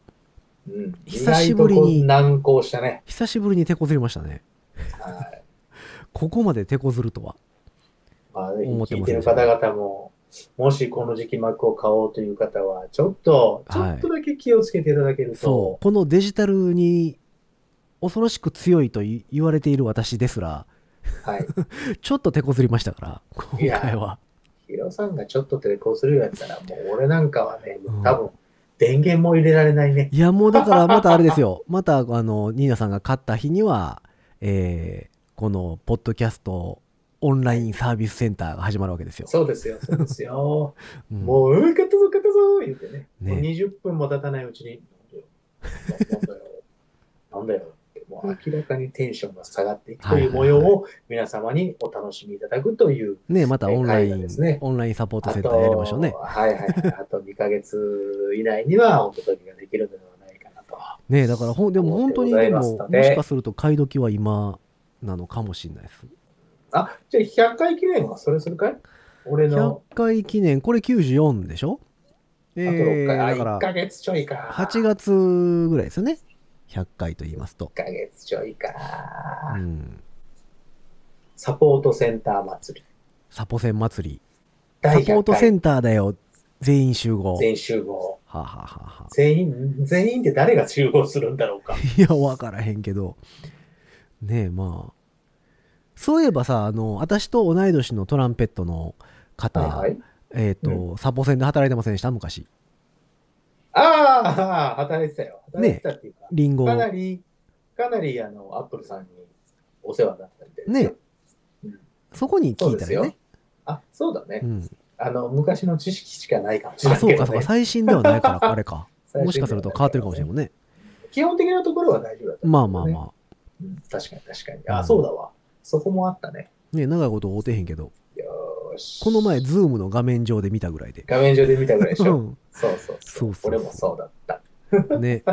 [SPEAKER 3] うん
[SPEAKER 2] 久しぶりに
[SPEAKER 3] 意外とこう難航したね。
[SPEAKER 2] 久しぶりに手こずりましたね
[SPEAKER 3] はい
[SPEAKER 2] ここまで手こずるとは
[SPEAKER 3] まあ、ぜひ
[SPEAKER 2] 思って
[SPEAKER 3] 聞い
[SPEAKER 2] ま
[SPEAKER 3] て
[SPEAKER 2] せん
[SPEAKER 3] る方々も、もしこの時期幕を買おうという方は、ちょっと、ちょ
[SPEAKER 2] はい
[SPEAKER 3] っとだけ気をつけていただける
[SPEAKER 2] そ
[SPEAKER 3] と
[SPEAKER 2] う、このデジタルに恐ろしく強いとい言われている私ですら
[SPEAKER 3] はい。
[SPEAKER 2] ちょっと手こずりましたから
[SPEAKER 3] い
[SPEAKER 2] 今
[SPEAKER 3] や
[SPEAKER 2] 回は
[SPEAKER 3] ヒロさんがちょっと抵抗するようやったら、もう俺なんかはね、
[SPEAKER 2] うん
[SPEAKER 3] 多分、電源も入れられないね。
[SPEAKER 2] いや、もうだからまたあれですよ。 [LAUGHS] また、あの、ニーナさんが勝った日には、えーこの、ポッドキャスト、オンラインサービスセンターが始まるわけですよ。
[SPEAKER 3] そうですよ、そうですよ。
[SPEAKER 2] うん
[SPEAKER 3] もう、うん、買ったぞ、買ったぞ言うてね。
[SPEAKER 2] ね
[SPEAKER 3] もう20分も経たないう
[SPEAKER 2] [LAUGHS]
[SPEAKER 3] ちに、なんだよ、なんだよ、なんだよって、もう明らかにテンションが下がっていくという模様を皆様にお楽しみいただくという
[SPEAKER 2] ね、またオンライ
[SPEAKER 3] 海外
[SPEAKER 2] ン、
[SPEAKER 3] ですね
[SPEAKER 2] オンラインサポート
[SPEAKER 3] あ
[SPEAKER 2] セン
[SPEAKER 3] と
[SPEAKER 2] ターやりましょうね。
[SPEAKER 3] はいはいはい。あと2ヶ月以内にはお届けができるのではないかなと。
[SPEAKER 2] ね、だからほん、でも本当に、
[SPEAKER 3] あ
[SPEAKER 2] で
[SPEAKER 3] りが
[SPEAKER 2] も、
[SPEAKER 3] とうござい
[SPEAKER 2] も
[SPEAKER 3] ます
[SPEAKER 2] しかすると買い時は今なのかもしれないです。
[SPEAKER 3] あ、じゃあ100回記念はそれするかい俺
[SPEAKER 2] 100
[SPEAKER 3] の
[SPEAKER 2] 回記念、これ94でしょえ
[SPEAKER 3] あと6回。
[SPEAKER 2] ー、だ
[SPEAKER 3] あ、
[SPEAKER 2] か
[SPEAKER 3] 1
[SPEAKER 2] ら、
[SPEAKER 3] ヶ月ちょいか。
[SPEAKER 2] 8月ぐらいですよね。100回と言いますと。
[SPEAKER 3] 1ヶ月ちょいか。
[SPEAKER 2] うん。
[SPEAKER 3] サポートセンター祭り。
[SPEAKER 2] サポセン祭り。
[SPEAKER 3] 第
[SPEAKER 2] サ
[SPEAKER 3] 100回
[SPEAKER 2] ポートセンターだよ。全員集合。
[SPEAKER 3] 全集合。
[SPEAKER 2] はあ、はあはあはあ
[SPEAKER 3] 全員、全員で誰が集合するんだろうか。
[SPEAKER 2] いや、わからへんけど。ねえ、まあ。そういえばさ、あの、私と同い年のトランペットの方、
[SPEAKER 3] はいはい。
[SPEAKER 2] えっ、と、サポセンで働いてませんでした昔。
[SPEAKER 3] あああ、働いてたよ。働いてたっていうか、
[SPEAKER 2] リンゴ
[SPEAKER 3] かなり、かなり、あの、アップルさんにお世話になったみたいですよ
[SPEAKER 2] ね。そこに
[SPEAKER 3] そ
[SPEAKER 2] 聞
[SPEAKER 3] う
[SPEAKER 2] い
[SPEAKER 3] で
[SPEAKER 2] た
[SPEAKER 3] す
[SPEAKER 2] ら
[SPEAKER 3] よ
[SPEAKER 2] ね。。
[SPEAKER 3] あ、そうだね
[SPEAKER 2] う。ん。
[SPEAKER 3] あの、昔の知識しかないかもしれ
[SPEAKER 2] あ、
[SPEAKER 3] ない
[SPEAKER 2] そう
[SPEAKER 3] け
[SPEAKER 2] か、
[SPEAKER 3] ど
[SPEAKER 2] そう
[SPEAKER 3] ね
[SPEAKER 2] か。。最新ではない
[SPEAKER 3] [LAUGHS]
[SPEAKER 2] から、あれか。
[SPEAKER 3] 最新ではない
[SPEAKER 2] もしかすると変わってるかもしれないもんね。
[SPEAKER 3] 基本的なところは大丈夫だと
[SPEAKER 2] ま
[SPEAKER 3] 思
[SPEAKER 2] あ
[SPEAKER 3] うけ
[SPEAKER 2] まあ
[SPEAKER 3] どね、
[SPEAKER 2] ま
[SPEAKER 3] うん確かに確かに。
[SPEAKER 2] うん
[SPEAKER 3] あ、そうだわ。そこもあったね。
[SPEAKER 2] あ。ね、長いこと会うてへんけど、
[SPEAKER 3] よーし。
[SPEAKER 2] この前、ズームの画面上で見たぐらいで。
[SPEAKER 3] 画面上で見たぐらいでし
[SPEAKER 2] う
[SPEAKER 3] ょ。
[SPEAKER 2] ん。
[SPEAKER 3] そうそ
[SPEAKER 2] そう
[SPEAKER 3] うそ
[SPEAKER 2] そう
[SPEAKER 3] う。
[SPEAKER 2] そう
[SPEAKER 3] 俺もそうだった。
[SPEAKER 2] ね。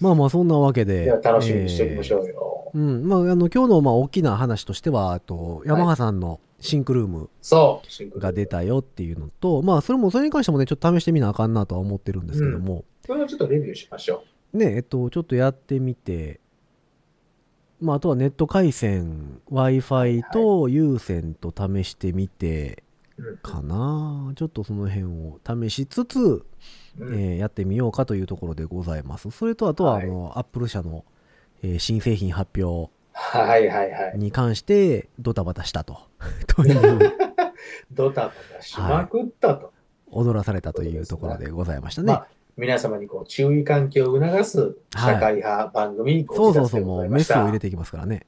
[SPEAKER 2] まあまあ、そんなわけで。
[SPEAKER 3] では楽しみにしておきましょうよ。
[SPEAKER 2] うん、まあ、あの、今日の、まあ、大きな話としては、あと、ヤマハさんのシンクルーム
[SPEAKER 3] そう。シンクル
[SPEAKER 2] が出。たよっていうのと、まあ、それも、それに関してもね、ちょっと試してみなあかんなとは思ってるんですけども、
[SPEAKER 3] それをちょっとレビューしましょ
[SPEAKER 2] ね、えっと、ちょっとやってみて、まあ、あとはネット回線、Wi-Fi と有線と試してみて、
[SPEAKER 3] う。うん
[SPEAKER 2] かなちょっとその辺を試しつつ、
[SPEAKER 3] うん
[SPEAKER 2] えーやってみようかというところでございます。それと、あとは、
[SPEAKER 3] はい
[SPEAKER 2] あの、Apple 社の、えー新製品発表、
[SPEAKER 3] はいはいはい。
[SPEAKER 2] に関してドタバタしたと。 [LAUGHS] と
[SPEAKER 3] [LAUGHS]
[SPEAKER 2] いう、
[SPEAKER 3] ドタバタしまくったと。
[SPEAKER 2] 踊らされたというところでございましたね。
[SPEAKER 3] まあ、皆様にこう注意喚起を促す社会派番組に
[SPEAKER 2] そ
[SPEAKER 3] ご
[SPEAKER 2] うそ
[SPEAKER 3] 出
[SPEAKER 2] う
[SPEAKER 3] し
[SPEAKER 2] そ
[SPEAKER 3] で
[SPEAKER 2] う、
[SPEAKER 3] ご
[SPEAKER 2] も
[SPEAKER 3] ざ
[SPEAKER 2] う
[SPEAKER 3] い
[SPEAKER 2] メ
[SPEAKER 3] まし
[SPEAKER 2] ス
[SPEAKER 3] た。
[SPEAKER 2] を入れていきますからね。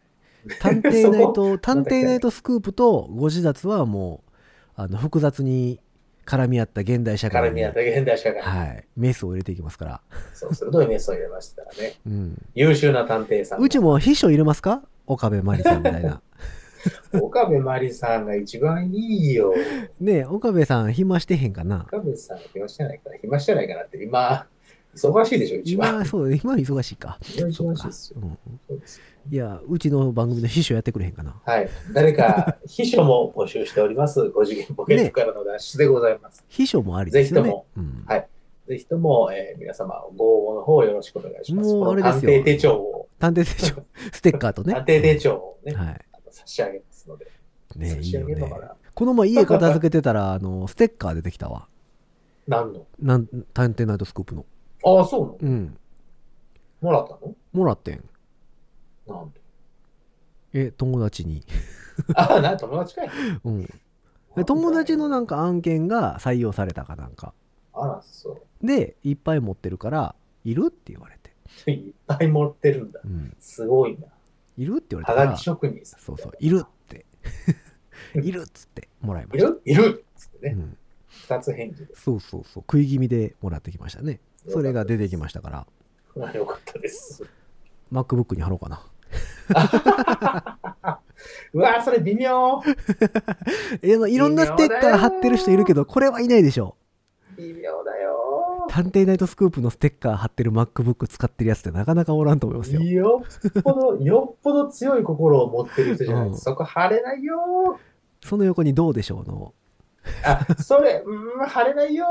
[SPEAKER 2] 探偵ナ
[SPEAKER 3] [LAUGHS]
[SPEAKER 2] イト、探
[SPEAKER 3] また来た
[SPEAKER 2] 偵
[SPEAKER 3] ね
[SPEAKER 2] ナイトスクープとご自立はもう、あの、複雑に絡み合った現代社
[SPEAKER 3] カラ
[SPEAKER 2] 会
[SPEAKER 3] ミ
[SPEAKER 2] に、
[SPEAKER 3] アと現代社会。
[SPEAKER 2] はい、メスを入れていきますから。
[SPEAKER 3] そう、鋭いメスを入れましたからね。
[SPEAKER 2] うん。
[SPEAKER 3] 優秀な探偵さん。
[SPEAKER 2] うちも秘書入れますか岡部真理さんみたいな。
[SPEAKER 3] 岡部真理さんが一番いいよ。
[SPEAKER 2] ねえ岡部さん暇してへんかな
[SPEAKER 3] 岡部さんが暇してないから、暇してないからって、今、忙しいでしょ、一番。
[SPEAKER 2] 今、そう、今忙しいか。
[SPEAKER 3] 今忙しいですよ。
[SPEAKER 2] うん。
[SPEAKER 3] そうですよ
[SPEAKER 2] いや、うちの番組の秘書やってくれへんかな。
[SPEAKER 3] はい。誰
[SPEAKER 2] [LAUGHS]
[SPEAKER 3] か、秘書も募集しております。ご次元ポケットからの脱出でございます。
[SPEAKER 2] 秘書もありですよね。
[SPEAKER 3] ぜひとも
[SPEAKER 2] うん
[SPEAKER 3] はいぜひとも、えー皆様、ご応募の方よろしくお願いします。
[SPEAKER 2] もうあれですよ
[SPEAKER 3] この探偵手帳を、
[SPEAKER 2] 探偵手帳、ステッカーとね。
[SPEAKER 3] 探偵手帳をね、
[SPEAKER 2] は
[SPEAKER 3] あの差し上げますので。
[SPEAKER 2] い。ね
[SPEAKER 3] 差
[SPEAKER 2] いい
[SPEAKER 3] し上
[SPEAKER 2] よ
[SPEAKER 3] げるの
[SPEAKER 2] ね
[SPEAKER 3] か。な
[SPEAKER 2] この前家片付けてたら、あの、ステッカー出てきたわ。
[SPEAKER 3] 何の
[SPEAKER 2] なん、探偵ナイトスクープの。
[SPEAKER 3] ああ、そうなの
[SPEAKER 2] うん。
[SPEAKER 3] もらったの
[SPEAKER 2] もらってん。
[SPEAKER 3] なんで
[SPEAKER 2] え、友達に。
[SPEAKER 3] ああ、な、友達かい。
[SPEAKER 2] うん。で友達のなんか案件が採用されたかなんか。
[SPEAKER 3] あら、そう。
[SPEAKER 2] で、いっぱい持ってるから、いるって言われて。
[SPEAKER 3] いっぱい持ってるんだ。
[SPEAKER 2] うん。
[SPEAKER 3] すごいな。
[SPEAKER 2] いるって言われた
[SPEAKER 3] は
[SPEAKER 2] か
[SPEAKER 3] が
[SPEAKER 2] ら
[SPEAKER 3] き、職人さん。
[SPEAKER 2] そうそう、いるって。 [LAUGHS] いるっつってもらいま
[SPEAKER 3] い
[SPEAKER 2] した。
[SPEAKER 3] るいるつって
[SPEAKER 2] う
[SPEAKER 3] ね。
[SPEAKER 2] ん。
[SPEAKER 3] 二つ返事で。
[SPEAKER 2] そうそうそう。食い気味でもらってきましたね。それが出てきま
[SPEAKER 3] し
[SPEAKER 2] したから、
[SPEAKER 3] た。よかったです。
[SPEAKER 2] MacBook に貼ろうかな。
[SPEAKER 3] うわーそれ微妙。
[SPEAKER 2] えあのいろんなステッカー貼ってる人いるけど、これはいないでしょ
[SPEAKER 3] 微妙だよ
[SPEAKER 2] う。探偵ナイトスクープのステッカー貼ってる MacBook 使ってるやつってなかなかおらんと思いますよ。
[SPEAKER 3] よっぽど、よっぽど強い心を持ってる人じゃないと、
[SPEAKER 2] うん
[SPEAKER 3] そこ晴れないよー
[SPEAKER 2] その横にどうでしょうの、
[SPEAKER 3] あ、それ、うーん、晴れないよ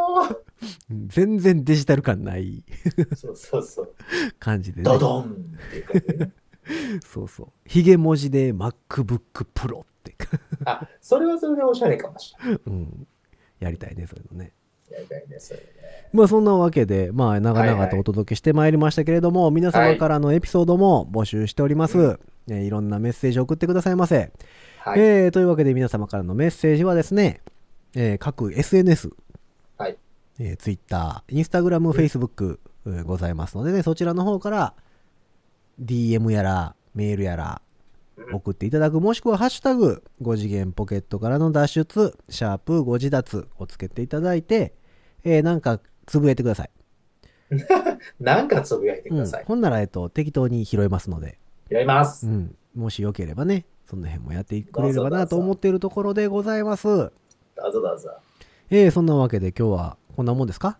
[SPEAKER 2] うん全然デジタル感ない
[SPEAKER 3] ーそうそうそう。
[SPEAKER 2] 感じでね
[SPEAKER 3] ド。ドンっていう感じね
[SPEAKER 2] そうそう。ヒゲ文字で MacBook Pro って、 [LAUGHS]
[SPEAKER 3] あ、それはそれでおしゃれかもしれな
[SPEAKER 2] うん。やりたいね、そういうのね。
[SPEAKER 3] い。やりたいね、それね。
[SPEAKER 2] まあそんなわけで、まあ長
[SPEAKER 3] は
[SPEAKER 2] 々
[SPEAKER 3] い
[SPEAKER 2] と
[SPEAKER 3] はい
[SPEAKER 2] お届けしてまいりましたけれども、皆様からのエピソードも募集しております。
[SPEAKER 3] う
[SPEAKER 2] えーいろんなメッセージを送ってくださいませ。
[SPEAKER 3] はい。
[SPEAKER 2] えーというわけで皆様からのメッセージはですね、えー各 SNS、
[SPEAKER 3] はい
[SPEAKER 2] えー、Twitter、Instagram、Facebook えーございますのでね、そちらの方から DM やらメールやら
[SPEAKER 3] うん
[SPEAKER 2] 送っていただく、もしくはハッシュタグ、5次元ポケットからの脱出、シャープ5次脱をつけていただいて、えーなんかつぶやいてください。
[SPEAKER 3] なんかつぶやいてく
[SPEAKER 2] う
[SPEAKER 3] だ
[SPEAKER 2] ん
[SPEAKER 3] さい。
[SPEAKER 2] ほんなら、えっと、適当に拾いますので、
[SPEAKER 3] やりま
[SPEAKER 2] う
[SPEAKER 3] す。
[SPEAKER 2] ん、もしよければね、その辺もやってくれればなと思っているところでございます。
[SPEAKER 3] どうぞどうぞ。
[SPEAKER 2] えー、そんなわけで今日はこんなもんですか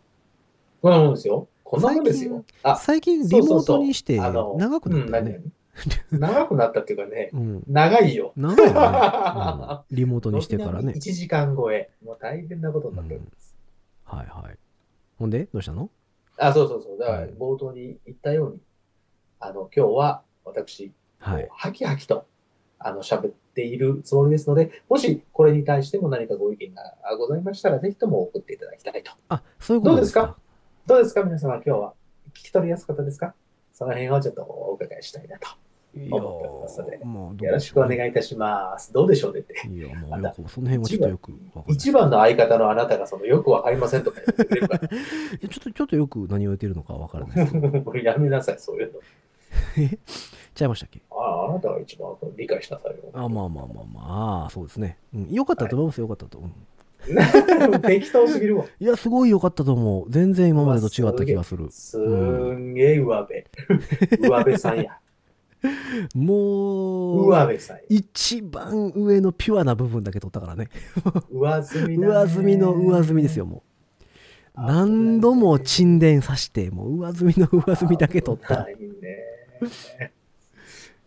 [SPEAKER 3] こんなもんですよ。こんなもんですよ。あ、
[SPEAKER 2] 最近
[SPEAKER 3] そ
[SPEAKER 2] リ
[SPEAKER 3] うそ
[SPEAKER 2] モ
[SPEAKER 3] う
[SPEAKER 2] ー
[SPEAKER 3] そう
[SPEAKER 2] トにして
[SPEAKER 3] あの
[SPEAKER 2] 長くなったよ
[SPEAKER 3] う
[SPEAKER 2] ね。
[SPEAKER 3] ん何々長くなったっていうかね、
[SPEAKER 2] うん。
[SPEAKER 3] 長いよ。
[SPEAKER 2] 長い
[SPEAKER 3] [LAUGHS]
[SPEAKER 2] よね。うんリモートにしてからね
[SPEAKER 3] 1。時間超え。もう大変なことになっております。
[SPEAKER 2] はいはい。ほんで、どうしたの
[SPEAKER 3] あ、そうそうそう。だから
[SPEAKER 2] うん
[SPEAKER 3] 冒頭に言ったように、あの、今日は私、
[SPEAKER 2] は
[SPEAKER 3] こ。
[SPEAKER 2] いう
[SPEAKER 3] はきはきと、あの、喋っているつもりですので、もしこれに対しても何かご意見がございましたら、ぜひとも送っていただきたいと。
[SPEAKER 2] あ、そういうことです
[SPEAKER 3] どう
[SPEAKER 2] か
[SPEAKER 3] で。どうですか皆様、今日は聞き取りやすかったですかその辺をちょっとお伺いしたいなと
[SPEAKER 2] いや
[SPEAKER 3] 思っておりますので
[SPEAKER 2] ーもうどうで
[SPEAKER 3] よろしくお願いいたします。どうでしょうねって。
[SPEAKER 2] いや、もうよく、その辺はちょっとよくわかんない。
[SPEAKER 3] 一番の相方のあなたがそのよくわかりませんとか言ってるから、
[SPEAKER 2] いやちょっと、ちょっとよく何を言ってるのかわからないです。
[SPEAKER 3] [LAUGHS] もうやめなさい、そういうの。
[SPEAKER 2] ちゃいましたっけ
[SPEAKER 3] ああなたが一番理解しなさいよ。
[SPEAKER 2] [LAUGHS] あ、まあまあまあまああー、そうですね。うん、よかったと思いますよ、よかったと思う。
[SPEAKER 3] [LAUGHS] 適当すぎるわ。
[SPEAKER 2] いや、すごい良かったと思う。全然今までと違った気がする。
[SPEAKER 3] すんげえ上辺。上辺
[SPEAKER 2] [LAUGHS]
[SPEAKER 3] さんや。
[SPEAKER 2] も
[SPEAKER 3] 上
[SPEAKER 2] う、
[SPEAKER 3] 辺さんや。
[SPEAKER 2] 一番上のピュアな部分だけ取ったからね。
[SPEAKER 3] 上積みだね
[SPEAKER 2] 上積みの上積みですよ、。もう。何度も沈殿さして、もう上積みの上積みだけ取った。
[SPEAKER 3] いいね。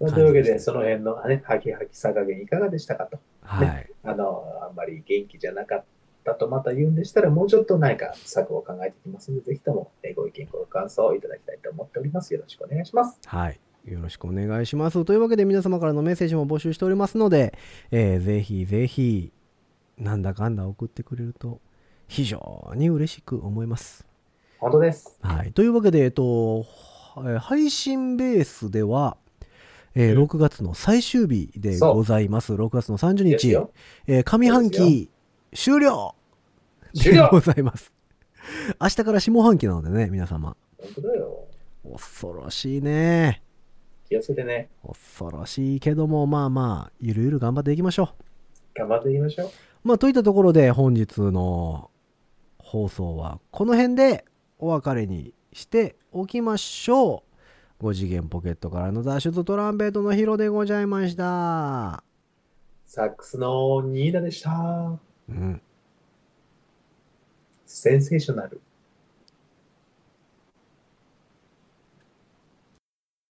[SPEAKER 3] まあというわけで、その辺のね、ハキハキさ加減いかがでしたかと。
[SPEAKER 2] はい。
[SPEAKER 3] あの、あんまり元気じゃなかったとまた言うんでしたら、もうちょっと何か策を考えていきますので、ぜひともえーご意見、ご感想をいただきたいと思っております。よろしくお願いします。
[SPEAKER 2] はい。よろしくお願いします。というわけで皆様からのメッセージも募集しておりますので、えーぜひぜひ、なんだかんだ送ってくれると、非常に嬉しく思います。
[SPEAKER 3] 本当です。
[SPEAKER 2] はい。というわけで、えっと、えー配信ベースでは、えー
[SPEAKER 3] うん
[SPEAKER 2] 6月の最終日で
[SPEAKER 3] そう
[SPEAKER 2] ございます。6月の30
[SPEAKER 3] です
[SPEAKER 2] 日
[SPEAKER 3] よ、
[SPEAKER 2] えー上半
[SPEAKER 3] そうで
[SPEAKER 2] 期終了
[SPEAKER 3] 終了
[SPEAKER 2] でございます。明日から下半期なのでね、皆様。
[SPEAKER 3] 本当だよ。
[SPEAKER 2] 恐ろしいね。
[SPEAKER 3] 気をつけてね。
[SPEAKER 2] 恐ろしいけども、まあまあ、ゆるゆる頑張っていきましょ
[SPEAKER 3] 頑張っていきましょう。
[SPEAKER 2] う。まあ、といったところで、本日の放送はこの辺でお別れにしておきましょう。5次元ポケットからの脱出トランペットのヒロでございました。
[SPEAKER 3] サックスのニーナでした。
[SPEAKER 2] うん。
[SPEAKER 3] センセーショナル。